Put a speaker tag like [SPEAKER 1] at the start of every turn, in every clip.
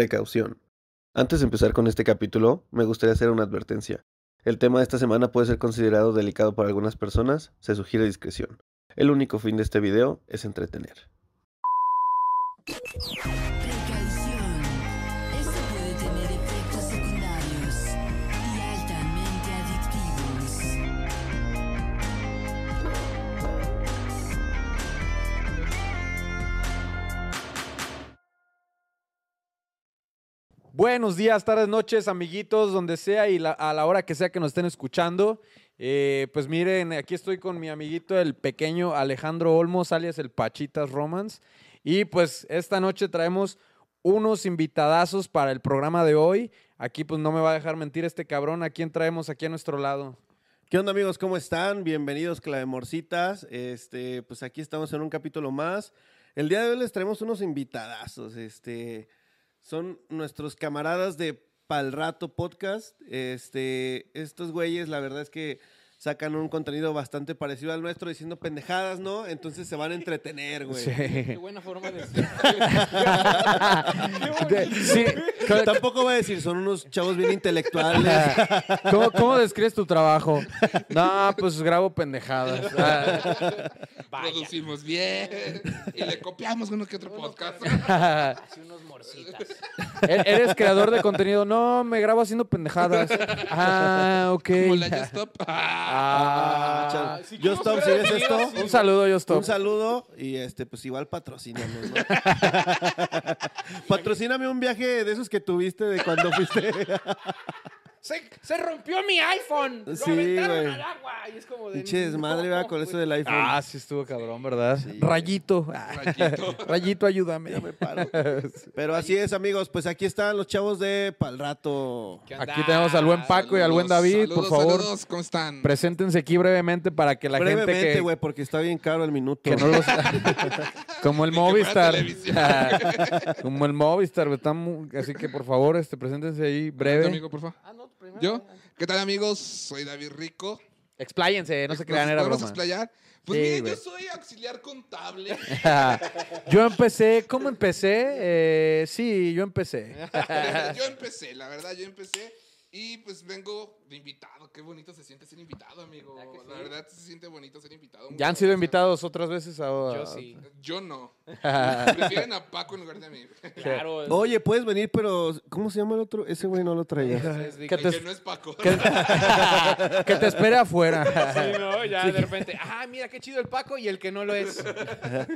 [SPEAKER 1] Precaución. Antes de empezar con este capítulo, me gustaría hacer una advertencia. El tema de esta semana puede ser considerado delicado para algunas personas, se sugiere discreción. El único fin de este video es entretener.
[SPEAKER 2] Precaución. Esto puede tener efectos secundarios y altamente adictivos.
[SPEAKER 3] Buenos días, tardes, noches, amiguitos, donde sea y la- a la hora que sea que nos estén escuchando. Eh, pues miren, aquí estoy con mi amiguito el pequeño Alejandro Olmos, alias el Pachitas Romans. Y pues esta noche traemos unos invitadazos para el programa de hoy. Aquí pues no me va a dejar mentir este cabrón. ¿A quién traemos aquí a nuestro lado?
[SPEAKER 1] ¿Qué onda amigos? ¿Cómo están? Bienvenidos Clavemorcitas. Este, pues aquí estamos en un capítulo más. El día de hoy les traemos unos invitadazos. Este, son nuestros camaradas de Pal Rato Podcast. Este, estos güeyes, la verdad es que sacan un contenido bastante parecido al nuestro diciendo pendejadas, ¿no? Entonces se van a entretener, güey.
[SPEAKER 4] Qué buena forma de decir.
[SPEAKER 3] De- sí.
[SPEAKER 1] Pero tampoco voy a decir, son unos chavos bien
[SPEAKER 3] Ah,
[SPEAKER 1] intelectuales.
[SPEAKER 3] ¿Cómo, cómo describes tu trabajo? No, pues grabo pendejadas. Ah.
[SPEAKER 4] Producimos bien y le copiamos uno que otro podcast.
[SPEAKER 5] Hace unos morcitas.
[SPEAKER 3] E- Eres creador de contenido. No, me grabo haciendo pendejadas. Ah, ok.
[SPEAKER 4] Como la Just Stop. Ah,
[SPEAKER 3] Ah,
[SPEAKER 1] Ah, chale. Yo stop, si ves esto,
[SPEAKER 3] un saludo, yo
[SPEAKER 1] un saludo y este, pues igual patrocínanos, ¿no? Patrocíname un viaje de esos que tuviste de cuando fuiste.
[SPEAKER 5] Se, se rompió mi iPhone. Lo
[SPEAKER 1] Sí,
[SPEAKER 5] aventaron
[SPEAKER 1] güey.
[SPEAKER 5] al agua. Y es como de.
[SPEAKER 1] Pinche desmadre,
[SPEAKER 5] no,
[SPEAKER 1] va, con eso
[SPEAKER 5] güey.
[SPEAKER 1] del iPhone.
[SPEAKER 3] Ah, sí estuvo cabrón, ¿verdad?
[SPEAKER 1] Sí.
[SPEAKER 3] Rayito. Ah.
[SPEAKER 4] Rayito.
[SPEAKER 3] Rayito, ayúdame.
[SPEAKER 1] Ya me paro. Pero así es, amigos, pues aquí están los chavos de Pal Rato.
[SPEAKER 5] ¿Qué onda?
[SPEAKER 3] Aquí tenemos al buen Paco y al buen
[SPEAKER 4] Saludos,
[SPEAKER 3] David, por
[SPEAKER 4] saludos,
[SPEAKER 3] favor.
[SPEAKER 4] Saludos, ¿cómo están?
[SPEAKER 3] Preséntense aquí brevemente para que la gente
[SPEAKER 1] Brevemente,
[SPEAKER 3] que,
[SPEAKER 1] güey, porque está bien caro el minuto.
[SPEAKER 3] que no los... Como el
[SPEAKER 4] Ni que fuera
[SPEAKER 3] Movistar.
[SPEAKER 4] televisión.
[SPEAKER 3] Como el Movistar. güey, está mu- Así que, por favor, este, preséntense ahí
[SPEAKER 4] Adelante,
[SPEAKER 3] breve.
[SPEAKER 4] amigo, por favor.
[SPEAKER 5] Ah, no, primero.
[SPEAKER 4] Yo, ¿qué tal amigos? Soy David Rico.
[SPEAKER 3] Expláyense, no se crean,
[SPEAKER 4] ¿Nos
[SPEAKER 3] era
[SPEAKER 4] podemos
[SPEAKER 3] broma.
[SPEAKER 4] explayar? Pues
[SPEAKER 3] Sí,
[SPEAKER 4] miren,
[SPEAKER 3] güey.
[SPEAKER 4] yo soy auxiliar contable.
[SPEAKER 3] yo empecé, ¿cómo empecé? Eh, sí, yo empecé.
[SPEAKER 4] yo empecé, la verdad, yo empecé. Y pues vengo de invitado. Qué bonito se siente ser invitado, amigo.
[SPEAKER 5] que sí?
[SPEAKER 4] La verdad se siente bonito ser invitado.
[SPEAKER 3] Ya han
[SPEAKER 4] Muchas
[SPEAKER 3] sido
[SPEAKER 4] gracias.
[SPEAKER 3] invitados otras veces a...
[SPEAKER 5] Yo sí.
[SPEAKER 4] Yo no. Prefieren a Paco en lugar de a mí.
[SPEAKER 5] Claro.
[SPEAKER 1] Oye, puedes venir, pero ¿cómo se llama el otro? Ese güey no lo traía.
[SPEAKER 5] es de
[SPEAKER 3] ¿qué
[SPEAKER 4] El
[SPEAKER 3] te-
[SPEAKER 5] que-
[SPEAKER 4] que no es Paco.
[SPEAKER 3] que te espere afuera.
[SPEAKER 5] Sí, ¿no? Ya de repente. Ah, mira qué chido el Paco y el que no lo es. "Ah,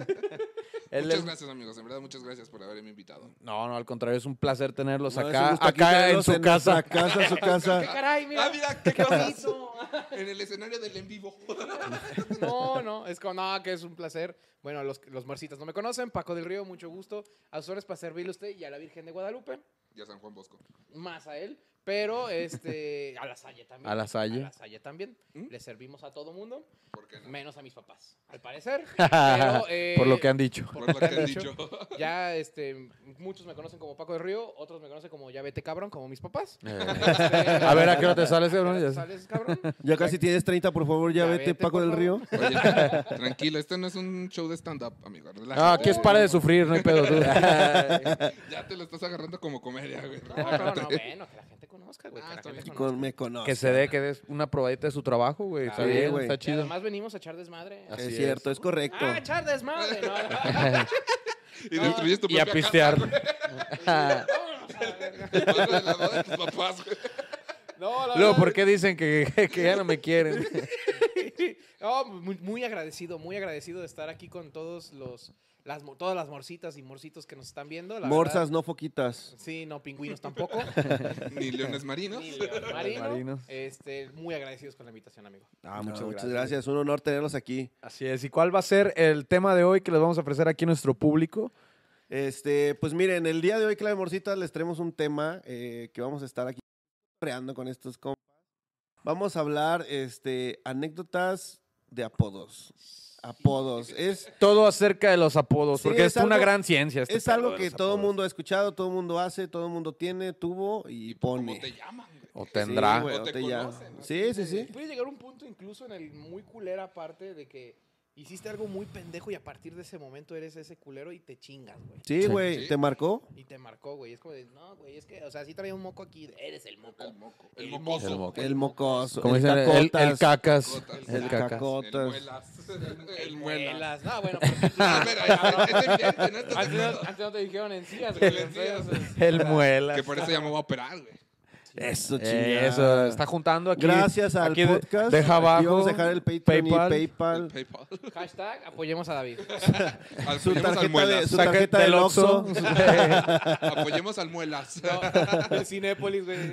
[SPEAKER 3] Él
[SPEAKER 4] Muchas
[SPEAKER 3] es-
[SPEAKER 4] gracias, amigos. En verdad, muchas gracias por haberme invitado.
[SPEAKER 3] No, no, al contrario, es un placer tenerlos
[SPEAKER 1] No, es un
[SPEAKER 3] acá,
[SPEAKER 1] gusto aquí
[SPEAKER 3] acá en
[SPEAKER 1] tenerlos
[SPEAKER 3] su casa.
[SPEAKER 1] nuestra casa, su
[SPEAKER 5] ¿Qué
[SPEAKER 1] casa.
[SPEAKER 5] caray? Mira.
[SPEAKER 4] Ah, mira, qué cosas.
[SPEAKER 5] hizo?
[SPEAKER 4] En el escenario del en vivo.
[SPEAKER 5] No, no, es como, no, que es un placer. Bueno, los, los marcitas no me conocen. Paco del Río, mucho gusto. A sus horas para servirle a usted y a la Virgen de Guadalupe.
[SPEAKER 4] Ya San Juan Bosco.
[SPEAKER 5] más a él, pero este a la Salle también.
[SPEAKER 3] A la Salle.
[SPEAKER 5] A la Salle también. Le servimos a todo mundo,
[SPEAKER 4] ¿Por qué no?
[SPEAKER 5] menos a mis papás, al parecer. pero, eh,
[SPEAKER 3] Por lo que han dicho.
[SPEAKER 4] Por lo que han dicho.
[SPEAKER 5] Ya este muchos me conocen como Paco de Río, otros me conocen como ya vete cabrón, como mis papás.
[SPEAKER 3] Eh, A ver, ¿a qué hora te sales, cabrón?
[SPEAKER 5] Ya
[SPEAKER 3] Ya-
[SPEAKER 5] sales, cabrón.
[SPEAKER 1] Ya casi tienes 30, por favor, ya
[SPEAKER 5] Ya
[SPEAKER 1] vete,
[SPEAKER 5] vete,
[SPEAKER 1] Paco
[SPEAKER 5] por
[SPEAKER 1] del
[SPEAKER 5] favor.
[SPEAKER 1] Río.
[SPEAKER 4] Oye, tranquilo, esto no es un show de stand-up, amigo.
[SPEAKER 3] No,
[SPEAKER 4] Relájate.
[SPEAKER 3] aquí es para de sufrir, no hay pedo. tú.
[SPEAKER 4] Ya te lo estás agarrando como comedia, güey.
[SPEAKER 5] No, no, no, bueno, que la gente conozca, güey.
[SPEAKER 4] Ah,
[SPEAKER 5] que la
[SPEAKER 4] está
[SPEAKER 5] gente
[SPEAKER 4] bien.
[SPEAKER 5] conozca.
[SPEAKER 1] Con, me conoce.
[SPEAKER 3] Que se dé, que des una probadita de su trabajo, güey. Está
[SPEAKER 5] Sí,
[SPEAKER 3] bien,
[SPEAKER 1] güey.
[SPEAKER 3] está
[SPEAKER 5] Y
[SPEAKER 3] chido.
[SPEAKER 5] además venimos a echar desmadre.
[SPEAKER 1] Es cierto, es correcto.
[SPEAKER 5] Ah, echar desmadre. No,
[SPEAKER 4] Y destruyes tu
[SPEAKER 3] Y a
[SPEAKER 4] propia
[SPEAKER 3] pistear.
[SPEAKER 5] Vámonos a la verga.
[SPEAKER 4] casa, güey. Vas a la boda de tus papás, güey.
[SPEAKER 5] no, la
[SPEAKER 3] Luego,
[SPEAKER 5] verdad-
[SPEAKER 3] ¿por qué dicen que, que ya no me quieren?
[SPEAKER 5] No, pues, muy, muy agradecido, muy agradecido de estar aquí con todos los, las, mo- todas las morcitas y morcitos que nos están viendo. la
[SPEAKER 1] Morsas,
[SPEAKER 5] verdad.
[SPEAKER 1] no foquitas.
[SPEAKER 5] Sí, no, pingüinos tampoco.
[SPEAKER 4] Ni leones marinos.
[SPEAKER 5] Ni león marino.
[SPEAKER 3] Marinos.
[SPEAKER 5] Este, muy agradecidos con la invitación, amigo.
[SPEAKER 1] Ah, muchas, gracias. Un honor tenerlos aquí.
[SPEAKER 3] Así es. ¿Y cuál va a ser el tema de hoy que les vamos a ofrecer aquí a nuestro público?
[SPEAKER 1] Este, pues miren, el día de hoy, Clave Morcita, les traemos un tema eh, que vamos a estar aquí creando con estos compas. Vamos a hablar este, anécdotas de apodos. Apodos. Es,
[SPEAKER 3] Todo acerca de los apodos,
[SPEAKER 1] Sí,
[SPEAKER 3] porque
[SPEAKER 1] es
[SPEAKER 3] es, una
[SPEAKER 1] algo-
[SPEAKER 3] gran ciencia. este
[SPEAKER 1] es
[SPEAKER 3] pedo
[SPEAKER 1] algo
[SPEAKER 3] de
[SPEAKER 1] que
[SPEAKER 3] los
[SPEAKER 1] todo el
[SPEAKER 3] apodos.
[SPEAKER 1] mundo ha escuchado, todo el mundo hace, todo el mundo tiene, tuvo y
[SPEAKER 4] ¿Cómo
[SPEAKER 1] pone.
[SPEAKER 4] te llaman, güey?
[SPEAKER 3] O
[SPEAKER 1] Sí,
[SPEAKER 3] tendrá.
[SPEAKER 1] güey,
[SPEAKER 4] O
[SPEAKER 1] o
[SPEAKER 4] te
[SPEAKER 1] te ya-
[SPEAKER 4] conocen, ¿no?
[SPEAKER 1] Sí, sí, sí.
[SPEAKER 5] Puede llegar un punto incluso en el muy culera parte de que Hiciste algo muy pendejo y a partir de ese momento eres ese culero y te chingas, güey.
[SPEAKER 1] Sí,
[SPEAKER 3] Sí.
[SPEAKER 1] güey,
[SPEAKER 4] Sí.
[SPEAKER 1] ¿te marcó?
[SPEAKER 5] Y te marcó, güey. Es como de, no, güey, es que, o sea, sí traía un moco aquí. Eres el moco.
[SPEAKER 4] El moco. El
[SPEAKER 5] El
[SPEAKER 4] mocoso.
[SPEAKER 3] moco. El
[SPEAKER 1] El mocoso,
[SPEAKER 3] Como
[SPEAKER 1] el
[SPEAKER 3] dicen, el, el,
[SPEAKER 1] cacotas,
[SPEAKER 3] cacas.
[SPEAKER 4] El
[SPEAKER 3] El cacas.
[SPEAKER 1] caco-
[SPEAKER 4] El muelas. El muelas.
[SPEAKER 5] Muelas. No, bueno. pues, pero-
[SPEAKER 4] A ver, a ver, es evidente, ¿no? Estás
[SPEAKER 5] antes, no,
[SPEAKER 4] hablando-
[SPEAKER 5] antes no te dijeron encías, güey.
[SPEAKER 4] Encías.
[SPEAKER 5] entonces-
[SPEAKER 3] El muela.
[SPEAKER 4] Que por eso ya me voy a operar, güey.
[SPEAKER 1] Eso, chingada.
[SPEAKER 3] Eh, Eso, está juntando aquí.
[SPEAKER 1] Gracias al
[SPEAKER 3] aquí de-
[SPEAKER 1] podcast.
[SPEAKER 3] Deja
[SPEAKER 1] Aquí
[SPEAKER 3] abajo.
[SPEAKER 1] vamos a dejar el Patreon
[SPEAKER 3] PayPal.
[SPEAKER 1] y PayPal.
[SPEAKER 4] El PayPal.
[SPEAKER 5] eh, Hashtag apoyemos a David.
[SPEAKER 1] Su
[SPEAKER 4] Apoyemos al
[SPEAKER 1] tarjeta de,
[SPEAKER 4] muelas.
[SPEAKER 1] su
[SPEAKER 3] Saca
[SPEAKER 1] tarjeta del
[SPEAKER 3] del
[SPEAKER 1] Oxxo.
[SPEAKER 3] Oxxo.
[SPEAKER 4] Apoyemos al muelas.
[SPEAKER 5] No, el Cinépolis, güey.
[SPEAKER 3] del,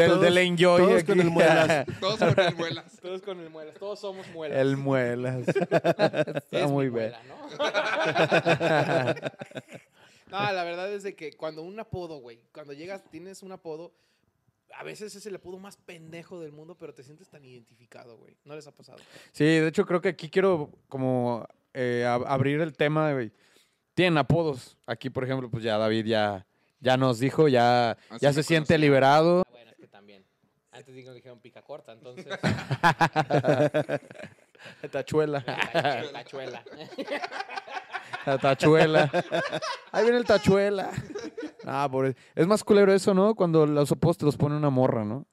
[SPEAKER 1] Todos-
[SPEAKER 3] del Enjoy.
[SPEAKER 1] todos
[SPEAKER 3] aquí.
[SPEAKER 1] con el muelas.
[SPEAKER 4] Todos con el muelas.
[SPEAKER 5] Todos con el muelas. Todos somos muelas.
[SPEAKER 3] El muelas.
[SPEAKER 5] Es
[SPEAKER 3] Está
[SPEAKER 5] mi
[SPEAKER 3] muy bien.
[SPEAKER 5] muela, ¿no? No, la verdad es de que cuando un apodo, güey, cuando llegas, tienes un apodo, a veces es el apodo más pendejo del mundo, pero te sientes tan identificado, güey. No les ha pasado.
[SPEAKER 3] Sí, de hecho creo que aquí quiero como eh, ab- abrir el tema, güey. Tienen apodos. Aquí, por ejemplo, pues ya David ya, ya nos dijo, ya,
[SPEAKER 4] Así
[SPEAKER 3] ya
[SPEAKER 4] me
[SPEAKER 3] se siente
[SPEAKER 4] conocen.
[SPEAKER 3] liberado.
[SPEAKER 5] Ah, bueno, es que también. Antes digo que dijeron pica corta, entonces.
[SPEAKER 3] Tachuela.
[SPEAKER 5] Tachuela.
[SPEAKER 3] La tachuela. Ahí viene el tachuela. Ah, pobre. Es más culero eso, ¿no? Cuando los apodos te los pone una morra, ¿no?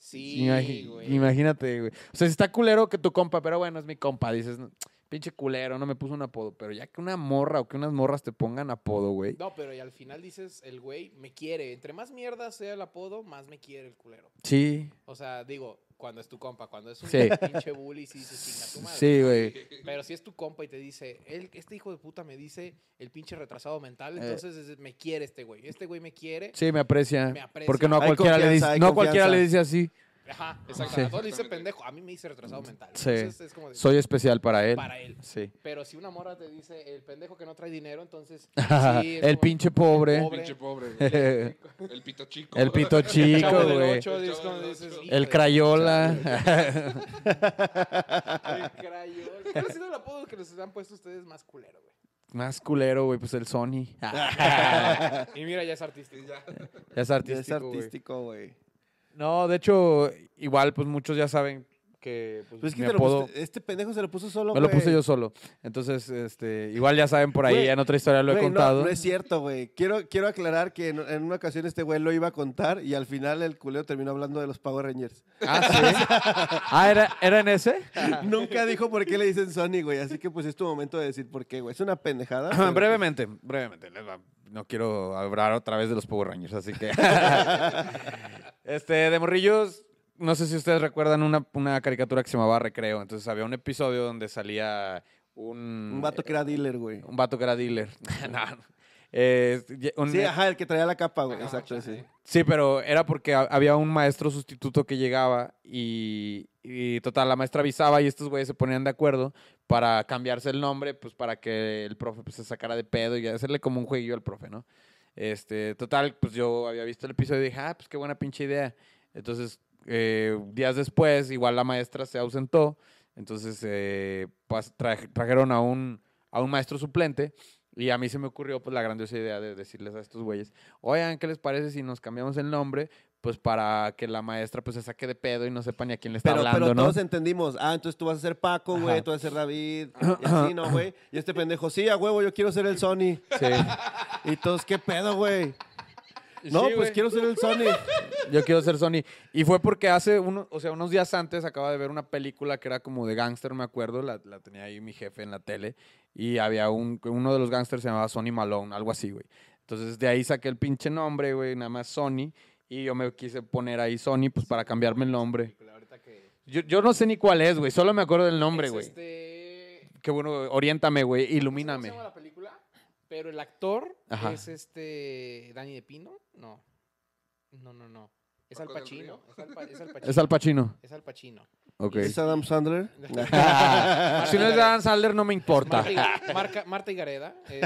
[SPEAKER 5] Sí,
[SPEAKER 3] Imagi-
[SPEAKER 5] güey.
[SPEAKER 3] Imagínate, güey. O sea, si está culero que tu compa, pero bueno, es mi compa. Dices, "No, pinche culero, no me puso un apodo. Pero ya que una morra o que unas morras te pongan apodo, güey.
[SPEAKER 5] No, pero y al final dices, el güey me quiere. Entre más mierda sea el apodo, más me quiere el culero.
[SPEAKER 3] Sí.
[SPEAKER 5] O sea, digo, cuando es tu compa, cuando es un
[SPEAKER 3] Sí.
[SPEAKER 5] pinche bully, sí se chinga tu madre.
[SPEAKER 3] Sí, güey.
[SPEAKER 5] Pero si es tu compa y te dice, él, este hijo de puta me dice el pinche retrasado
[SPEAKER 3] Eh.
[SPEAKER 5] mental, entonces es- me quiere este güey. Este güey me quiere.
[SPEAKER 3] Sí, me aprecia.
[SPEAKER 5] Me aprecia.
[SPEAKER 3] Porque no a
[SPEAKER 1] Hay
[SPEAKER 3] cualquiera le
[SPEAKER 1] confianza,
[SPEAKER 3] dice,
[SPEAKER 1] hay
[SPEAKER 3] no a cualquiera le
[SPEAKER 1] confianza.
[SPEAKER 3] dice así.
[SPEAKER 5] Ajá, exacto.
[SPEAKER 3] Sí.
[SPEAKER 5] A todos le dice
[SPEAKER 4] Exactamente.
[SPEAKER 5] pendejo. A mí me dice retrasado mental.
[SPEAKER 3] Sí.
[SPEAKER 5] Entonces es como de,
[SPEAKER 3] Soy especial para él.
[SPEAKER 5] Pues, para él.
[SPEAKER 3] Sí.
[SPEAKER 5] Pero si una morra te dice el pendejo que no trae dinero, entonces. sí, es
[SPEAKER 3] el
[SPEAKER 5] como-
[SPEAKER 3] pinche pobre.
[SPEAKER 5] pobre.
[SPEAKER 4] Pinche pobre, güey.
[SPEAKER 3] El
[SPEAKER 4] El pito chico.
[SPEAKER 3] pito chico,
[SPEAKER 5] Chavo del
[SPEAKER 3] güey.
[SPEAKER 5] Ocho,
[SPEAKER 4] El
[SPEAKER 5] dices
[SPEAKER 4] Chavo
[SPEAKER 5] como
[SPEAKER 4] del
[SPEAKER 5] dices,
[SPEAKER 4] Ocho.
[SPEAKER 5] "Hijo de
[SPEAKER 3] El crayola.
[SPEAKER 5] El crayola. ¿Cuál ha sido el apodo que les han puesto ustedes más culero, güey?
[SPEAKER 3] Más culero, güey, pues el Sony. ya
[SPEAKER 5] Y mira, ya es artístico.
[SPEAKER 4] Ya.
[SPEAKER 3] es
[SPEAKER 1] Ya Es
[SPEAKER 3] artístico, güey.
[SPEAKER 1] artístico, güey.
[SPEAKER 3] No, de hecho, igual, pues muchos ya saben que pues,
[SPEAKER 1] Pues es que
[SPEAKER 3] mi
[SPEAKER 1] te lo
[SPEAKER 3] apodo
[SPEAKER 1] pusiste- este pendejo se lo puso solo,
[SPEAKER 3] me lo
[SPEAKER 1] güey.
[SPEAKER 3] puse yo solo. Entonces, este, igual ya saben por ahí,
[SPEAKER 1] Güey,
[SPEAKER 3] en otra historia lo he
[SPEAKER 1] Güey, no,
[SPEAKER 3] contado.
[SPEAKER 1] No, es cierto, güey. Quiero, quiero aclarar que en, en una ocasión este güey lo iba a contar y al final el culero terminó hablando de los Power Rangers.
[SPEAKER 3] Ah, sí. ah, ¿era, era en ese.
[SPEAKER 1] Nunca dijo por qué le dicen Sony, güey. Así que pues es tu momento de decir por qué, güey. Es una pendejada. pero, pues,
[SPEAKER 3] brevemente, brevemente. les va- No quiero hablar otra vez de los Power Rangers, así que. este, de morrillos, no sé si ustedes recuerdan una, una caricatura que se llamaba Recreo. Entonces había un episodio donde salía un. eh,
[SPEAKER 1] Un vato que era dealer, güey.
[SPEAKER 3] Un vato que era dealer. No. Eh, ye- un-
[SPEAKER 1] Sí, ajá, el que traía la capa, güey. Exacto, sí.
[SPEAKER 3] Sí, pero era porque ha- había un maestro sustituto que llegaba y, y, total, la maestra avisaba y estos güeyes se ponían de acuerdo para cambiarse el nombre, pues para que el profe pues, se sacara de pedo y hacerle como un jueguillo al profe, ¿no? Este, total, pues yo había visto el episodio y dije, ah, pues qué buena pinche idea. Entonces, eh, días después, igual la maestra se ausentó, entonces eh, pas- traj- trajeron a un, a un maestro suplente y a mí se me ocurrió pues la grandiosa idea de decirles a estos güeyes, oigan, ¿qué les parece si nos cambiamos el nombre? Pues para que la maestra pues se saque de pedo y no sepa ni a quién le está
[SPEAKER 1] Pero,
[SPEAKER 3] hablando,
[SPEAKER 1] pero
[SPEAKER 3] ¿no?
[SPEAKER 1] todos entendimos. Ah, entonces tú vas a ser Paco, güey.
[SPEAKER 3] Ajá.
[SPEAKER 1] Tú vas a ser David. Y así, ¿no, güey? Y este pendejo, sí, a huevo, yo quiero ser el Sony.
[SPEAKER 3] Sí.
[SPEAKER 1] Y todos, ¿qué pedo, güey? No,
[SPEAKER 3] Sí,
[SPEAKER 1] pues
[SPEAKER 3] güey.
[SPEAKER 1] quiero ser el Sony.
[SPEAKER 3] Yo quiero ser Sony. Y fue porque hace uno, o sea, unos días antes acaba de ver una película que era como de gángster, me acuerdo. La, la tenía ahí mi jefe en la tele. Y había un, uno de los gángsters se llamaba Sony Malone, algo así, güey. Entonces de ahí saqué el pinche nombre, güey, nada más Sony. Y yo me quise poner ahí Sony, pues para cambiarme el nombre.
[SPEAKER 5] Ahorita que.
[SPEAKER 3] Yo, yo no sé ni cuál es, güey. Solo me acuerdo del nombre,
[SPEAKER 5] Es
[SPEAKER 3] güey.
[SPEAKER 5] Este.
[SPEAKER 3] Qué bueno, oriéntame, güey. Ilumíname.
[SPEAKER 5] ¿Cómo se llama la película? Pero el actor
[SPEAKER 3] Ajá.
[SPEAKER 5] es este. Dani de Pino. No. No, no, no. Es Al
[SPEAKER 4] Paco del
[SPEAKER 5] Pacino.
[SPEAKER 4] Río.
[SPEAKER 5] Es Al, Pa- es Al Pacino.
[SPEAKER 3] Es Al Pacino.
[SPEAKER 5] Es Al Pacino.
[SPEAKER 3] Ok.
[SPEAKER 1] ¿Es Adam Sandler?
[SPEAKER 3] si no es Dan Sandler, no me importa.
[SPEAKER 5] Marta, y- Marca- Marta y Gareda. eh,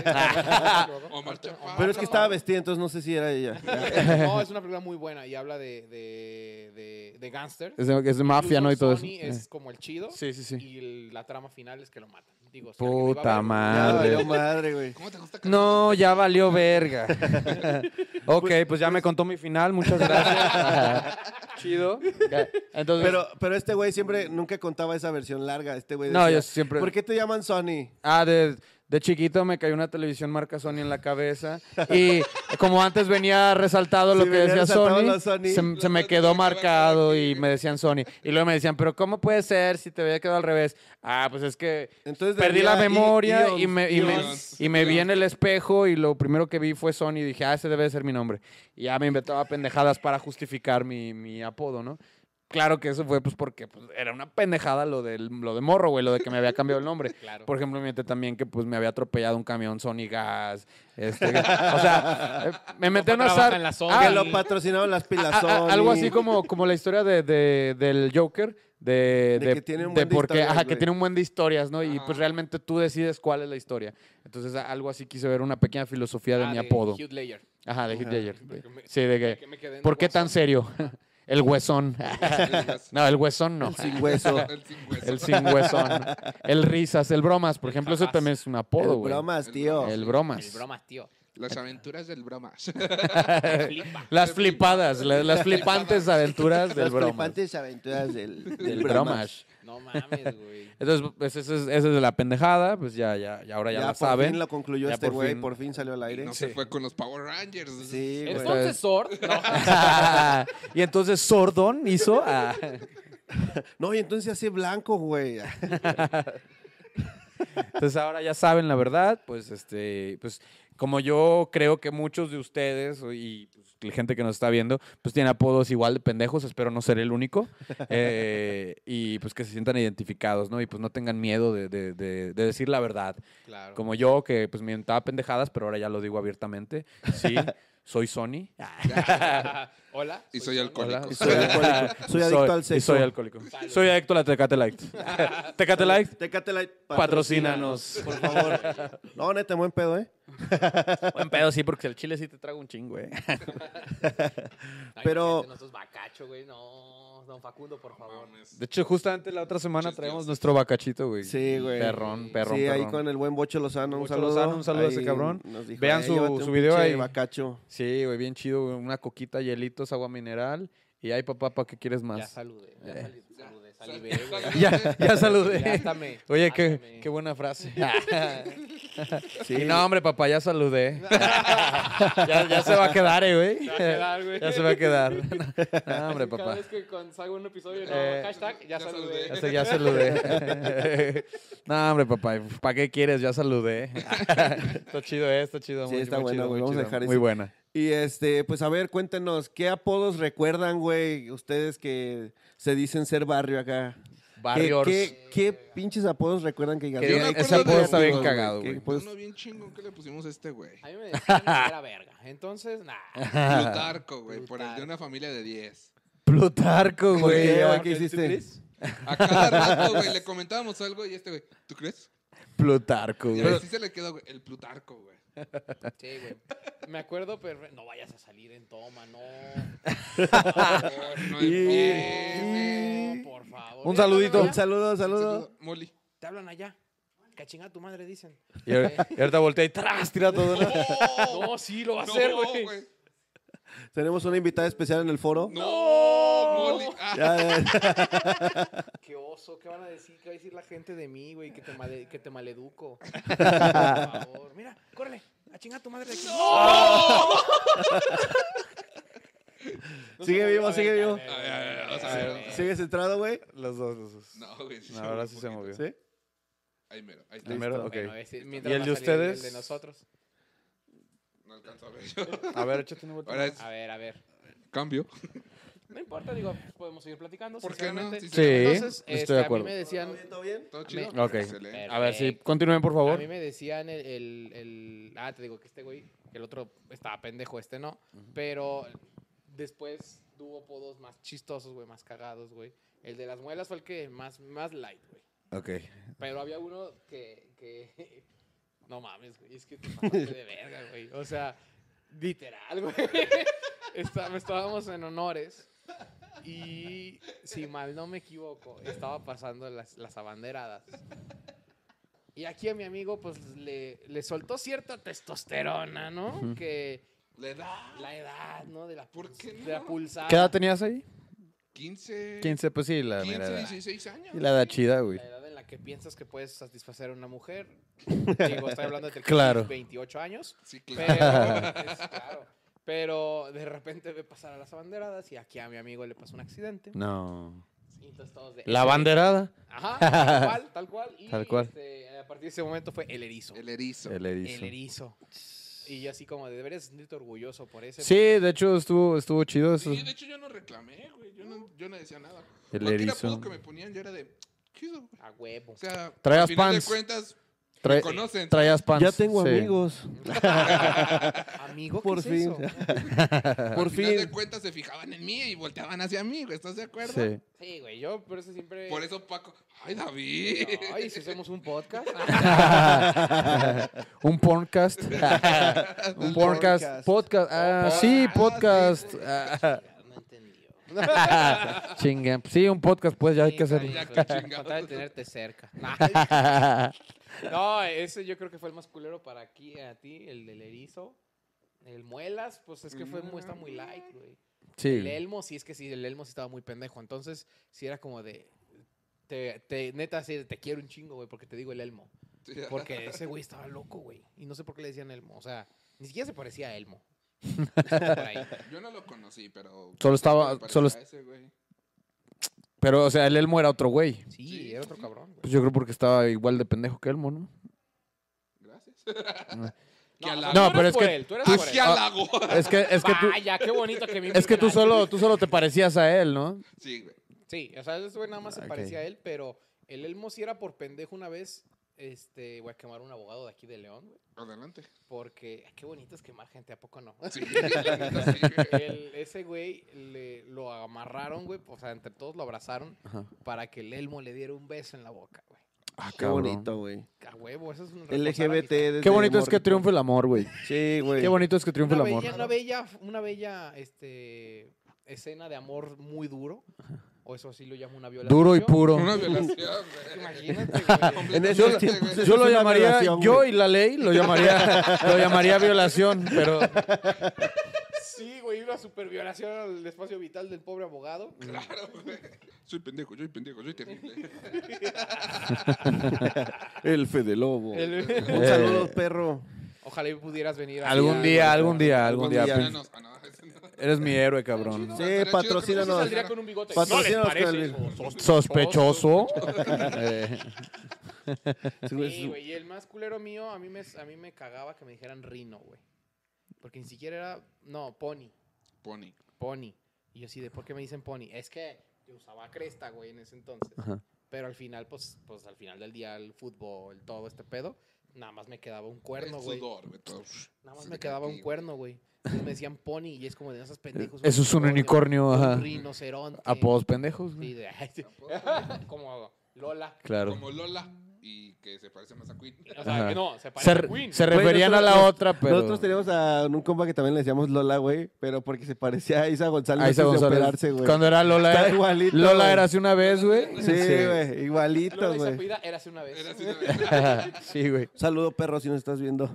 [SPEAKER 5] luego.
[SPEAKER 4] Omar
[SPEAKER 5] Marta-
[SPEAKER 4] Chaparro.
[SPEAKER 1] Pero es que estaba vestida, entonces no sé si era ella.
[SPEAKER 5] No, es una película muy buena y habla de, de, de, de gángsters.
[SPEAKER 3] Es de, es de mafia,
[SPEAKER 5] Incluso
[SPEAKER 3] ¿no? Y todo
[SPEAKER 5] Sonny
[SPEAKER 3] eso. Eh.
[SPEAKER 5] es como el chido.
[SPEAKER 3] Sí, sí, sí.
[SPEAKER 5] Y el- la trama final es que lo matan. contigo. o sea, que me iba
[SPEAKER 3] Puta
[SPEAKER 5] a ver-
[SPEAKER 1] Ya valió
[SPEAKER 3] madre.
[SPEAKER 1] madre, güey.
[SPEAKER 4] ¿Cómo te gusta cantar?
[SPEAKER 3] No, ya valió verga. ok, pues ya me contó mi final, muchas gracias. Chido.
[SPEAKER 6] Ya, Entonces,
[SPEAKER 1] Pero, pero este güey siempre nunca contaba esa versión larga. Este güey
[SPEAKER 3] No,
[SPEAKER 1] decía,
[SPEAKER 3] yo siempre-
[SPEAKER 1] ¿Por qué te llaman Sony?
[SPEAKER 3] Ah, de, de chiquito me cayó una televisión marca Sony en la cabeza. Y como antes venía resaltado lo
[SPEAKER 1] Sí,
[SPEAKER 3] que
[SPEAKER 1] venía
[SPEAKER 3] decía
[SPEAKER 1] resaltado
[SPEAKER 3] Sony,
[SPEAKER 1] lo Sony.
[SPEAKER 3] se, se me quedó marcado y me decían Sony. Y luego me decían, pero ¿cómo puede ser si te había quedado al revés? Ah, pues es que
[SPEAKER 1] Entonces
[SPEAKER 3] perdí la
[SPEAKER 1] debía i-
[SPEAKER 3] memoria
[SPEAKER 1] ions,
[SPEAKER 3] y, me, y, me,
[SPEAKER 4] ions.
[SPEAKER 3] y me vi en el espejo y lo primero que vi fue Sony y dije, ah, ese debe de ser mi nombre. Y ya me inventaba pendejadas para justificar mi, mi apodo, ¿no? Claro que eso fue pues porque pues, era una pendejada lo, del, lo de morro, güey, lo de que me había cambiado el nombre.
[SPEAKER 5] Claro.
[SPEAKER 3] Por ejemplo, me inventé también que pues me había atropellado un camión Sony Gas. este, o sea, eh, me metí
[SPEAKER 5] Papá
[SPEAKER 3] en una
[SPEAKER 5] trabaja
[SPEAKER 3] zar-
[SPEAKER 5] en la Sony.
[SPEAKER 3] Ah,
[SPEAKER 1] Que lo patrocinaron las pilas
[SPEAKER 3] a- a-
[SPEAKER 1] Sony.
[SPEAKER 3] Ah, algo así como, como la historia de, de- del Joker. De,
[SPEAKER 1] De que tiene un
[SPEAKER 3] de
[SPEAKER 1] buen de
[SPEAKER 3] porque-
[SPEAKER 1] historias,
[SPEAKER 3] ajá, que
[SPEAKER 1] güey.
[SPEAKER 3] tiene un buen de historias, ¿no? Y
[SPEAKER 4] Ajá.
[SPEAKER 3] pues realmente tú decides cuál es la historia. Entonces, a- algo así quise ver una pequeña filosofía de
[SPEAKER 5] Ah,
[SPEAKER 3] mi apodo.
[SPEAKER 5] Heath Ledger.
[SPEAKER 3] Ajá, de Heath
[SPEAKER 1] Ajá.
[SPEAKER 3] Ledger.
[SPEAKER 5] Porque me-
[SPEAKER 3] Sí, de
[SPEAKER 5] que
[SPEAKER 3] que.
[SPEAKER 5] me quedé en
[SPEAKER 3] ¿Por
[SPEAKER 5] el
[SPEAKER 3] qué tan
[SPEAKER 5] Guasón.
[SPEAKER 3] serio? El huesón. no, el huesón no.
[SPEAKER 1] Sin hueso.
[SPEAKER 4] El sin hueso.
[SPEAKER 3] El sin huesón. El risas, el bromas. Por ejemplo, eso
[SPEAKER 5] jabás.
[SPEAKER 3] también es un
[SPEAKER 1] El
[SPEAKER 3] apodo, güey.
[SPEAKER 1] bromas, tío.
[SPEAKER 3] El bromas.
[SPEAKER 5] El bromas, tío.
[SPEAKER 4] Las aventuras del bromas.
[SPEAKER 5] Flipa.
[SPEAKER 3] Las flipadas, la- las flipantes aventuras del
[SPEAKER 1] Las
[SPEAKER 3] bromas.
[SPEAKER 1] flipantes aventuras del,
[SPEAKER 3] Del bromas.
[SPEAKER 5] No mames, güey.
[SPEAKER 3] Entonces, pues esa es, esa es de la pendejada, pues ya, ya, ya ahora ya,
[SPEAKER 1] Ya,
[SPEAKER 3] la
[SPEAKER 1] por
[SPEAKER 3] saben.
[SPEAKER 1] fin lo concluyó
[SPEAKER 3] Ya
[SPEAKER 1] este
[SPEAKER 3] por
[SPEAKER 1] güey,
[SPEAKER 3] fin.
[SPEAKER 1] por fin salió al aire.
[SPEAKER 4] No se fue con los Power Rangers.
[SPEAKER 1] Sí, güey.
[SPEAKER 5] Entonces, Sord. No.
[SPEAKER 3] y entonces Sordón hizo ah, a-
[SPEAKER 1] No, y entonces hace blanco, güey.
[SPEAKER 3] Entonces ahora ya saben la verdad, pues este, pues como yo creo que muchos de ustedes y pues, la gente que nos está viendo, pues tiene apodos igual de pendejos, espero no ser el único, eh, y pues que se sientan identificados, ¿no? Y pues no tengan miedo de- de- de- de decir la verdad.
[SPEAKER 5] Claro.
[SPEAKER 3] Como yo, que pues me inventaba pendejadas, pero ahora ya lo digo abiertamente. Sí, soy Sony.
[SPEAKER 5] Hola.
[SPEAKER 4] Y soy alcohólico.
[SPEAKER 3] Hola,
[SPEAKER 1] Y soy alcohólico. Soy adicto al
[SPEAKER 3] Y
[SPEAKER 1] sexo.
[SPEAKER 3] soy alcohólico. Soy adicto a la Tecate Light. Tecate Light,
[SPEAKER 1] Tecate Light,
[SPEAKER 3] patrocínanos.
[SPEAKER 1] Por favor. No, neta, buen pedo, ¿eh?
[SPEAKER 3] Buen pedo, sí, porque el chile sí te traga un chingo, eh.
[SPEAKER 5] Ay,
[SPEAKER 1] pero-
[SPEAKER 5] imagínate Nosotros bacacho, güey. No, don Facundo, por favor.
[SPEAKER 3] De hecho, justamente la otra semana traemos nuestro bacachito, güey.
[SPEAKER 1] Sí, güey.
[SPEAKER 3] Perrón, perrón,
[SPEAKER 1] sí, ahí
[SPEAKER 3] perrón.
[SPEAKER 1] con el buen Bocho Lozano. Un
[SPEAKER 3] Bocho
[SPEAKER 1] saludo.
[SPEAKER 3] Lozano, un saludo a ese
[SPEAKER 1] Ahí
[SPEAKER 3] cabrón.
[SPEAKER 1] nos dijo,
[SPEAKER 3] Vean
[SPEAKER 1] "Eh,
[SPEAKER 3] su-
[SPEAKER 1] llévate un
[SPEAKER 3] su video
[SPEAKER 1] pinche
[SPEAKER 3] ahí".
[SPEAKER 1] Bacacho.
[SPEAKER 3] Sí, güey, bien chido, güey. Una coquita, hielitos, agua mineral. Y ay, papá, ¿para qué quieres
[SPEAKER 5] Ya
[SPEAKER 3] más?
[SPEAKER 5] saludé. Ya
[SPEAKER 3] Eh.
[SPEAKER 5] sali- saludé. Saludé, güey.
[SPEAKER 4] Ya,
[SPEAKER 3] Ya, ya saludé.
[SPEAKER 5] Ya hasta me-
[SPEAKER 3] Oye,
[SPEAKER 5] hasta
[SPEAKER 3] qué,
[SPEAKER 5] me-
[SPEAKER 3] qué buena frase.
[SPEAKER 1] Sí.
[SPEAKER 3] Y no, hombre, papá, ya saludé. ya, ya se va a quedar, eh, güey.
[SPEAKER 5] Se va a quedar, güey.
[SPEAKER 3] Ya se va a quedar. No, hombre,
[SPEAKER 5] Cada
[SPEAKER 3] papá.
[SPEAKER 5] vez que con- salgo un episodio, no,
[SPEAKER 3] Eh,
[SPEAKER 5] hashtag, ya,
[SPEAKER 4] ya
[SPEAKER 5] saludé.
[SPEAKER 3] Ya, se- ya saludé. No, hombre, papá. ¿Para qué quieres? Ya saludé. está chido, eh, está chido.
[SPEAKER 1] Sí,
[SPEAKER 3] muy-
[SPEAKER 1] está
[SPEAKER 3] muy
[SPEAKER 1] bueno,
[SPEAKER 3] chido,
[SPEAKER 1] güey,
[SPEAKER 3] muy
[SPEAKER 1] vamos a
[SPEAKER 3] chido.
[SPEAKER 1] dejar
[SPEAKER 3] Muy
[SPEAKER 1] ese.
[SPEAKER 3] buena.
[SPEAKER 1] Y este, pues a ver, cuéntenos, ¿qué apodos recuerdan, güey? Ustedes que se dicen ser barrio acá. ¿Qué,
[SPEAKER 3] Barrios.
[SPEAKER 1] qué, qué pinches apodos recuerdan que digan?
[SPEAKER 3] Que
[SPEAKER 1] "Ay,
[SPEAKER 4] digan,
[SPEAKER 1] qué
[SPEAKER 4] ese apodo está bien
[SPEAKER 1] creativos,
[SPEAKER 3] cagado,
[SPEAKER 1] ¿Qué
[SPEAKER 3] güey".
[SPEAKER 1] apodos-
[SPEAKER 4] Uno bien chingón que le pusimos a este güey.
[SPEAKER 5] A mí me decían que era verga. Entonces, nah.
[SPEAKER 4] Plutarco, güey, por el de
[SPEAKER 5] Plutarco.
[SPEAKER 4] una familia de 10.
[SPEAKER 3] Plutarco,
[SPEAKER 1] ¿Por
[SPEAKER 3] güey.
[SPEAKER 1] qué, güey?
[SPEAKER 3] ahora
[SPEAKER 1] ¿Qué
[SPEAKER 3] que-
[SPEAKER 1] hiciste?
[SPEAKER 4] A cada rato, güey, le comentábamos algo y este güey, ¿tú crees?
[SPEAKER 3] Plutarco,
[SPEAKER 4] Y
[SPEAKER 3] güey.
[SPEAKER 4] así se le quedó, güey, el Plutarco, güey.
[SPEAKER 5] Sí, güey. Me acuerdo, pero no vayas a salir en toma, no.
[SPEAKER 4] No empieces.
[SPEAKER 5] No, por favor.
[SPEAKER 3] Un
[SPEAKER 5] Ya te hablan
[SPEAKER 3] saludito.
[SPEAKER 5] allá,
[SPEAKER 1] Un saludo, saludo.
[SPEAKER 4] Saludo, Molly.
[SPEAKER 5] Te hablan allá. Cachinga tu madre, dicen.
[SPEAKER 3] Y ahor- y ahorita voltea y tras, tira todo. ¿no?
[SPEAKER 5] No, sí, lo va a
[SPEAKER 4] No,
[SPEAKER 5] hacer, güey.
[SPEAKER 1] Tenemos una invitada especial en el foro.
[SPEAKER 4] No, Molly. Ah,
[SPEAKER 1] Ya, ya.
[SPEAKER 5] Qué oso, ¿qué van a decir? ¿Qué va a decir la gente de mí, güey? Que te, male- que te maleduco. Por favor. Mira, córrele. A chingar tu madre de aquí.
[SPEAKER 1] Sigue vivo, sigue vivo.
[SPEAKER 4] A ver, a ver, vamos a ver, vamos a ver.
[SPEAKER 1] ¿Sigues centrado, güey?
[SPEAKER 3] Los dos, los dos.
[SPEAKER 4] No, güey. sí
[SPEAKER 3] No,
[SPEAKER 4] se
[SPEAKER 3] ahora
[SPEAKER 4] movió
[SPEAKER 3] sí
[SPEAKER 4] un
[SPEAKER 3] se
[SPEAKER 4] poquito.
[SPEAKER 3] movió.
[SPEAKER 1] Sí.
[SPEAKER 4] Ahí mero, ahí está.
[SPEAKER 3] Primero, ok.
[SPEAKER 5] Bueno, es-
[SPEAKER 3] ¿Y
[SPEAKER 5] mientras
[SPEAKER 3] el
[SPEAKER 5] no
[SPEAKER 3] de
[SPEAKER 5] saliera
[SPEAKER 3] ustedes?
[SPEAKER 5] El de nosotros.
[SPEAKER 4] No alcanzo a ver yo.
[SPEAKER 3] A ver, échate una vuelta.
[SPEAKER 4] Ahora es
[SPEAKER 5] A ver, a ver.
[SPEAKER 4] cambio.
[SPEAKER 5] No importa, digo, pues, podemos seguir platicando.
[SPEAKER 4] ¿Por qué no?
[SPEAKER 5] sinceramente.
[SPEAKER 4] Si
[SPEAKER 3] Sí,
[SPEAKER 4] se-
[SPEAKER 5] Entonces,
[SPEAKER 3] estoy
[SPEAKER 5] este,
[SPEAKER 3] de
[SPEAKER 5] A
[SPEAKER 3] acuerdo.
[SPEAKER 5] mí me decían,
[SPEAKER 1] ¿Todo bien?
[SPEAKER 4] ¿Todo chido?
[SPEAKER 3] Ok.
[SPEAKER 4] Excelente.
[SPEAKER 3] A ver, sí, continúen, por favor.
[SPEAKER 5] a mí me decían el, el- el- Ah, te digo que este güey, que el otro estaba pendejo, este no. Pero después tuvo podos más chistosos, güey, más cagados, güey. El de las muelas fue el que más, más light, güey.
[SPEAKER 3] Ok.
[SPEAKER 5] Pero había uno que. que no mames, güey. Es que te pasaste de verga, güey. O sea, literal, güey. Está- estábamos en honores. Y si mal no me equivoco, estaba pasando las, las abanderadas. Y aquí a mi amigo, pues, le, le soltó cierta testosterona, ¿no? Que
[SPEAKER 4] Le da
[SPEAKER 5] la edad, ¿no? De la,
[SPEAKER 4] ¿Por qué
[SPEAKER 5] pulsa- de la
[SPEAKER 4] no?
[SPEAKER 5] pulsada.
[SPEAKER 3] ¿Qué edad tenías ahí?
[SPEAKER 4] 15,
[SPEAKER 3] 15, pues sí, la
[SPEAKER 4] 15,
[SPEAKER 3] mera edad.
[SPEAKER 4] 16 años.
[SPEAKER 3] Y la edad chida, güey.
[SPEAKER 5] La edad en la que piensas que puedes satisfacer a una mujer. Digo, estoy hablando de que
[SPEAKER 3] Claro.
[SPEAKER 5] tienes 28 años.
[SPEAKER 4] Sí,
[SPEAKER 5] Pero,
[SPEAKER 4] claro.
[SPEAKER 5] es claro. Pero de repente ve pasar a las abanderadas y aquí a mi amigo le pasó un accidente.
[SPEAKER 3] No.
[SPEAKER 5] Y entonces todos de,
[SPEAKER 3] La banderada.
[SPEAKER 5] Ajá, tal cual, tal cual. Y
[SPEAKER 3] Tal cual.
[SPEAKER 5] este, a partir de ese momento fue el erizo. El,
[SPEAKER 4] El erizo.
[SPEAKER 3] El erizo.
[SPEAKER 5] erizo. Y yo así como de deberías sentirte orgulloso por ese.
[SPEAKER 3] Sí, de hecho estuvo, estuvo chido eso.
[SPEAKER 4] Sí, de hecho yo no reclamé, güey. Yo no, yo no decía nada.
[SPEAKER 3] El
[SPEAKER 4] Cualquier
[SPEAKER 3] erizo.
[SPEAKER 4] apodo que me ponían yo era de chido, güey.
[SPEAKER 5] A huevo.
[SPEAKER 4] O sea,
[SPEAKER 3] Traías
[SPEAKER 4] al final
[SPEAKER 3] pants.
[SPEAKER 4] de cuentas,
[SPEAKER 3] Trae-
[SPEAKER 4] conocen.
[SPEAKER 3] Traías pants.
[SPEAKER 1] Ya tengo
[SPEAKER 3] sí.
[SPEAKER 1] amigos.
[SPEAKER 5] Amigo, ¿qué
[SPEAKER 1] Por
[SPEAKER 5] es
[SPEAKER 1] fin.
[SPEAKER 5] eso?
[SPEAKER 1] Por
[SPEAKER 4] al final
[SPEAKER 1] fin.
[SPEAKER 4] de cuentas se fijaban en mí y volteaban hacia mí, güey. ¿Estás de acuerdo?
[SPEAKER 3] Sí.
[SPEAKER 5] Sí, güey, yo por eso siempre...
[SPEAKER 4] Por eso Paco, ay David.
[SPEAKER 5] Ay, si hacemos un podcast.
[SPEAKER 3] Un porncast. Un
[SPEAKER 1] porncast.
[SPEAKER 3] porncast. Podcast. Ah, sí, podcast. Ah,
[SPEAKER 5] no entendió.
[SPEAKER 3] Chinga. Sí, un podcast, pues ya hay que hacerlo.
[SPEAKER 4] ya,
[SPEAKER 5] Con
[SPEAKER 4] qué chingados.
[SPEAKER 5] tal de tenerte cerca. No, ese yo creo que fue el más culero para aquí, a ti, el del erizo. El muelas, pues es que fue muy, está muy light, güey. El
[SPEAKER 3] Sí.
[SPEAKER 5] elmo, sí, es que sí, el elmo sí estaba muy pendejo. Entonces, sí era como de. Te, te- neta, sí, te quiero un chingo, güey, porque te digo el elmo. Porque ese güey estaba loco, güey. Y no sé por qué le decían elmo. O sea, ni siquiera se parecía a elmo. Por ahí.
[SPEAKER 4] Yo no lo conocí, pero.
[SPEAKER 3] Solo estaba-
[SPEAKER 4] Me parecía
[SPEAKER 3] solo-
[SPEAKER 4] a ese, güey.
[SPEAKER 3] Pero, o sea, el Elmo era otro güey.
[SPEAKER 5] Sí,
[SPEAKER 4] Sí,
[SPEAKER 5] era
[SPEAKER 4] sí,
[SPEAKER 5] otro
[SPEAKER 4] sí.
[SPEAKER 5] cabrón, güey.
[SPEAKER 3] Pues yo creo porque estaba igual de pendejo que Elmo, ¿no?
[SPEAKER 4] Gracias. que
[SPEAKER 5] o sea,
[SPEAKER 4] halago.
[SPEAKER 3] No,
[SPEAKER 5] tú
[SPEAKER 3] pero
[SPEAKER 5] eres
[SPEAKER 3] es
[SPEAKER 5] por
[SPEAKER 3] que
[SPEAKER 5] él, tú eres
[SPEAKER 4] Ah,
[SPEAKER 5] por
[SPEAKER 4] qué
[SPEAKER 5] él.
[SPEAKER 4] halago.
[SPEAKER 3] Es que, es que tú,
[SPEAKER 5] Vaya, qué bonito que me
[SPEAKER 3] es que tú
[SPEAKER 5] invitan.
[SPEAKER 3] solo, tú solo te parecías a él, ¿no?
[SPEAKER 4] Sí, güey.
[SPEAKER 5] Sí, o sea, ese güey nada más
[SPEAKER 3] Ok.
[SPEAKER 5] se parecía a él, pero el Elmo sí era por pendejo una vez. Este, voy a quemar un abogado de aquí de León, güey.
[SPEAKER 4] Adelante.
[SPEAKER 5] Porque, ay, qué bonito es quemar gente, ¿a poco no?
[SPEAKER 4] Sí, la neta, sí, güey.
[SPEAKER 5] El- ese güey le, lo amarraron, güey. O sea, entre todos lo abrazaron
[SPEAKER 3] Ajá.
[SPEAKER 5] para que el Elmo le diera un beso en la boca, güey.
[SPEAKER 3] Ah,
[SPEAKER 1] Qué bonito, güey.
[SPEAKER 5] A huevo, eso es un
[SPEAKER 1] LGBT. desde
[SPEAKER 3] Qué bonito es que
[SPEAKER 1] morrito.
[SPEAKER 3] triunfe el amor, güey.
[SPEAKER 1] Sí, güey.
[SPEAKER 3] Qué bonito es que triunfe
[SPEAKER 5] Una
[SPEAKER 3] el amor.
[SPEAKER 5] bella, una bella, una bella, este, escena de amor muy duro. O eso sí lo llamo una violación.
[SPEAKER 3] Duro y puro.
[SPEAKER 4] Una violación, güey.
[SPEAKER 5] Imagínate, güey.
[SPEAKER 1] En
[SPEAKER 4] Completamente,
[SPEAKER 1] esos
[SPEAKER 4] güey.
[SPEAKER 1] tiempos
[SPEAKER 3] Yo
[SPEAKER 1] es
[SPEAKER 3] lo
[SPEAKER 1] una
[SPEAKER 3] llamaría,
[SPEAKER 1] violación,
[SPEAKER 3] yo
[SPEAKER 1] güey.
[SPEAKER 3] y la ley lo llamaría, lo llamaría violación, pero
[SPEAKER 5] Sí, güey, una super violación al espacio vital del pobre abogado.
[SPEAKER 4] Claro, güey. Soy pendejo, soy pendejo, soy terrible.
[SPEAKER 1] El Fede Lobo.
[SPEAKER 5] El-
[SPEAKER 3] Eh.
[SPEAKER 1] Un saludo, perro.
[SPEAKER 5] Ojalá y pudieras venir. aquí
[SPEAKER 3] algún
[SPEAKER 5] a-
[SPEAKER 3] día, algún día, algún
[SPEAKER 1] Algún
[SPEAKER 3] día.
[SPEAKER 1] día.
[SPEAKER 3] Prince.
[SPEAKER 4] Enanos. Ah, no, ese no.
[SPEAKER 3] Eres mi héroe, cabrón.
[SPEAKER 1] Sí,
[SPEAKER 4] Estaría chido que
[SPEAKER 1] patrocínanos.
[SPEAKER 4] nos
[SPEAKER 5] Saldría
[SPEAKER 4] hiciera-
[SPEAKER 5] con un bigote.
[SPEAKER 1] Patrocínanos
[SPEAKER 5] ¿No les
[SPEAKER 1] con
[SPEAKER 5] parece?
[SPEAKER 1] el-
[SPEAKER 5] Sos-
[SPEAKER 3] Sospechoso. Eh,
[SPEAKER 1] Sí, güey,
[SPEAKER 5] Sí, güey, y el más culero mío, a mí me, a mí me cagaba que me dijeran Rino, güey. Porque ni siquiera era, no, Pony,
[SPEAKER 4] Pony.
[SPEAKER 5] Pony. Y yo así de, ¿por qué me dicen Pony? Es que yo usaba cresta, güey, en ese entonces.
[SPEAKER 3] Ajá.
[SPEAKER 5] Pero al final, pues, pues al final del día, el fútbol, todo este pedo, nada más me quedaba un cuerno,
[SPEAKER 4] El
[SPEAKER 5] güey.
[SPEAKER 4] sudor, güey, todo.
[SPEAKER 5] Nada más
[SPEAKER 4] Se
[SPEAKER 5] me
[SPEAKER 4] te cae
[SPEAKER 5] quedaba
[SPEAKER 4] aquí,
[SPEAKER 5] un
[SPEAKER 4] güey.
[SPEAKER 5] cuerno, güey. Entonces me decían pony y es como de esos pendejos.
[SPEAKER 3] Eso es un unicornio,
[SPEAKER 5] un
[SPEAKER 3] ajá.
[SPEAKER 5] rinoceronte.
[SPEAKER 3] Apodos pendejos,
[SPEAKER 5] Sí,
[SPEAKER 3] güey.
[SPEAKER 5] de- ay, sí. como Lola.
[SPEAKER 3] Claro.
[SPEAKER 4] Como Lola y que se parece más a Queen.
[SPEAKER 5] O sea,
[SPEAKER 3] Ajá.
[SPEAKER 5] que no, se parece
[SPEAKER 3] Se,
[SPEAKER 5] a
[SPEAKER 3] re-
[SPEAKER 5] Queen.
[SPEAKER 3] se referían a la
[SPEAKER 1] nosotros-
[SPEAKER 3] otra, pero
[SPEAKER 1] Nosotros teníamos a un compa que también le decíamos Lola, güey, pero porque se parecía a Isa González
[SPEAKER 3] Ahí
[SPEAKER 1] antes
[SPEAKER 3] está
[SPEAKER 1] de
[SPEAKER 3] González.
[SPEAKER 1] operarse, güey.
[SPEAKER 3] Cuando era Lola,
[SPEAKER 1] Está
[SPEAKER 3] era-
[SPEAKER 1] igualito,
[SPEAKER 3] Lola
[SPEAKER 1] güey.
[SPEAKER 3] era hace una vez, güey.
[SPEAKER 1] Sí, güey, igualito,
[SPEAKER 5] Lola y
[SPEAKER 1] güey.
[SPEAKER 5] Zapuida, érase una vez.
[SPEAKER 4] Era así de-
[SPEAKER 3] Sí, güey.
[SPEAKER 1] Saludo, perro, si nos estás viendo.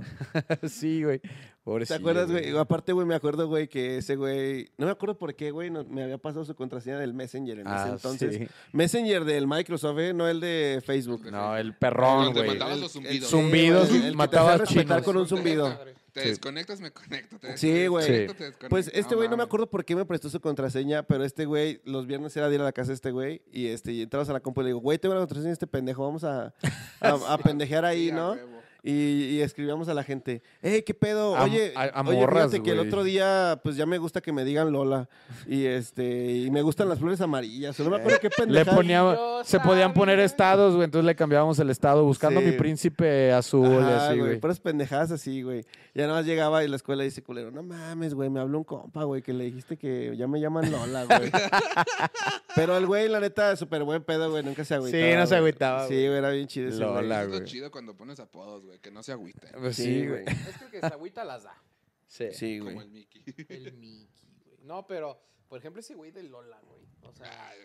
[SPEAKER 3] Sí, güey.
[SPEAKER 1] ¿Te
[SPEAKER 3] Pobrecillo,
[SPEAKER 1] acuerdas, güey? Aparte, güey, me acuerdo, güey, que ese güey, no me acuerdo por qué, güey, no- me había pasado su contraseña del Messenger en
[SPEAKER 3] Ah,
[SPEAKER 1] ese entonces.
[SPEAKER 3] sí.
[SPEAKER 1] Messenger del Microsoft, ¿eh? no el de Facebook.
[SPEAKER 3] No, el
[SPEAKER 4] Donde
[SPEAKER 3] perrón, güey.
[SPEAKER 4] mandabas los
[SPEAKER 1] El-
[SPEAKER 4] zumbidos.
[SPEAKER 3] zum- Zumbidos,
[SPEAKER 1] Sí, güey, el que te
[SPEAKER 3] matabas
[SPEAKER 1] hacía respetar
[SPEAKER 3] chinos.
[SPEAKER 1] con un zumbido.
[SPEAKER 4] Te
[SPEAKER 3] Sí.
[SPEAKER 4] desconectas, me conecto. te
[SPEAKER 1] Sí,
[SPEAKER 4] desconectas,
[SPEAKER 1] güey.
[SPEAKER 4] me conecto,
[SPEAKER 3] Sí.
[SPEAKER 4] te desconecto.
[SPEAKER 1] Pues este güey no me
[SPEAKER 4] mames.
[SPEAKER 1] acuerdo por qué me prestó su contraseña, pero este güey, los viernes era de ir a la casa de este güey y, este, y entrabas a la compu y le digo, güey, tengo la contraseña de este pendejo, vamos a, a, a pendejear ahí,
[SPEAKER 4] Sí, a
[SPEAKER 1] ¿no?
[SPEAKER 4] huevo.
[SPEAKER 1] Y, y escribíamos a la gente, hey, qué pedo,
[SPEAKER 3] A-
[SPEAKER 1] oye,
[SPEAKER 3] a- a
[SPEAKER 1] oye,
[SPEAKER 3] morras,
[SPEAKER 1] fíjate que el
[SPEAKER 3] güey.
[SPEAKER 1] otro día, pues ya me gusta que me digan Lola y este y me gustan las flores amarillas, o no me acuerdo qué
[SPEAKER 3] Le
[SPEAKER 1] pendejo.
[SPEAKER 3] poníamos,
[SPEAKER 5] Yo
[SPEAKER 3] se podían poner
[SPEAKER 5] sabía.
[SPEAKER 3] estados, güey. Entonces le cambiábamos el estado buscando
[SPEAKER 1] Sí.
[SPEAKER 3] mi príncipe azul y así, güey.
[SPEAKER 1] Puras pendejadas así, güey. Ya nada más llegaba y la escuela dice, culero, no mames, güey, me habló un compa, güey, que le dijiste que ya me llaman Lola, güey. Pero el güey, la neta, súper buen pedo, güey, nunca se agüitaba.
[SPEAKER 3] Sí, no se
[SPEAKER 1] güey.
[SPEAKER 3] agüitaba,
[SPEAKER 1] Sí,
[SPEAKER 3] güey.
[SPEAKER 1] güey, era bien chido ese güey.
[SPEAKER 3] Lola,
[SPEAKER 4] Eso es
[SPEAKER 3] güey.
[SPEAKER 4] lo chido cuando pones apodos, güey, que no se agüiten.
[SPEAKER 3] Pues
[SPEAKER 1] Sí,
[SPEAKER 3] sí,
[SPEAKER 1] güey.
[SPEAKER 3] güey.
[SPEAKER 5] Es que el que se agüita las da.
[SPEAKER 3] Sí.
[SPEAKER 1] Sí, güey.
[SPEAKER 4] Como el Mickey.
[SPEAKER 5] El Mickey, güey. No, pero, por ejemplo, ese güey de Lola, güey. O sea,
[SPEAKER 4] Ay,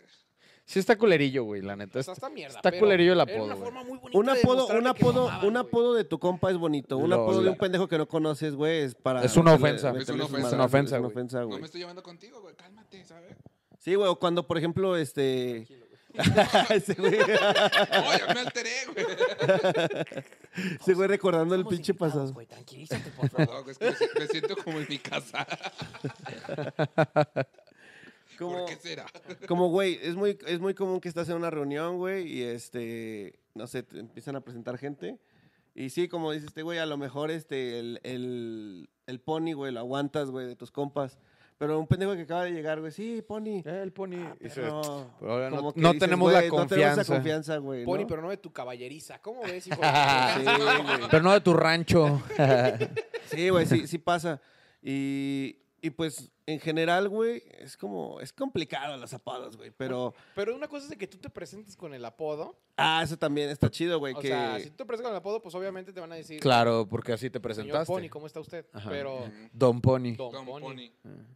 [SPEAKER 3] Sí está culerillo, güey, la neta.
[SPEAKER 5] O sea, está mierda.
[SPEAKER 3] está
[SPEAKER 5] pero
[SPEAKER 3] culerillo el
[SPEAKER 5] era
[SPEAKER 3] apodo,
[SPEAKER 5] Una
[SPEAKER 3] güey.
[SPEAKER 5] forma muy bonita
[SPEAKER 1] Un
[SPEAKER 5] de
[SPEAKER 1] apodo,
[SPEAKER 5] demostrarle
[SPEAKER 1] un
[SPEAKER 5] que
[SPEAKER 1] apodo,
[SPEAKER 5] mamaban,
[SPEAKER 1] un
[SPEAKER 5] güey.
[SPEAKER 1] apodo de tu compa es bonito. Un
[SPEAKER 3] Lol.
[SPEAKER 1] apodo de un pendejo que no conoces, güey, es para.
[SPEAKER 3] Es una ofensa.
[SPEAKER 1] meterle
[SPEAKER 4] Es una
[SPEAKER 1] sus
[SPEAKER 4] ofensa.
[SPEAKER 1] madrazos,
[SPEAKER 3] Es una
[SPEAKER 1] es una
[SPEAKER 3] ofensa, güey.
[SPEAKER 1] ofensa,
[SPEAKER 4] No
[SPEAKER 1] güey.
[SPEAKER 4] me estoy llevando contigo, güey. Cálmate, ¿sabes?
[SPEAKER 1] Sí, güey, o cuando, por ejemplo, este. ese güey,
[SPEAKER 4] Oye, me alteré, güey.
[SPEAKER 1] ese güey recordando el pinche pasado.
[SPEAKER 5] Güey, tranquilízate, por favor.
[SPEAKER 4] No, güey, es que me si- me siento como en mi casa.
[SPEAKER 1] Como-
[SPEAKER 4] ¿Por qué será?
[SPEAKER 1] Como, güey, es muy, es muy común que estás en una reunión, güey, y este, no sé, te empiezan a presentar gente. Y sí, como dices, este, güey, a lo mejor este, el, el, el pony, güey, lo aguantas, güey, de tus compas. Pero un pendejo que acaba de llegar, güey, sí, pony.
[SPEAKER 3] El pony.
[SPEAKER 1] Pero,
[SPEAKER 3] Ah, Pero ahora no-
[SPEAKER 1] como que
[SPEAKER 3] no tenemos la
[SPEAKER 1] "Güey, No tenemos la
[SPEAKER 3] confianza".
[SPEAKER 1] confianza, güey.
[SPEAKER 5] Pony,
[SPEAKER 1] ¿no?
[SPEAKER 5] pero no de tu caballeriza. ¿Cómo ves, hijo?
[SPEAKER 1] Sí,
[SPEAKER 5] de-
[SPEAKER 1] güey.
[SPEAKER 3] Pero no de tu rancho.
[SPEAKER 1] Sí, güey, sí, sí pasa. Y, y pues, en general, güey, es como, es complicado los apodos, güey, pero...
[SPEAKER 5] Pero una cosa es de que tú te presentes con el apodo.
[SPEAKER 1] Ah, eso también está chido, güey,
[SPEAKER 5] O
[SPEAKER 1] que...
[SPEAKER 5] sea, si tú te presentas con el apodo, pues obviamente te van a decir.
[SPEAKER 3] claro, porque así te
[SPEAKER 5] Señor
[SPEAKER 3] presentaste.
[SPEAKER 5] Pony, ¿cómo está usted?
[SPEAKER 3] Ajá.
[SPEAKER 5] Pero.
[SPEAKER 3] Don Pony.
[SPEAKER 5] Don,
[SPEAKER 4] Don
[SPEAKER 5] Pony.
[SPEAKER 4] Pony.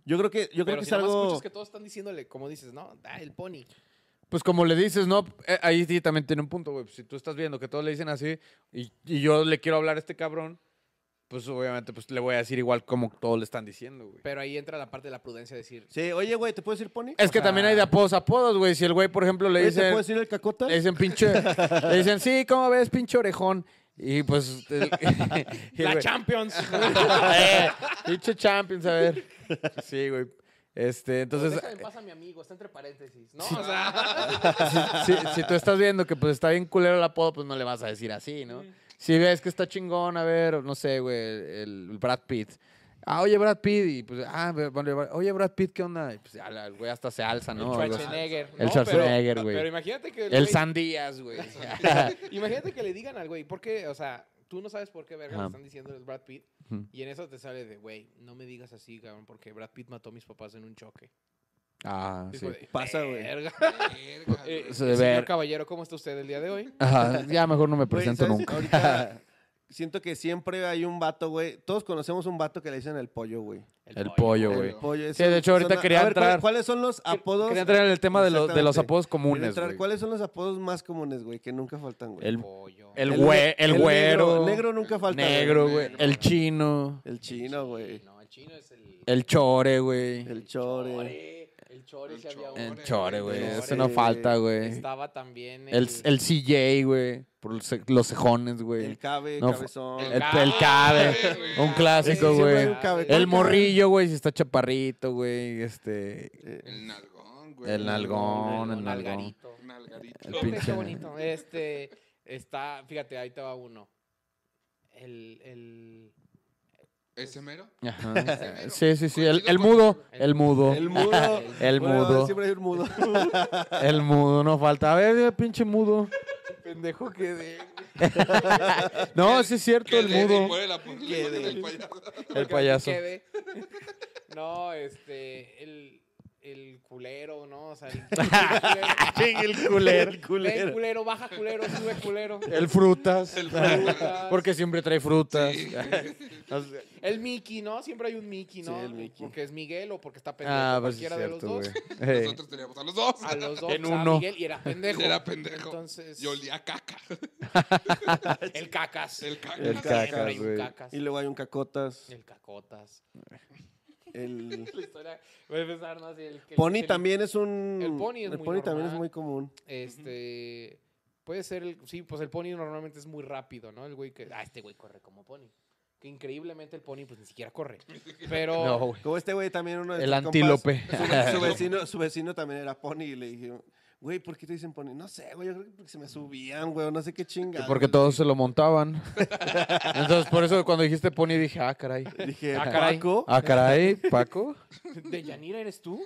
[SPEAKER 1] Yo creo que, yo creo
[SPEAKER 5] Pero
[SPEAKER 1] que
[SPEAKER 5] si
[SPEAKER 1] es
[SPEAKER 5] nomás
[SPEAKER 1] algo...
[SPEAKER 5] escuchas que todos están diciéndole, como dices, ¿no? Ah, el Pony.
[SPEAKER 3] Pues como le dices, ¿no? Eh, ahí sí también tiene un punto, güey. Si tú estás viendo que todos le dicen así y, y yo le quiero hablar a este cabrón, pues obviamente pues, le voy a decir igual como todos le están diciendo, güey.
[SPEAKER 5] Pero ahí entra la parte de la prudencia de decir.
[SPEAKER 1] Sí, oye, güey, ¿te puedo decir pony?
[SPEAKER 3] Es que
[SPEAKER 5] sea-
[SPEAKER 3] también hay de apodos a apodos, güey. Si el güey, por ejemplo, le
[SPEAKER 1] Oye, ¿Te
[SPEAKER 3] dicen...
[SPEAKER 1] puedo decir el cacota?
[SPEAKER 3] Le dicen pinche... le dicen, sí, ¿cómo ves, pinche orejón? Y pues... el- y el
[SPEAKER 5] la
[SPEAKER 3] güey,
[SPEAKER 5] Champions.
[SPEAKER 3] Eh, Pinche Champions, a ver. Sí, güey. Este, entonces,
[SPEAKER 5] Pues Déjame en paz a mi amigo, está entre paréntesis. No, o sea.
[SPEAKER 3] si, si tú estás viendo que pues está bien culero el apodo, pues no le vas a decir así, ¿no? Si ves que está chingón, a ver, no sé, güey, el, el Brad Pitt. Ah, oye, Brad Pitt. Y pues, ah, bueno, oye, Brad Pitt, ¿qué onda? Y pues, ya la- el güey hasta se alza, ¿no? Algo así.
[SPEAKER 5] Schwarzenegger.
[SPEAKER 3] El
[SPEAKER 5] No, pero-
[SPEAKER 3] Schwarzenegger, güey.
[SPEAKER 5] Pero imagínate que.
[SPEAKER 3] El
[SPEAKER 5] güey-
[SPEAKER 3] San Díaz, güey.
[SPEAKER 5] Imagínate que le digan al güey, porque, o sea, tú no sabes por qué verga
[SPEAKER 3] Ajá.
[SPEAKER 5] le están diciendo el Brad Pitt.
[SPEAKER 3] Ujú.
[SPEAKER 5] Y en eso te sale de, güey, no me digas así, cabrón, porque Brad Pitt mató a mis papás en un choque.
[SPEAKER 3] Ah,
[SPEAKER 5] Es
[SPEAKER 3] sí.
[SPEAKER 5] como de,
[SPEAKER 1] Pasa, güey.
[SPEAKER 5] "Verga".
[SPEAKER 4] Verga,
[SPEAKER 5] Eh,
[SPEAKER 4] güey.
[SPEAKER 3] Se ve-
[SPEAKER 5] señor caballero, ¿cómo está usted el día de hoy?
[SPEAKER 3] Ajá, ya mejor no me
[SPEAKER 1] Güey,
[SPEAKER 3] presento
[SPEAKER 1] ¿sabes?
[SPEAKER 3] nunca.
[SPEAKER 1] Ahorita siento que siempre hay un vato, güey. Todos conocemos un vato que le dicen el pollo, güey.
[SPEAKER 3] El pollo,
[SPEAKER 1] El
[SPEAKER 3] güey.
[SPEAKER 1] pollo. es
[SPEAKER 3] Sí, de
[SPEAKER 1] un-
[SPEAKER 3] hecho, ahorita
[SPEAKER 1] a
[SPEAKER 3] quería
[SPEAKER 1] ver, ¿cuál-
[SPEAKER 3] entrar.
[SPEAKER 1] ¿Cuáles son los apodos?
[SPEAKER 3] Quería entrar en el tema de, los- de los
[SPEAKER 1] Exactamente.
[SPEAKER 3] apodos
[SPEAKER 1] Quería
[SPEAKER 3] comunes,
[SPEAKER 1] entrar,
[SPEAKER 3] güey.
[SPEAKER 1] ¿Cuáles son los apodos más comunes, güey, que nunca faltan, güey?
[SPEAKER 3] El-
[SPEAKER 5] Pollo.
[SPEAKER 3] El,
[SPEAKER 1] güe-
[SPEAKER 3] güe- el, güero.
[SPEAKER 1] Negro, negro nunca falta. güey.
[SPEAKER 3] negro,
[SPEAKER 4] güey.
[SPEAKER 3] güey. El chino.
[SPEAKER 1] El chino, güey.
[SPEAKER 5] No, el chino es el.
[SPEAKER 3] El chore, güey.
[SPEAKER 1] El chore.
[SPEAKER 5] chore. El chore,
[SPEAKER 4] El
[SPEAKER 5] sí había
[SPEAKER 4] chore.
[SPEAKER 5] uno.
[SPEAKER 3] El chore, güey.
[SPEAKER 1] El
[SPEAKER 3] Eso
[SPEAKER 1] chore,
[SPEAKER 3] no
[SPEAKER 1] güey.
[SPEAKER 3] falta, güey.
[SPEAKER 5] Estaba también
[SPEAKER 3] El, el CJ, güey. Por los ce- los cejones,
[SPEAKER 1] El
[SPEAKER 3] güey.
[SPEAKER 1] cabe,
[SPEAKER 3] No,
[SPEAKER 1] cabezón.
[SPEAKER 3] El, el cabe. Un clásico,
[SPEAKER 1] Sí, siempre hay
[SPEAKER 3] güey.
[SPEAKER 1] un cabe.
[SPEAKER 3] El morrillo, güey, si está chaparrito, güey. Este.
[SPEAKER 1] Eh,
[SPEAKER 4] El nalgón, güey.
[SPEAKER 3] El nalgón, el nalgón.
[SPEAKER 5] el nalgarito.
[SPEAKER 4] Nalgarito.
[SPEAKER 3] El
[SPEAKER 5] Fíjate
[SPEAKER 3] pinche-
[SPEAKER 5] qué bonito. Este está, fíjate, ahí te va uno. El, el,
[SPEAKER 4] ¿Ese mero?
[SPEAKER 3] Ajá. Sí, sí, sí. El, el mudo. El mudo.
[SPEAKER 1] El mudo.
[SPEAKER 3] El
[SPEAKER 1] Bueno,
[SPEAKER 3] mudo.
[SPEAKER 1] Siempre hay un mudo.
[SPEAKER 3] El mudo, no falta. A ver, eh, pinche mudo. Pendejo que de. no, sí es cierto,
[SPEAKER 4] Que
[SPEAKER 3] el
[SPEAKER 4] le- le
[SPEAKER 3] mudo.
[SPEAKER 4] muere la pulga
[SPEAKER 1] Que
[SPEAKER 4] del
[SPEAKER 1] de-
[SPEAKER 4] payaso.
[SPEAKER 3] El
[SPEAKER 5] que
[SPEAKER 3] payaso.
[SPEAKER 5] quede. No, este, el, el culero, ¿no? O sea, el,
[SPEAKER 3] el
[SPEAKER 1] El
[SPEAKER 3] culero.
[SPEAKER 5] culero. Ven,
[SPEAKER 1] culero.
[SPEAKER 5] culero, baja culero, sube culero.
[SPEAKER 3] El frutas.
[SPEAKER 5] frutas.
[SPEAKER 3] Porque siempre trae frutas. Ah,
[SPEAKER 5] El Mickey, ¿no? Siempre hay un Mickey, ¿no?
[SPEAKER 1] Sí, el Mickey.
[SPEAKER 5] Porque es Miguel o porque está pendejo.
[SPEAKER 3] ah, pues sí es
[SPEAKER 5] cualquiera
[SPEAKER 3] cierto,
[SPEAKER 5] de los
[SPEAKER 3] güey.
[SPEAKER 5] dos.
[SPEAKER 3] Eh,
[SPEAKER 4] Nosotros teníamos a los dos.
[SPEAKER 5] A los dos.
[SPEAKER 3] En
[SPEAKER 5] o sea,
[SPEAKER 3] uno.
[SPEAKER 5] Miguel y era pendejo.
[SPEAKER 4] Era pendejo.
[SPEAKER 5] Entonces,
[SPEAKER 4] Y olía caca.
[SPEAKER 5] el cacas.
[SPEAKER 4] El caca.
[SPEAKER 3] El
[SPEAKER 5] Siempre
[SPEAKER 3] cacas,
[SPEAKER 5] hay un
[SPEAKER 3] güey.
[SPEAKER 5] cacas.
[SPEAKER 1] Y luego hay un cacotas.
[SPEAKER 5] El cacotas.
[SPEAKER 1] El...
[SPEAKER 5] La historia. Voy a empezar, ¿no? Así, el, que-
[SPEAKER 1] Pony
[SPEAKER 5] el-
[SPEAKER 1] también es un.
[SPEAKER 5] el pony es
[SPEAKER 1] el
[SPEAKER 5] muy
[SPEAKER 1] pony también es
[SPEAKER 5] normal.
[SPEAKER 1] muy común.
[SPEAKER 5] Este. Puede ser el. Sí, pues el pony normalmente es muy rápido, ¿no? El güey que. Ah, este güey corre como pony. Que increíblemente el pony, pues ni siquiera corre. Pero.
[SPEAKER 3] No, güey.
[SPEAKER 1] Como este güey también uno de
[SPEAKER 3] El
[SPEAKER 1] sus compas,
[SPEAKER 3] antílope.
[SPEAKER 1] su, su vecino, su vecino también era pony y le dijeron, güey, ¿por qué te dicen pony? No sé, güey, yo creo que porque se me subían, güey, o no sé qué chinga.
[SPEAKER 3] Porque todos se lo montaban. Entonces, por eso cuando dijiste pony dije, ah, caray.
[SPEAKER 1] Dije,
[SPEAKER 5] Ah, caray.
[SPEAKER 1] Paco.
[SPEAKER 3] Ah, caray, Paco.
[SPEAKER 5] ¿De Yanira eres tú?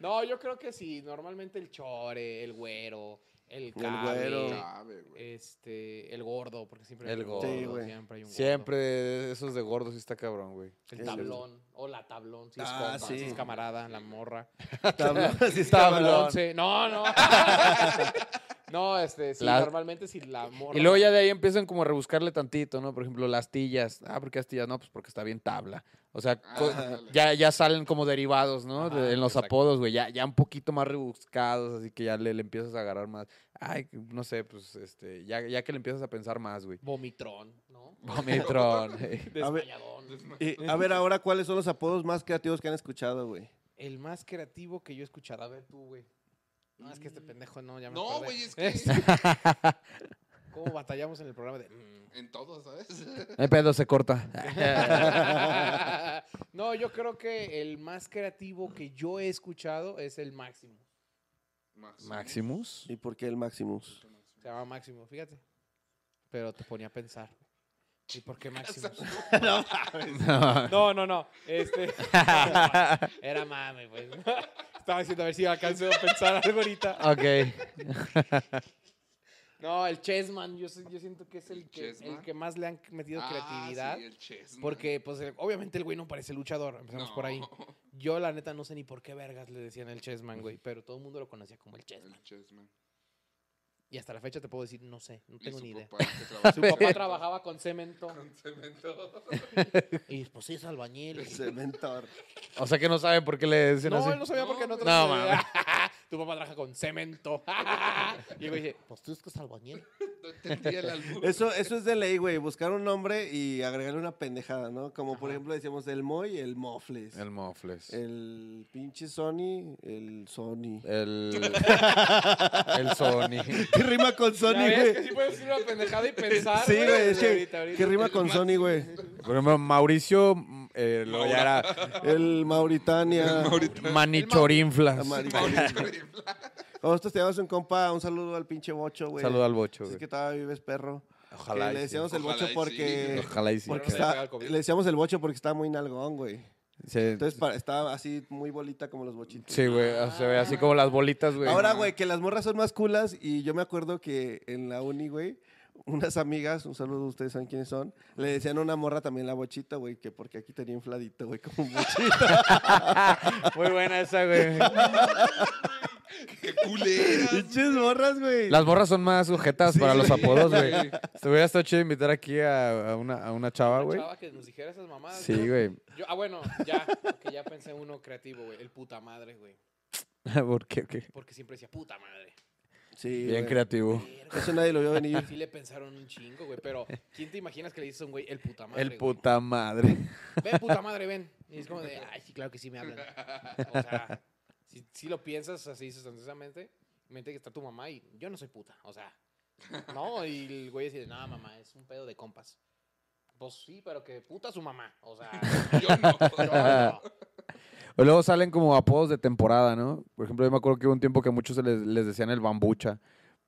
[SPEAKER 5] No, yo creo que sí. Normalmente el chore, el güero, el cabe,
[SPEAKER 1] güero.
[SPEAKER 4] Cabe, güey.
[SPEAKER 5] Este. El gordo, porque siempre
[SPEAKER 3] El
[SPEAKER 5] un
[SPEAKER 3] gordo.
[SPEAKER 1] Sí, güey.
[SPEAKER 5] siempre hay un gordo.
[SPEAKER 3] Siempre esos de gordos sí está cabrón, güey.
[SPEAKER 5] El tablón. Hola, tablón. Si es
[SPEAKER 1] Ah,
[SPEAKER 5] compa,
[SPEAKER 1] sí.
[SPEAKER 5] si es
[SPEAKER 3] Ah,
[SPEAKER 5] camarada, la morra.
[SPEAKER 1] Tablón. Así
[SPEAKER 3] Tablón.
[SPEAKER 5] Once. No, no. No, este, sí,
[SPEAKER 3] La-
[SPEAKER 5] normalmente si la morra.
[SPEAKER 3] Y luego ya de ahí empiezan como a rebuscarle tantito, ¿no? Por ejemplo, las tillas. Ah, ¿por qué astillas? No, pues porque está bien tabla. O sea, co-
[SPEAKER 4] Ah, dale.
[SPEAKER 3] ya, ya salen como derivados, ¿no? De-
[SPEAKER 5] Ajá,
[SPEAKER 3] en los
[SPEAKER 5] exacto.
[SPEAKER 3] apodos, güey. Ya, ya un poquito más rebuscados, así que ya le, le empiezas a agarrar más. Ay, no sé, pues este, ya, ya que le empiezas a pensar más, güey. eh.
[SPEAKER 5] Vomitrón, ¿no?
[SPEAKER 3] Vomitrón. güey.
[SPEAKER 1] A ver.
[SPEAKER 5] Desmayadón.
[SPEAKER 1] Y, a ver ahora cuáles son los apodos más creativos que han escuchado, güey.
[SPEAKER 5] El más creativo que yo he escuchado. A ver tú, güey. No, es que este pendejo no, ya me
[SPEAKER 4] No,
[SPEAKER 5] acordé.
[SPEAKER 4] güey, es que
[SPEAKER 5] ¿Cómo batallamos en el programa de... mm?
[SPEAKER 4] en todo, ¿sabes?
[SPEAKER 3] El pedo se corta.
[SPEAKER 5] no, yo creo que el más creativo que yo he escuchado es el Máximo.
[SPEAKER 4] Max.
[SPEAKER 3] Maximus.
[SPEAKER 1] ¿Y por qué el Maximus?
[SPEAKER 5] Se llama Máximo, fíjate. Pero te ponía a pensar. ¿Y por qué Máximo?
[SPEAKER 4] Ah,
[SPEAKER 5] No, no, no. Este, era mame, pues. Estaba diciendo a ver si alcanzo a pensar algo ahorita.
[SPEAKER 3] ok.
[SPEAKER 5] No, el Chessman, yo, sé- yo siento que es el que, el
[SPEAKER 4] Chessman? Ah,
[SPEAKER 5] que más le han metido creatividad.
[SPEAKER 4] el chess, man.
[SPEAKER 5] Porque, pues, el- obviamente el güey no parece luchador. Empezamos por ahí.
[SPEAKER 4] No,
[SPEAKER 5] Yo, la neta, no sé ni por qué vergas le decían el Chessman, güey. Pero todo el mundo lo conocía como el Chessman.
[SPEAKER 4] El chess, man.
[SPEAKER 5] Y hasta la fecha te puedo decir, no sé, no
[SPEAKER 4] Y
[SPEAKER 5] tengo
[SPEAKER 4] su
[SPEAKER 5] ni idea.
[SPEAKER 4] papá, que trabaja-
[SPEAKER 5] Su papá trabajaba con cemento.
[SPEAKER 4] con cemento.
[SPEAKER 5] Y pues sí, es albañil.
[SPEAKER 1] El Cementor.
[SPEAKER 3] O sea que no saben por qué le dicen
[SPEAKER 5] No,
[SPEAKER 3] así.
[SPEAKER 5] él no sabía por qué no
[SPEAKER 4] No,
[SPEAKER 5] traía
[SPEAKER 3] güey. No,
[SPEAKER 5] idea. tu papá trabaja con cemento. y yo dije, pues tú es que es albañil.
[SPEAKER 4] No entendía el albur.
[SPEAKER 1] Eso, eso es de ley, güey. Buscar un nombre y agregarle una pendejada, ¿no? Como por ejemplo decíamos el Moy, el Mofles.
[SPEAKER 3] El
[SPEAKER 1] El,
[SPEAKER 3] mofles.
[SPEAKER 5] Eh.
[SPEAKER 1] pinche Sony, el Sony.
[SPEAKER 3] El. El Sony.
[SPEAKER 1] ¿Qué rima con Sony,
[SPEAKER 5] ¿Ya ves que
[SPEAKER 1] güey?
[SPEAKER 5] sí puedes decir una pendejada y pensar.
[SPEAKER 1] Sí, güey, es que-
[SPEAKER 5] Ahorita, ahorita.
[SPEAKER 1] ¿Qué rima con Sony, güey?
[SPEAKER 3] Por ejemplo, Mauricio. mm, eh, lo ya era.
[SPEAKER 1] El Mauritania.
[SPEAKER 3] Manichorinflas.
[SPEAKER 1] Amarillo. Nosotros teníamos un compa, un saludo al pinche Bocho, güey.
[SPEAKER 3] Saludo al bocho,
[SPEAKER 1] Así
[SPEAKER 3] güey.
[SPEAKER 1] que todavía vives perro.
[SPEAKER 3] Ojalá.
[SPEAKER 1] Que le
[SPEAKER 3] y sí.
[SPEAKER 1] decíamos el
[SPEAKER 4] Ojalá
[SPEAKER 1] bocho
[SPEAKER 4] y sí.
[SPEAKER 1] porque.
[SPEAKER 3] Ojalá y sí.
[SPEAKER 5] Porque
[SPEAKER 3] que-
[SPEAKER 5] está-
[SPEAKER 1] estaba-
[SPEAKER 5] le pegaba el COVID.
[SPEAKER 1] le decíamos el bocho porque estaba muy nalgón, güey.
[SPEAKER 3] sí,
[SPEAKER 1] Entonces pa- estaba así muy bolita como los bochitos.
[SPEAKER 3] sí, güey. Se ve así como las bolitas, güey.
[SPEAKER 1] Ahora, güey, que las morras son más culas y yo me acuerdo que en la uni, güey, unas amigas, un saludo, ustedes saben quiénes son, le decían a una morra también la bochita, güey, que porque aquí tenía infladito, güey, como un bochito.
[SPEAKER 3] Muy buena esa, güey.
[SPEAKER 4] ¡Qué culeras!
[SPEAKER 1] Pinches morras, güey.
[SPEAKER 3] Las borras son más sujetas para los apodos, güey.
[SPEAKER 4] Sí.
[SPEAKER 3] Hubiera estado chido invitar aquí a, a una, a una chava, güey.
[SPEAKER 5] Chava que nos dijera esas mamadas.
[SPEAKER 3] Sí, güey.
[SPEAKER 5] Yo- ah, bueno, ya, que ya pensé en uno creativo, güey. El puta madre, güey.
[SPEAKER 3] ¿Por qué? qué?
[SPEAKER 5] Porque siempre decía puta madre.
[SPEAKER 1] Sí,
[SPEAKER 3] Bien
[SPEAKER 1] güey.
[SPEAKER 3] creativo.
[SPEAKER 5] Verga.
[SPEAKER 1] Eso nadie lo vio venir.
[SPEAKER 5] Sí le pensaron un chingo, güey. Pero, ¿quién te imaginas que le dices a un güey el puta madre?
[SPEAKER 3] El
[SPEAKER 5] güey?
[SPEAKER 3] puta madre.
[SPEAKER 5] Ven, puta madre, ven. Y es como de, ay, sí, claro que sí me hablan. O sea, si, si lo piensas así sustanciosamente, mente que está tu mamá y yo no soy puta. O sea, no, y el güey dice, no, mamá, es un pedo de compas. Pues sí, pero que puta su mamá. O sea,
[SPEAKER 4] Yo no.
[SPEAKER 5] yo
[SPEAKER 3] Ah,
[SPEAKER 5] no.
[SPEAKER 3] O luego salen como apodos de temporada, ¿no? Por ejemplo, yo me acuerdo que hubo un tiempo que muchos se les, les decían el bambucha.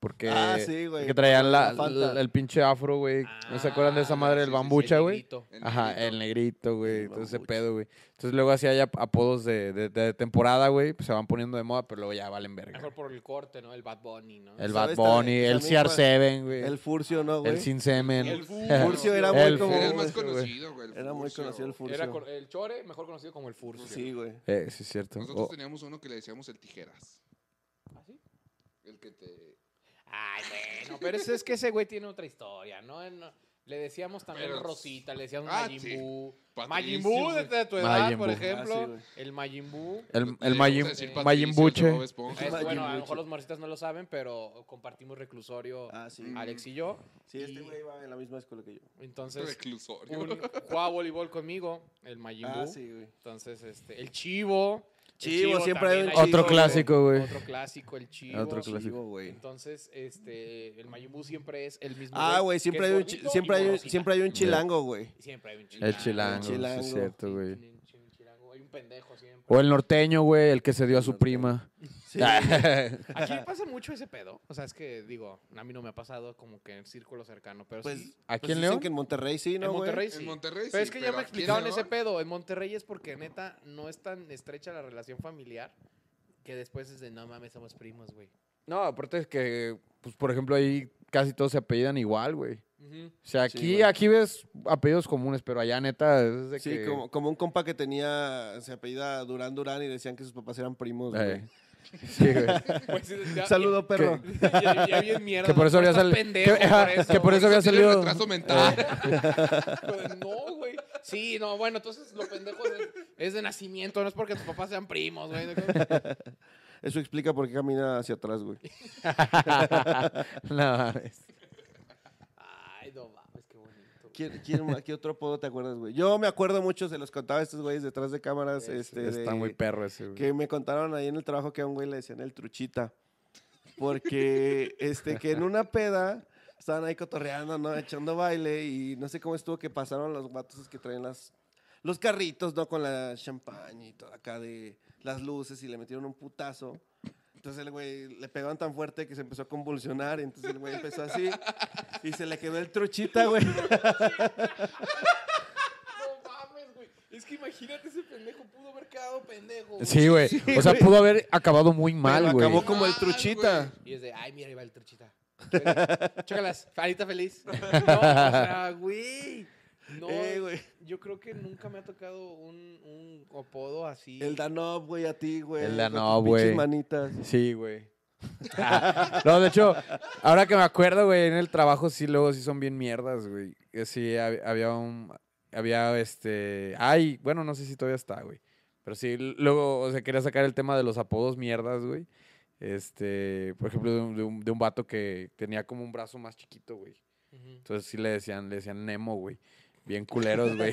[SPEAKER 3] Porque,
[SPEAKER 1] Ah, sí, güey.
[SPEAKER 3] Eh, que traían la,
[SPEAKER 1] La Fanta.
[SPEAKER 3] la- el pinche afro, güey. ¿No se acuerdan de esa
[SPEAKER 5] Ah,
[SPEAKER 3] madre
[SPEAKER 5] sí,
[SPEAKER 3] del
[SPEAKER 5] sí, sí,
[SPEAKER 3] bambucha,
[SPEAKER 5] el
[SPEAKER 3] güey?
[SPEAKER 5] negrito.
[SPEAKER 4] El
[SPEAKER 3] Ajá,
[SPEAKER 4] negrito.
[SPEAKER 3] el negrito, güey.
[SPEAKER 1] El
[SPEAKER 3] Entonces ese
[SPEAKER 1] bambucha.
[SPEAKER 3] pedo, güey. Entonces luego así hay ap- apodos de, de- de temporada, güey. Pues se van poniendo de moda, pero luego ya valen verga.
[SPEAKER 5] Mejor por el corte, ¿no? El Bad Bunny, ¿no?
[SPEAKER 3] El Bad
[SPEAKER 1] ¿Sabes
[SPEAKER 3] Bunny,
[SPEAKER 1] eh, también-
[SPEAKER 3] el
[SPEAKER 1] también cuál?
[SPEAKER 3] CR7, güey.
[SPEAKER 1] El
[SPEAKER 3] eh, El,
[SPEAKER 1] furcio, ¿no, güey?
[SPEAKER 3] sin semen.
[SPEAKER 5] El Furcio.
[SPEAKER 1] Furcio era muy
[SPEAKER 3] El
[SPEAKER 1] como-
[SPEAKER 4] Era el más
[SPEAKER 3] Furcio, güey.
[SPEAKER 4] conocido, güey. el
[SPEAKER 1] Era muy
[SPEAKER 4] Furcio.
[SPEAKER 1] conocido el furcio.
[SPEAKER 5] Era cor- el chore, mejor conocido como el furcio.
[SPEAKER 1] Sí, güey.
[SPEAKER 3] Eh, sí, es cierto.
[SPEAKER 4] Nosotros
[SPEAKER 3] O-
[SPEAKER 4] teníamos uno que le decíamos el tijeras.
[SPEAKER 5] ¿Ah, sí?
[SPEAKER 4] El que te.
[SPEAKER 5] Ay, bueno, pero ese- es que ese güey tiene otra historia, ¿no? Él no- le decíamos también
[SPEAKER 4] Pero-
[SPEAKER 5] Rosita, le decíamos
[SPEAKER 4] Ah,
[SPEAKER 5] Majin
[SPEAKER 4] sí.
[SPEAKER 5] Buu.
[SPEAKER 4] Patricio,
[SPEAKER 5] Majin Buu
[SPEAKER 4] güey.
[SPEAKER 5] desde tu edad,
[SPEAKER 3] Majin
[SPEAKER 5] por
[SPEAKER 3] Buu.
[SPEAKER 5] ejemplo.
[SPEAKER 1] Ah, sí, güey.
[SPEAKER 5] el Majin Buu.
[SPEAKER 3] el, el
[SPEAKER 4] le
[SPEAKER 3] Majin,
[SPEAKER 4] íbamos a decir
[SPEAKER 3] Majin
[SPEAKER 4] Patricio,
[SPEAKER 3] Buche.
[SPEAKER 4] Bob Esponja.
[SPEAKER 5] Es-
[SPEAKER 1] Majin
[SPEAKER 5] bueno, a
[SPEAKER 1] Buu,
[SPEAKER 5] lo
[SPEAKER 1] sí.
[SPEAKER 5] mejor los morcitas no lo saben, pero compartimos reclusorio
[SPEAKER 1] Ah, sí.
[SPEAKER 5] Alex y yo.
[SPEAKER 1] Sí,
[SPEAKER 5] Y
[SPEAKER 1] este güey iba en la misma escuela que yo.
[SPEAKER 5] Entonces,
[SPEAKER 4] Reclusorio.
[SPEAKER 5] un, jugaba voleibol conmigo, el Majin
[SPEAKER 1] Ah,
[SPEAKER 5] Buu.
[SPEAKER 1] sí, güey.
[SPEAKER 5] Entonces, este, el Chivo. el
[SPEAKER 1] Chivo, siempre
[SPEAKER 5] también
[SPEAKER 1] hay un
[SPEAKER 5] ahí
[SPEAKER 1] Chivo,
[SPEAKER 3] Otro
[SPEAKER 5] estuvo.
[SPEAKER 3] clásico, güey.
[SPEAKER 5] Otro clásico, el Chivo.
[SPEAKER 3] Otro clásico.
[SPEAKER 1] Chivo, güey.
[SPEAKER 5] Entonces, este, el Majin Buu siempre es el mismo.
[SPEAKER 1] Ah, güey,
[SPEAKER 5] que
[SPEAKER 1] siempre
[SPEAKER 5] es
[SPEAKER 1] hay un,
[SPEAKER 5] gordito
[SPEAKER 1] chi- siempre
[SPEAKER 5] y
[SPEAKER 1] hay un,
[SPEAKER 5] morosita.
[SPEAKER 1] siempre hay un chilango, güey.
[SPEAKER 5] Siempre hay un chilango.
[SPEAKER 3] El chilango, sí
[SPEAKER 1] chilango.
[SPEAKER 3] es cierto, güey.
[SPEAKER 5] Un chin- un chilango. Hay un pendejo siempre.
[SPEAKER 3] O el norteño, güey, el que se dio a su prima.
[SPEAKER 1] Sí.
[SPEAKER 3] Ah.
[SPEAKER 5] Aquí me pasa mucho ese pedo. O sea, es que digo, a mí no me ha pasado como que en el círculo cercano, pero
[SPEAKER 1] Pues,
[SPEAKER 5] sí.
[SPEAKER 3] ¿Aquí
[SPEAKER 1] pues
[SPEAKER 3] en
[SPEAKER 1] dicen
[SPEAKER 3] León?
[SPEAKER 1] que en Monterrey sí, ¿no,
[SPEAKER 5] en
[SPEAKER 1] güey?
[SPEAKER 5] Monterrey sí.
[SPEAKER 4] En Monterrey.
[SPEAKER 5] Pero es
[SPEAKER 4] sí,
[SPEAKER 5] que ya me
[SPEAKER 4] pero aquí en
[SPEAKER 5] explicaron ese
[SPEAKER 4] León,
[SPEAKER 5] pedo. En Monterrey es porque neta no es tan estrecha la relación familiar que después es de no mames, somos primos, güey.
[SPEAKER 3] No, aparte es que, pues, por ejemplo, ahí casi todos se apellidan igual, güey.
[SPEAKER 5] Ujú.
[SPEAKER 3] O sea,
[SPEAKER 1] Sí,
[SPEAKER 3] aquí,
[SPEAKER 1] güey.
[SPEAKER 3] aquí ves apellidos comunes, pero allá neta es de
[SPEAKER 1] Sí,
[SPEAKER 3] que... Eh,
[SPEAKER 1] como, como un compa que tenía, se apellida Durán Durán y decían que sus papás eran primos, güey.
[SPEAKER 3] Eh. Sí, güey.
[SPEAKER 5] Pues, ya-
[SPEAKER 1] Saludo, perro.
[SPEAKER 5] Ya, ya- ya bien mierda.
[SPEAKER 3] Que por eso había
[SPEAKER 5] Estás
[SPEAKER 3] salido. Que,
[SPEAKER 5] pendejo por eso, Ah.
[SPEAKER 3] que por
[SPEAKER 5] güey.
[SPEAKER 3] eso había
[SPEAKER 4] Tiene
[SPEAKER 3] salido.
[SPEAKER 4] retraso mental.
[SPEAKER 5] Pero Pues No, güey. Sí, no, bueno, entonces lo pendejo es, es de nacimiento, no es porque tus papás sean primos, güey.
[SPEAKER 1] Eso explica por qué camina hacia atrás, güey.
[SPEAKER 3] No
[SPEAKER 1] Pues,
[SPEAKER 3] mames.
[SPEAKER 5] Ay, no mames, qué bonito.
[SPEAKER 1] ¿Quién- quién ma- ¿Qué otro apodo te acuerdas, güey? Yo me acuerdo mucho, se los contaba a estos güeyes detrás de cámaras. este,
[SPEAKER 3] Está
[SPEAKER 1] de-
[SPEAKER 3] muy perro ese, güey.
[SPEAKER 1] Que me contaron ahí en el trabajo que a un güey le decían el truchita. Porque, este, que en una peda estaban ahí cotorreando, ¿no? Echando baile y no sé cómo estuvo que pasaron los guatos que traen las, los carritos, ¿no? Con la champaña y todo acá de las luces y le metieron un putazo. Entonces el güey le pegaron tan fuerte que se empezó a convulsionar. y entonces el güey empezó así y se le quedó el truchita, güey.
[SPEAKER 5] No mames, güey. Es que imagínate ese pendejo, pudo haber quedado pendejo. güey.
[SPEAKER 3] Sí, güey. O sea,
[SPEAKER 1] güey.
[SPEAKER 3] pudo haber acabado muy
[SPEAKER 1] Pero
[SPEAKER 3] mal, güey.
[SPEAKER 1] Acabó como el
[SPEAKER 4] Mal,
[SPEAKER 1] truchita.
[SPEAKER 5] Y es de, ay, mira, ahí va el truchita. Chócalas, farita feliz. No, o sea, güey. No,
[SPEAKER 1] Eh, güey.
[SPEAKER 5] yo creo que nunca me ha tocado un, un apodo así.
[SPEAKER 1] El Danob, güey, a ti, güey.
[SPEAKER 3] El
[SPEAKER 1] con
[SPEAKER 3] Danob,
[SPEAKER 1] tus pinches
[SPEAKER 3] güey.
[SPEAKER 1] manitas.
[SPEAKER 3] Sí, güey. no, de hecho, ahora que me acuerdo, güey, en el trabajo sí, luego sí son bien mierdas, güey. Que Sí, hab- había un. Había este. Ay, bueno, no sé si todavía está, güey. Pero sí, l- luego, o sea, quería sacar el tema de los apodos mierdas, güey. Este, por ejemplo, de un, de un- de un vato que tenía como un brazo más chiquito, güey.
[SPEAKER 5] Ujú.
[SPEAKER 3] Entonces sí le decían, le decían Nemo, güey. Bien culeros, güey.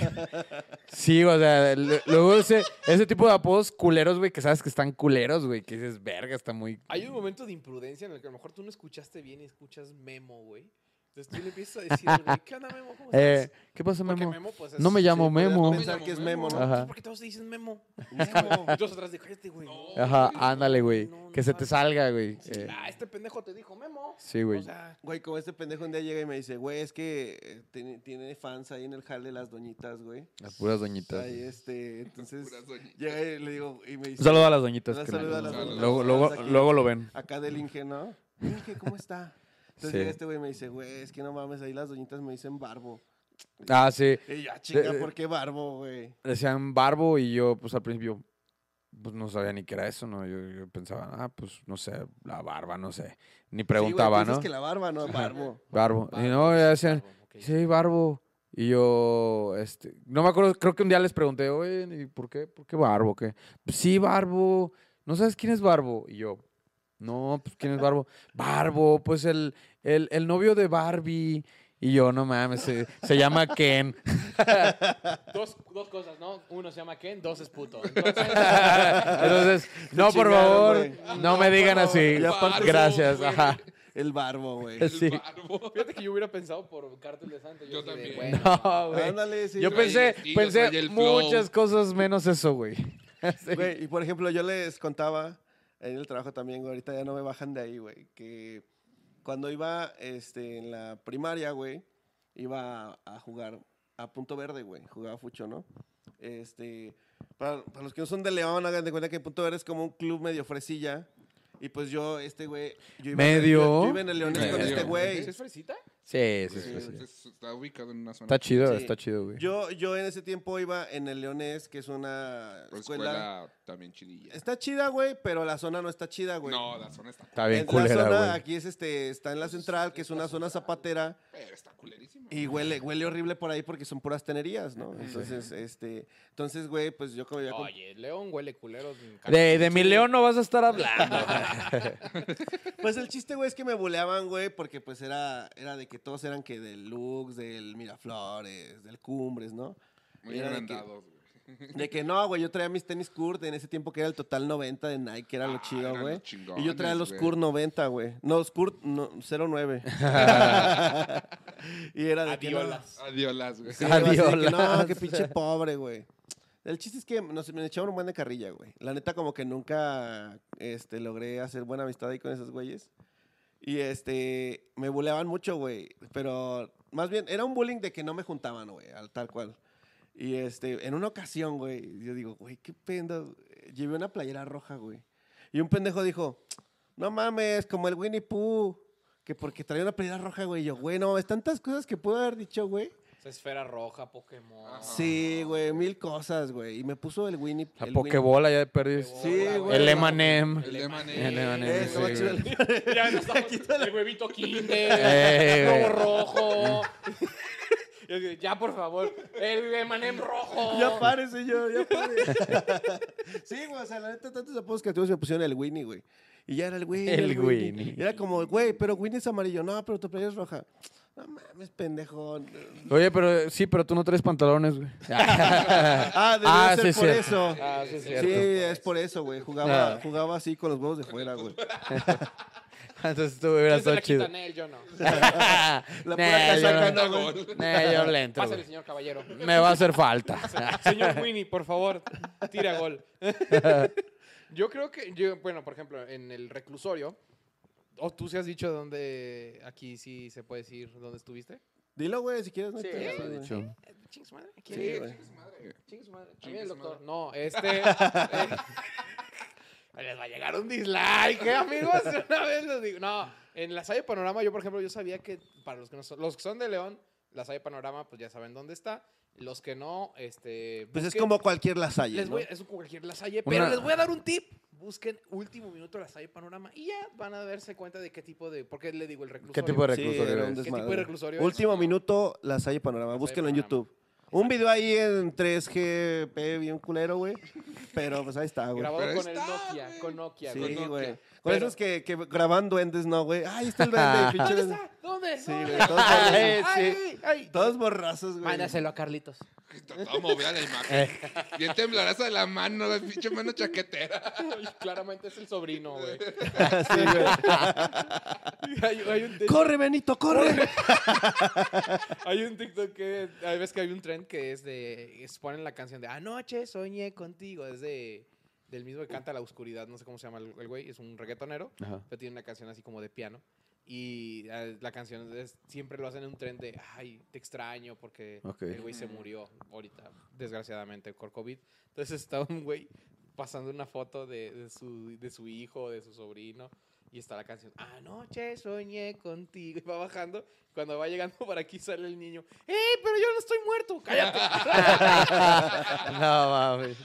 [SPEAKER 3] Sí, o sea, l- luego ese, ese tipo de apodos culeros, güey, que sabes que están culeros, güey, que dices, verga, está muy...
[SPEAKER 5] Hay un momento de imprudencia en el que a lo mejor tú no escuchaste bien y escuchas Memo, güey. Entonces tú le empiezas a decir, al güey, ¿qué onda, Memo? ¿Cómo
[SPEAKER 3] Eh,
[SPEAKER 5] estás?
[SPEAKER 3] ¿Qué pasa,
[SPEAKER 5] Porque
[SPEAKER 3] Memo?
[SPEAKER 5] Memo, pues, es-
[SPEAKER 3] No me llamo
[SPEAKER 1] Sí, podrías
[SPEAKER 3] Memo.
[SPEAKER 1] Pensar que es Memo, ¿no?
[SPEAKER 3] Ajá.
[SPEAKER 5] ¿Por qué todos te dicen Memo?
[SPEAKER 1] Memo.
[SPEAKER 5] Dos atrás de cállate, güey.
[SPEAKER 4] No.
[SPEAKER 3] Ajá, ándale, güey.
[SPEAKER 5] No, no
[SPEAKER 3] Que se te
[SPEAKER 5] mames.
[SPEAKER 3] salga, güey.
[SPEAKER 5] Sí,
[SPEAKER 3] Eh,
[SPEAKER 5] ah, este pendejo te dijo Memo.
[SPEAKER 3] Sí, güey.
[SPEAKER 5] O sea,
[SPEAKER 1] Güey, como este pendejo un día llega y me dice, güey, es que eh, tiene, tiene fans ahí en el hall de las doñitas, güey.
[SPEAKER 3] Las puras doñitas.
[SPEAKER 1] Ahí este, entonces
[SPEAKER 4] Puras doñitas.
[SPEAKER 1] llega y le digo, y me dice,
[SPEAKER 3] Un saludo a las doñitas.
[SPEAKER 1] Un
[SPEAKER 3] que
[SPEAKER 1] saludo
[SPEAKER 3] me-
[SPEAKER 1] a las
[SPEAKER 4] doñitas.
[SPEAKER 3] Luego, luego,
[SPEAKER 1] Aquí.
[SPEAKER 3] luego lo ven.
[SPEAKER 1] acá del Inge, ¿no? Inge, ¿cómo está? Entonces
[SPEAKER 3] Sí.
[SPEAKER 1] llega este güey y me dice, güey, es que no mames, ahí las doñitas me dicen barbo.
[SPEAKER 3] Ah, sí. eh,
[SPEAKER 1] Y yo, "Ah, chinga,
[SPEAKER 3] De-
[SPEAKER 1] ¿por qué barbo, güey?
[SPEAKER 3] Decían Barbo y yo, pues al principio, pues no sabía ni qué era eso, ¿no? Yo, yo pensaba, ah, pues no sé, la barba, no sé. Ni preguntaba,
[SPEAKER 1] pues, Es
[SPEAKER 3] ¿no?
[SPEAKER 1] que la barba, no, barbo.
[SPEAKER 3] Barbo. Y no, ya decían, sí, Barbo. Y yo, este, no me acuerdo, creo que un día les pregunté, oye, ¿y por qué? ¿Por qué Barbo? ¿Qué? "Pues Sí, Barbo. ¿No sabes quién es Barbo? Y yo, no, pues quién es Barbo. Barbo, pues el, el, el novio de Barbie. Y yo, no mames, se, se llama Ken.
[SPEAKER 5] dos, dos cosas, ¿no? Uno se llama Ken, dos es puto. Entonces,
[SPEAKER 3] Entonces, no, por
[SPEAKER 1] chingaron,
[SPEAKER 3] favor,
[SPEAKER 1] güey.
[SPEAKER 3] no me digan así.
[SPEAKER 1] Y aparte-
[SPEAKER 3] Gracias,
[SPEAKER 4] Barbo,
[SPEAKER 3] ajá.
[SPEAKER 1] El barbo, güey.
[SPEAKER 4] El
[SPEAKER 3] Sí.
[SPEAKER 4] barbo.
[SPEAKER 5] fíjate que yo hubiera pensado por Cártel de Santa. Yo,
[SPEAKER 4] Yo
[SPEAKER 5] así de,
[SPEAKER 4] también.
[SPEAKER 5] bueno,
[SPEAKER 3] No, güey.
[SPEAKER 1] Ándale, Ah, sí.
[SPEAKER 3] Yo
[SPEAKER 1] güey.
[SPEAKER 3] pensé,
[SPEAKER 4] el estilo, trae
[SPEAKER 3] pensé
[SPEAKER 4] el flow.
[SPEAKER 3] muchas cosas menos eso, güey. Sí.
[SPEAKER 1] Güey, y por ejemplo, yo les contaba en el trabajo también, güey, ahorita ya no me bajan de ahí, güey, que cuando iba este, en la primaria, güey, iba a, a jugar a punto verde, güey, jugaba fucho, ¿no? Este, para, para los que no son de León, hagan de cuenta que punto verde es como un club medio fresilla. Y pues yo, este güey, yo iba,
[SPEAKER 3] Medio.
[SPEAKER 1] yo- yo iba en el Leones con
[SPEAKER 4] Medio.
[SPEAKER 1] este güey.
[SPEAKER 5] ¿sí ¿Es fresita?
[SPEAKER 3] Sí, sí, sí.
[SPEAKER 1] Sí,
[SPEAKER 3] sí.
[SPEAKER 1] güey.
[SPEAKER 4] Es- Está ubicado en una zona.
[SPEAKER 3] Está chido,
[SPEAKER 1] Sí.
[SPEAKER 3] está chido, güey.
[SPEAKER 1] Yo, yo en ese tiempo iba en el Leones, que es una
[SPEAKER 4] Pero
[SPEAKER 1] escuela.
[SPEAKER 4] escuela también chidilla.
[SPEAKER 1] Está chida, güey, pero la zona no está chida, güey.
[SPEAKER 4] No, Pues, la zona está.
[SPEAKER 3] Está bien
[SPEAKER 1] Es la
[SPEAKER 3] culera,
[SPEAKER 1] zona,
[SPEAKER 3] güey.
[SPEAKER 1] aquí es este, está en la central, que es una zona zapatera,
[SPEAKER 4] Pero está culerísima.
[SPEAKER 1] y huele, huele horrible por ahí porque son puras tenerías, ¿no? Entonces, este, entonces, güey, pues yo como ya com-
[SPEAKER 5] Oye, León huele culero.
[SPEAKER 3] De, de mi león no vas a estar hablando.
[SPEAKER 1] Pues el chiste, güey, es que me buleaban, güey, porque pues era, era de que todos eran que del Lux, del Miraflores, del Cumbres, ¿no?
[SPEAKER 4] Muy
[SPEAKER 1] Era de que-
[SPEAKER 4] agrandados, güey.
[SPEAKER 1] De que no, güey, yo traía mis tenis Kurt en ese tiempo que era el total 90 de Nike, que era lo
[SPEAKER 4] Ah,
[SPEAKER 1] chido,
[SPEAKER 4] eran
[SPEAKER 1] güey.
[SPEAKER 4] los
[SPEAKER 1] Y yo traía
[SPEAKER 4] chingones,
[SPEAKER 1] los
[SPEAKER 4] güey.
[SPEAKER 1] Kurt 90, güey. No, los Kurt no, 09. y era
[SPEAKER 5] Ah,
[SPEAKER 1] de que no.
[SPEAKER 5] Adiolas.
[SPEAKER 4] Adiolas, güey.
[SPEAKER 1] Sí, algo así de que,
[SPEAKER 3] Adiolas.
[SPEAKER 1] No, qué pinche pobre, güey. El chiste es que nos me echaron un buen de carrilla, güey. La neta, como que nunca este, logré hacer buena amistad ahí con esos güeyes. Y este, me buleaban mucho, güey. Pero más bien, era un bullying de que no me juntaban, güey, al tal cual. Y este, en una ocasión, güey, yo digo, güey, qué penda. Llevé una playera roja, güey. Y un pendejo dijo, no mames, como el Winnie Pooh. Que porque traía una playera roja, güey. Y Yo, güey, no, es tantas cosas que puedo haber dicho, güey.
[SPEAKER 5] O sea, esfera roja, Pokémon.
[SPEAKER 1] Sí, güey, mil cosas, güey. Y me puso el Winnie.
[SPEAKER 3] La
[SPEAKER 1] el
[SPEAKER 3] Pokébola ya perdí.
[SPEAKER 5] Pokébola,
[SPEAKER 1] Sí, güey.
[SPEAKER 3] El Emanem.
[SPEAKER 4] El de Mané.
[SPEAKER 3] El Emanem.
[SPEAKER 1] Eh,
[SPEAKER 3] sí,
[SPEAKER 1] no,
[SPEAKER 3] güey.
[SPEAKER 1] chido,
[SPEAKER 5] Ya no estamos- el huevito
[SPEAKER 3] Eh,
[SPEAKER 5] Kinder,
[SPEAKER 3] güey.
[SPEAKER 5] el globo rojo. Y así, Ya, por favor, el Emanem rojo.
[SPEAKER 1] Ya pare, señor, ya pare. sí, güey, o sea, la neta, tantos apodos que tuvimos me pusieron el Winnie, güey. Y ya era el Winnie.
[SPEAKER 3] El Winnie.
[SPEAKER 1] Era como, güey, pero Winnie es amarillo. No, pero tu playa es roja. No mames, pendejo.
[SPEAKER 3] Oye, pero sí, pero tú no traes pantalones, güey.
[SPEAKER 1] Ah, debió
[SPEAKER 3] Ah,
[SPEAKER 1] ser
[SPEAKER 3] sí,
[SPEAKER 1] por
[SPEAKER 3] cierto.
[SPEAKER 1] eso.
[SPEAKER 5] Ah, sí, es
[SPEAKER 1] Sí,
[SPEAKER 5] cierto.
[SPEAKER 1] es por eso, güey. Jugaba,
[SPEAKER 3] Ah.
[SPEAKER 1] jugaba así con los huevos de fuera, güey.
[SPEAKER 3] Entonces tú hubieras
[SPEAKER 5] Ustedes se
[SPEAKER 3] estado chido.
[SPEAKER 5] la quitan él, yo no.
[SPEAKER 3] La
[SPEAKER 1] ¿eh? pura
[SPEAKER 3] yo
[SPEAKER 1] casaca,
[SPEAKER 3] no,
[SPEAKER 1] no,
[SPEAKER 4] Gol.
[SPEAKER 3] nah, yo no le entro,
[SPEAKER 5] Pásale,
[SPEAKER 3] güey.
[SPEAKER 5] señor caballero.
[SPEAKER 3] Me va a hacer falta.
[SPEAKER 5] Señor Winnie, por favor, tira gol. yo creo que, yo, bueno, por ejemplo, en el reclusorio, o tú se has dicho dónde, aquí sí se puede decir dónde estuviste.
[SPEAKER 1] Dilo, güey, si quieres. No hay
[SPEAKER 5] Sí,
[SPEAKER 1] pedo,
[SPEAKER 5] ya lo he
[SPEAKER 1] güey.
[SPEAKER 3] dicho.
[SPEAKER 5] Ching su madre. ¿quién?
[SPEAKER 1] Sí, güey.
[SPEAKER 5] Chingue su madre. También el
[SPEAKER 4] su
[SPEAKER 5] doctor. No, este. eh, les va a llegar un dislike, ¿eh, amigos? Una vez les digo. No, en la Salle Panorama, yo, por ejemplo, yo sabía que para los que no son, los que son de León, la Salle Panorama, pues ya saben dónde está. Los que no, este.
[SPEAKER 1] Pues es
[SPEAKER 5] busquen-
[SPEAKER 1] como cualquier lasalle,
[SPEAKER 5] Les
[SPEAKER 1] ¿no?
[SPEAKER 5] voy, es cualquier la Salle,
[SPEAKER 3] Una-
[SPEAKER 5] pero les voy a dar un tip. Busquen último minuto la Salle Panorama y ya van a darse cuenta de qué tipo de. ¿Por qué le digo el reclusorio?
[SPEAKER 3] ¿Qué tipo de
[SPEAKER 1] Sí,
[SPEAKER 3] reclusorio
[SPEAKER 1] era un
[SPEAKER 3] eres?
[SPEAKER 5] ¿Qué tipo de
[SPEAKER 1] desmadre.
[SPEAKER 5] reclusorio
[SPEAKER 1] Último
[SPEAKER 5] es?
[SPEAKER 1] minuto, la Salle Panorama. Búsquenlo en
[SPEAKER 5] Panorama.
[SPEAKER 1] YouTube. Un video ahí en 3GP, bien culero, güey. Pero pues ahí está, güey.
[SPEAKER 5] Grabado
[SPEAKER 4] Pero
[SPEAKER 5] con el
[SPEAKER 4] está,
[SPEAKER 5] Nokia,
[SPEAKER 4] güey.
[SPEAKER 5] con Nokia.
[SPEAKER 1] Sí,
[SPEAKER 5] con Nokia.
[SPEAKER 1] güey. Con
[SPEAKER 5] Pero-
[SPEAKER 1] esos que, que graban duendes, ¿no, güey? Ahí está el duende, pinche
[SPEAKER 5] ¿Dónde
[SPEAKER 1] duende.
[SPEAKER 5] está? ¿Dónde?
[SPEAKER 1] Sí,
[SPEAKER 5] ¿Dónde?
[SPEAKER 1] güey, todos borrazos.
[SPEAKER 5] ay, ay, ay.
[SPEAKER 1] Todos borrazos, güey.
[SPEAKER 5] Mándaselo a Carlitos.
[SPEAKER 4] Vamos a ver la
[SPEAKER 5] Eh.
[SPEAKER 4] imagen. Bien temblorosa de la mano, la pinche mano chaquetera.
[SPEAKER 5] claramente es el sobrino, güey.
[SPEAKER 1] Sí, güey.
[SPEAKER 5] hay, hay un tic-
[SPEAKER 1] ¡Corre, Benito, corre!
[SPEAKER 5] hay un TikTok que. Hay veces que hay un trend que es de. es- Ponen la canción de Anoche soñé contigo. Es de. Del mismo que canta La Oscuridad, no sé cómo se llama el el güey, es un reggaetonero,
[SPEAKER 3] Ajá.
[SPEAKER 5] pero tiene una canción así como de piano. Y eh, la canción es- siempre lo hacen en un tren de, ay, te extraño porque
[SPEAKER 3] Ok.
[SPEAKER 5] el güey se murió ahorita, desgraciadamente, por COVID. Entonces está un güey pasando una foto de, de su, de su hijo, de su sobrino, y está la canción, anoche soñé contigo, y va bajando, cuando va llegando para aquí sale el niño, ¡Ey, pero yo no estoy muerto! ¡Cállate!
[SPEAKER 3] No mames.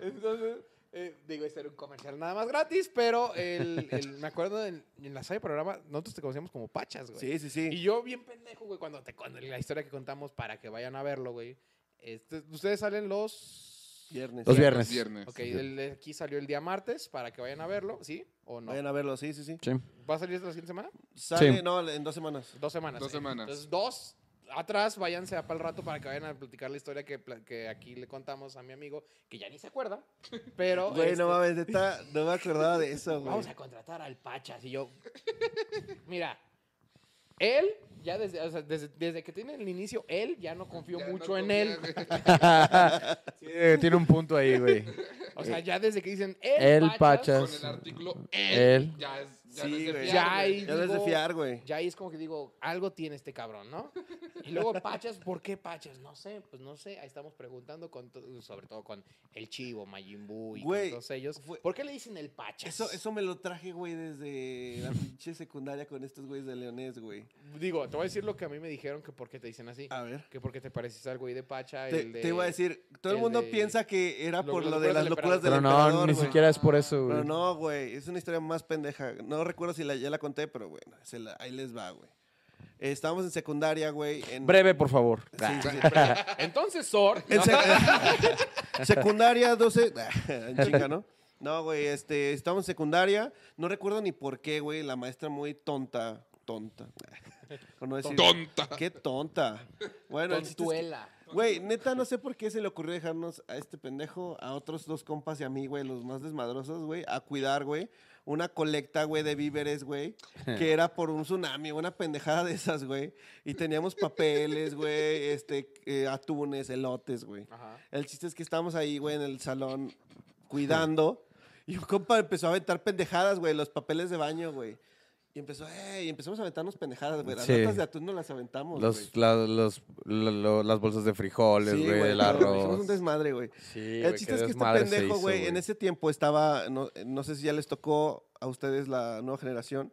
[SPEAKER 5] Entonces, eh, digo, este era un comercial nada más gratis, pero el, el- me acuerdo en, en la saga de programa, nosotros te conocíamos como Pachas, güey.
[SPEAKER 1] Sí, sí,
[SPEAKER 5] Y
[SPEAKER 1] sí.
[SPEAKER 5] yo bien pendejo, güey, cuando te cuando la historia que contamos para que vayan a verlo, güey. Este, ustedes salen los
[SPEAKER 1] Viernes.
[SPEAKER 3] Los viernes.
[SPEAKER 4] Viernes.
[SPEAKER 5] Ok, el de aquí salió el día martes para que vayan a verlo, ¿sí? ¿O no?
[SPEAKER 1] Vayan a verlo, sí, sí, sí.
[SPEAKER 3] Sí.
[SPEAKER 5] ¿Va a salir la siguiente semana?
[SPEAKER 1] Sale,
[SPEAKER 3] Sí.
[SPEAKER 1] no, en dos semanas.
[SPEAKER 5] Dos semanas.
[SPEAKER 4] Dos
[SPEAKER 5] ¿eh?
[SPEAKER 4] semanas.
[SPEAKER 5] Entonces, dos atrás, váyanse a para el rato para que vayan a platicar la historia que, pla- que aquí le contamos a mi amigo, que ya ni se acuerda, pero...
[SPEAKER 1] Güey,
[SPEAKER 5] este,
[SPEAKER 1] no mames, neta, no me acordaba de eso, güey.
[SPEAKER 5] Vamos a contratar al Pachas. Y yo, mira, él, ya desde, o sea, desde, desde que tiene el inicio, él ya no confió
[SPEAKER 4] Ya no
[SPEAKER 5] mucho en
[SPEAKER 4] confía,
[SPEAKER 5] él.
[SPEAKER 4] güey.
[SPEAKER 3] Sí, eh, tiene un punto ahí, güey.
[SPEAKER 5] O sea, ya desde que dicen el,
[SPEAKER 3] El
[SPEAKER 5] Pachas,
[SPEAKER 3] Pachas.
[SPEAKER 4] Con el artículo él.
[SPEAKER 3] Él.
[SPEAKER 4] Ya es. Ya no es
[SPEAKER 1] Sí,
[SPEAKER 4] de
[SPEAKER 1] güey.
[SPEAKER 4] fiar,
[SPEAKER 5] Ya
[SPEAKER 4] güey.
[SPEAKER 5] hay-
[SPEAKER 1] Ya no es de
[SPEAKER 5] digo-
[SPEAKER 1] fiar, güey.
[SPEAKER 5] ya ahí es como que digo, algo tiene este cabrón, ¿no? Y luego Pachas, ¿por qué Pachas? No sé, pues no sé. Ahí estamos preguntando, con to- sobre todo con el Chivo, Majin Buu y
[SPEAKER 1] Güey,
[SPEAKER 5] con todos ellos.
[SPEAKER 1] fue-
[SPEAKER 5] ¿Por qué le dicen el Pachas?
[SPEAKER 1] Eso, eso me lo traje, güey, desde la pinche secundaria con estos güeyes de Leonés, güey.
[SPEAKER 5] Digo, te voy a decir lo que a mí me dijeron que por qué te dicen así.
[SPEAKER 1] A ver.
[SPEAKER 5] Que porque te pareces al güey de Pacha.
[SPEAKER 1] Ah. Te,
[SPEAKER 5] el de-
[SPEAKER 1] te iba a decir, todo el,
[SPEAKER 5] el
[SPEAKER 1] mundo
[SPEAKER 5] de-
[SPEAKER 1] piensa que era
[SPEAKER 5] lo-
[SPEAKER 1] por
[SPEAKER 5] las
[SPEAKER 1] lo de las
[SPEAKER 5] locuras del
[SPEAKER 1] locuras del
[SPEAKER 3] Pero
[SPEAKER 1] emperador,
[SPEAKER 3] no, ni
[SPEAKER 1] güey.
[SPEAKER 3] siquiera es por eso,
[SPEAKER 1] Pero
[SPEAKER 3] güey.
[SPEAKER 1] no, güey, es una historia más pendeja. No recuerdo si la- ya la conté, pero bueno, se la- ahí les va, güey. Eh, estábamos en secundaria, güey. En...
[SPEAKER 3] Breve, por favor.
[SPEAKER 1] Sí, sí, sí.
[SPEAKER 5] Entonces, Sor.
[SPEAKER 1] En sec- secundaria 12. en chinga, ¿no? No, güey, este, estábamos en secundaria. No recuerdo ni por qué, güey. La maestra muy tonta. Tonta. Por no decir-
[SPEAKER 4] Tonta.
[SPEAKER 1] Qué tonta. Bueno, el chiste es que-
[SPEAKER 5] Tontuela.
[SPEAKER 1] Güey, neta, no sé por qué se le ocurrió dejarnos a este pendejo, a otros dos compas y a mí, güey, los más desmadrosos, güey, a cuidar, güey, una colecta, güey, de víveres, güey, que era por un tsunami, una pendejada de esas, güey. Y teníamos papeles, güey, este, eh, atunes, elotes, güey.
[SPEAKER 5] Ajá.
[SPEAKER 1] El chiste es que estábamos ahí, güey, en el salón cuidando. Y un compa empezó a aventar pendejadas, güey, los papeles de baño, güey. Y empezó, eh, y empezamos a aventarnos pendejadas, güey. Las
[SPEAKER 3] Sí.
[SPEAKER 1] latas de atún no las aventamos, güey.
[SPEAKER 3] Los, la- los, lo- lo- las bolsas de frijoles,
[SPEAKER 1] Sí,
[SPEAKER 3] güey, del
[SPEAKER 1] no, Hicimos
[SPEAKER 3] arroz.
[SPEAKER 1] un desmadre, güey.
[SPEAKER 3] Sí,
[SPEAKER 1] el
[SPEAKER 3] güey,
[SPEAKER 1] chiste es
[SPEAKER 3] qué
[SPEAKER 1] que este
[SPEAKER 3] desmadre se
[SPEAKER 1] pendejo,
[SPEAKER 3] hizo,
[SPEAKER 1] güey, en ese eh, tiempo estaba, no, no sé si ya les tocó a ustedes la nueva generación,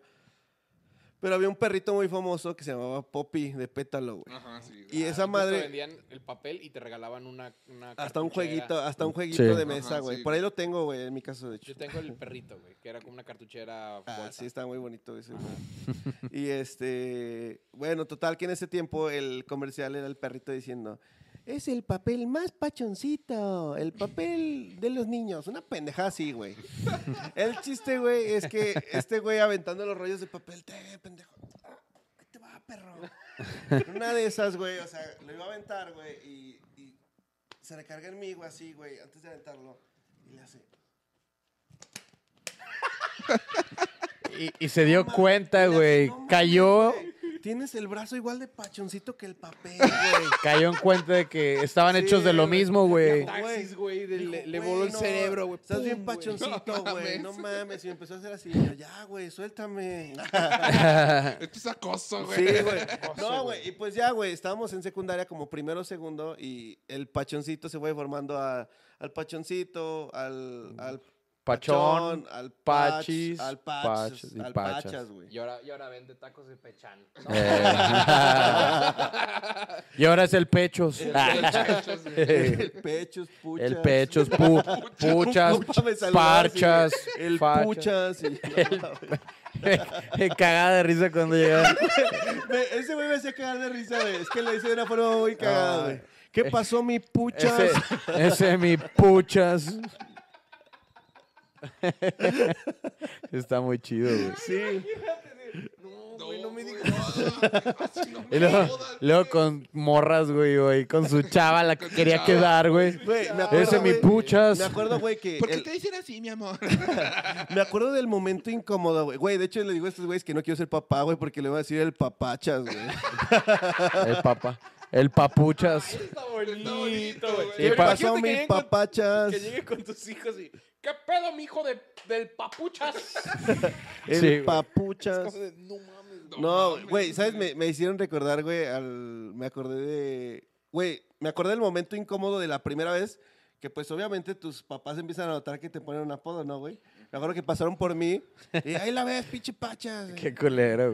[SPEAKER 1] Pero había un perrito muy famoso que se llamaba Poppy de pétalo, güey.
[SPEAKER 4] Ajá, sí.
[SPEAKER 1] Y
[SPEAKER 5] Ah,
[SPEAKER 1] esa
[SPEAKER 5] justo
[SPEAKER 1] madre,
[SPEAKER 5] vendían el papel y te regalaban una. una
[SPEAKER 1] hasta un
[SPEAKER 5] cartuchera.
[SPEAKER 1] jueguito, hasta un jueguito
[SPEAKER 3] Sí.
[SPEAKER 1] de mesa,
[SPEAKER 4] Ajá,
[SPEAKER 1] güey.
[SPEAKER 4] sí.
[SPEAKER 1] Por ahí lo tengo, güey, en mi caso, de hecho.
[SPEAKER 5] Yo tengo el perrito, güey, que era como una cartuchera.
[SPEAKER 1] Ah,
[SPEAKER 5] bolsa.
[SPEAKER 1] sí, está muy bonito ese. güey. y este, bueno, total que en ese tiempo el comercial era el perrito diciendo, es el papel más pachoncito, el papel de los niños, una pendejada así, güey. el chiste, güey, es que este güey aventando los rollos de papel, te pendejo. Ah, ahí te va, perro. una de esas, güey, o sea, lo iba a aventar, güey, y, y se recarga en mí, güey, así, güey, antes de aventarlo, y le hace...
[SPEAKER 3] Y, y se dio
[SPEAKER 1] No mames,
[SPEAKER 3] cuenta,
[SPEAKER 1] mira,
[SPEAKER 3] güey.
[SPEAKER 1] no mames,
[SPEAKER 3] Cayó,
[SPEAKER 1] güey. Tienes el brazo igual de pachoncito que el papel, güey.
[SPEAKER 3] cayó en cuenta de que estaban
[SPEAKER 1] Sí,
[SPEAKER 3] hechos de lo
[SPEAKER 1] güey.
[SPEAKER 3] mismo, güey.
[SPEAKER 1] Dijo,
[SPEAKER 5] Taxis, güey, de-
[SPEAKER 1] dijo,
[SPEAKER 5] le- le
[SPEAKER 1] güey,
[SPEAKER 5] voló el
[SPEAKER 1] no,
[SPEAKER 5] cerebro, güey,
[SPEAKER 1] Estás
[SPEAKER 5] pum,
[SPEAKER 1] bien
[SPEAKER 5] güey.
[SPEAKER 1] pachoncito,
[SPEAKER 4] No
[SPEAKER 1] güey. No
[SPEAKER 4] mames.
[SPEAKER 1] mames. Y empezó a hacer así. y yo, ya, güey, suéltame.
[SPEAKER 4] Esto es acoso, güey.
[SPEAKER 1] Sí, güey. No, güey. Y pues ya, güey, estábamos en secundaria como primero segundo y el pachoncito se fue formando a- al pachoncito, al, al
[SPEAKER 3] Mm. Pachón,
[SPEAKER 1] al pach,
[SPEAKER 3] pachis,
[SPEAKER 1] al pachas,
[SPEAKER 3] pachas y
[SPEAKER 1] al
[SPEAKER 3] pachas.
[SPEAKER 1] pachas, güey.
[SPEAKER 5] Y ahora, y ahora vende tacos de pechán.
[SPEAKER 3] Eh. y ahora es el pechos.
[SPEAKER 4] Muchachos, güey.
[SPEAKER 1] El pechos, puchas.
[SPEAKER 3] El pechos, pu- puchas,
[SPEAKER 1] Pucha me saludó así, güey.
[SPEAKER 3] parchas,
[SPEAKER 1] El
[SPEAKER 3] fachas.
[SPEAKER 1] puchas. y-
[SPEAKER 3] Cagada de risa cuando llegaron.
[SPEAKER 1] Me- ese güey me hacía cagar de risa, güey. Es que lo hice de una forma muy cagada, güey. ¿Qué pasó, mi puchas?
[SPEAKER 3] Ese, ese mi puchas. Está muy chido, güey.
[SPEAKER 1] Sí.
[SPEAKER 5] No,
[SPEAKER 4] No,
[SPEAKER 5] güey, no me digas.
[SPEAKER 4] Así no me
[SPEAKER 3] Y luego,
[SPEAKER 4] jodas,
[SPEAKER 3] luego
[SPEAKER 4] güey.
[SPEAKER 3] con morras, güey, güey, con su chava la que
[SPEAKER 4] Con su
[SPEAKER 3] quería
[SPEAKER 4] chava.
[SPEAKER 3] quedar, güey.
[SPEAKER 1] Güey, me acuerdo,
[SPEAKER 3] Ese mi
[SPEAKER 1] güey,
[SPEAKER 3] puchas.
[SPEAKER 1] Me acuerdo, güey, que...
[SPEAKER 4] ¿Por qué
[SPEAKER 1] el-
[SPEAKER 4] te dicen así, mi amor?
[SPEAKER 1] Me acuerdo del momento incómodo, güey. Güey, de hecho, le digo a estos güeyes que no quiero ser papá, güey, porque le voy a decir el papachas, güey.
[SPEAKER 3] El papá, el papuchas.
[SPEAKER 5] Está
[SPEAKER 4] Está
[SPEAKER 5] bonito,
[SPEAKER 4] bonito,
[SPEAKER 5] güey.
[SPEAKER 4] güey.
[SPEAKER 1] ¿Qué
[SPEAKER 5] Imagínate
[SPEAKER 1] pasó,
[SPEAKER 5] que
[SPEAKER 1] mi
[SPEAKER 5] lleguen con-
[SPEAKER 1] papachas?
[SPEAKER 5] Que llegue con tus hijos y. ¿Qué pedo, mi hijo de, del papuchas?
[SPEAKER 1] El
[SPEAKER 3] Sí, güey.
[SPEAKER 1] papuchas.
[SPEAKER 5] no mames, güey.
[SPEAKER 1] No,
[SPEAKER 4] mames,
[SPEAKER 1] güey, ¿sabes? Me, me hicieron recordar, güey, al... Me acordé de... Güey, me acordé del momento incómodo de la primera vez que, pues, obviamente tus papás empiezan a notar que te ponen un apodo, ¿no, güey? Me acuerdo que pasaron por mí y ahí la ves, pinche pachas.
[SPEAKER 3] Qué culero,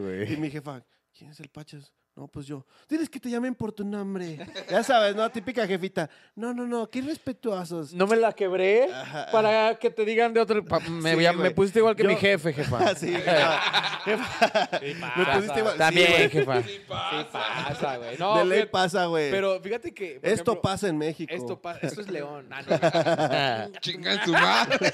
[SPEAKER 1] Y
[SPEAKER 3] güey.
[SPEAKER 1] mi jefa, ¿quién es el pachas? No, pues yo. Tienes que te llamen por tu nombre. Ya sabes, ¿no? Típica jefita. No, no, no, qué respetuosos.
[SPEAKER 3] No me la quebré para que te digan de otro. pa- me,
[SPEAKER 1] Sí,
[SPEAKER 3] ya-
[SPEAKER 1] güey.
[SPEAKER 3] me pusiste igual que
[SPEAKER 1] Yo- Ah,
[SPEAKER 3] mi jefe, jefa.
[SPEAKER 1] Así, jefa. Jefa. Me pusiste igual. sí,
[SPEAKER 3] También,
[SPEAKER 1] güey.
[SPEAKER 3] jefa.
[SPEAKER 4] Sí,
[SPEAKER 5] Sí
[SPEAKER 4] pasa.
[SPEAKER 5] pasa, güey. No,
[SPEAKER 1] de ley
[SPEAKER 5] fíjate-
[SPEAKER 1] pasa, güey.
[SPEAKER 5] Pero fíjate que. por
[SPEAKER 1] esto
[SPEAKER 5] ejemplo,
[SPEAKER 1] pasa en México.
[SPEAKER 5] Esto pasa. Esto es León. Ah, no.
[SPEAKER 4] Chinga en su madre.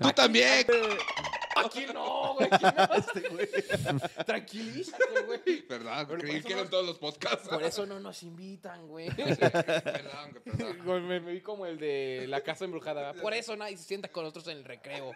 [SPEAKER 4] Tú también.
[SPEAKER 5] Aquí no, Este, güey. Aquí no. Tranquilízate, güey.
[SPEAKER 4] ¿Verdad?
[SPEAKER 5] Pero
[SPEAKER 4] Creí
[SPEAKER 5] por
[SPEAKER 4] que
[SPEAKER 5] eso
[SPEAKER 4] eran
[SPEAKER 5] no-
[SPEAKER 4] todos los podcasts.
[SPEAKER 5] Por eso no nos invitan, güey.
[SPEAKER 4] Perdón, güey, perdón.
[SPEAKER 5] Güey, Me, me vi como el de la casa embrujada. ¿verdad? Por eso nadie se sienta con nosotros en el recreo.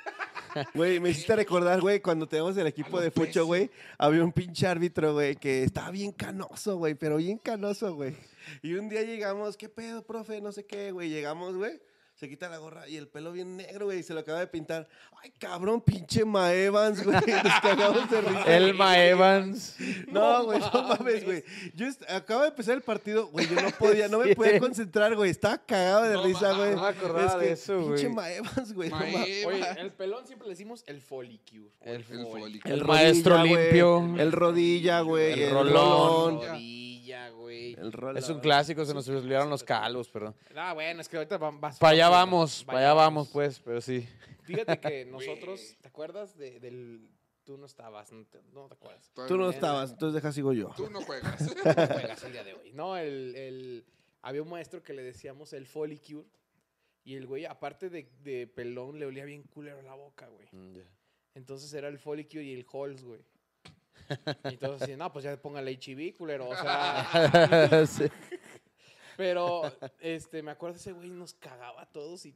[SPEAKER 1] Güey, me hiciste recordar, güey, cuando teníamos el equipo de Fucho, güey, había un pinche árbitro, güey, que estaba bien canoso, güey, pero bien canoso, güey. Y un día llegamos, ¿qué pedo, profe? No sé qué, güey. Llegamos, güey. Se quita la gorra y el pelo bien negro, güey, y se lo acaba de pintar. Ay, cabrón, pinche Maevans, güey. Nos cagamos de risa.
[SPEAKER 3] Elma Evans.
[SPEAKER 1] No, güey, no mames, güey. Yo est- acabo de empezar el partido, güey, yo no podía, no me
[SPEAKER 3] Sí. eh.
[SPEAKER 1] podía concentrar, güey. Estaba cagado de
[SPEAKER 4] No
[SPEAKER 1] risa,
[SPEAKER 4] mames,
[SPEAKER 1] güey.
[SPEAKER 3] no me acordaba
[SPEAKER 1] Es que
[SPEAKER 3] de eso, güey.
[SPEAKER 1] Pinche Maevans, güey. no
[SPEAKER 4] Mae-
[SPEAKER 1] mames.
[SPEAKER 5] Oye, el pelón siempre le decimos el folicure. o
[SPEAKER 4] El fólico.
[SPEAKER 3] El maestro
[SPEAKER 1] rodilla, güey,
[SPEAKER 3] limpio.
[SPEAKER 1] El rodilla, güey.
[SPEAKER 3] El
[SPEAKER 1] El
[SPEAKER 3] rolón.
[SPEAKER 1] rolón.
[SPEAKER 5] Rodilla, güey.
[SPEAKER 1] El rolón.
[SPEAKER 3] Es un clásico, se nos olvidaron los calvos, perdón.
[SPEAKER 5] Ah, bueno, es que ahorita van- vas.
[SPEAKER 3] Para allá vamos, para allá vamos, pues, pero sí.
[SPEAKER 5] Fíjate que nosotros, ¿te acuerdas de- del. Tú no estabas, no te, no te acuerdas.
[SPEAKER 1] Tú no estabas, entonces deja sigo yo.
[SPEAKER 4] Tú no juegas.
[SPEAKER 5] No juegas el día de hoy. No, el, el- había un maestro que le decíamos el folicure. Y el güey, aparte de, de pelón, le olía bien culero la boca, güey. Entonces era el folicure y el Halls, güey. Y entonces decían, no, pues ya póngale HIV, culero. O sea,
[SPEAKER 3] Sí.
[SPEAKER 5] Pero este, me acuerdo ese güey nos cagaba a todos y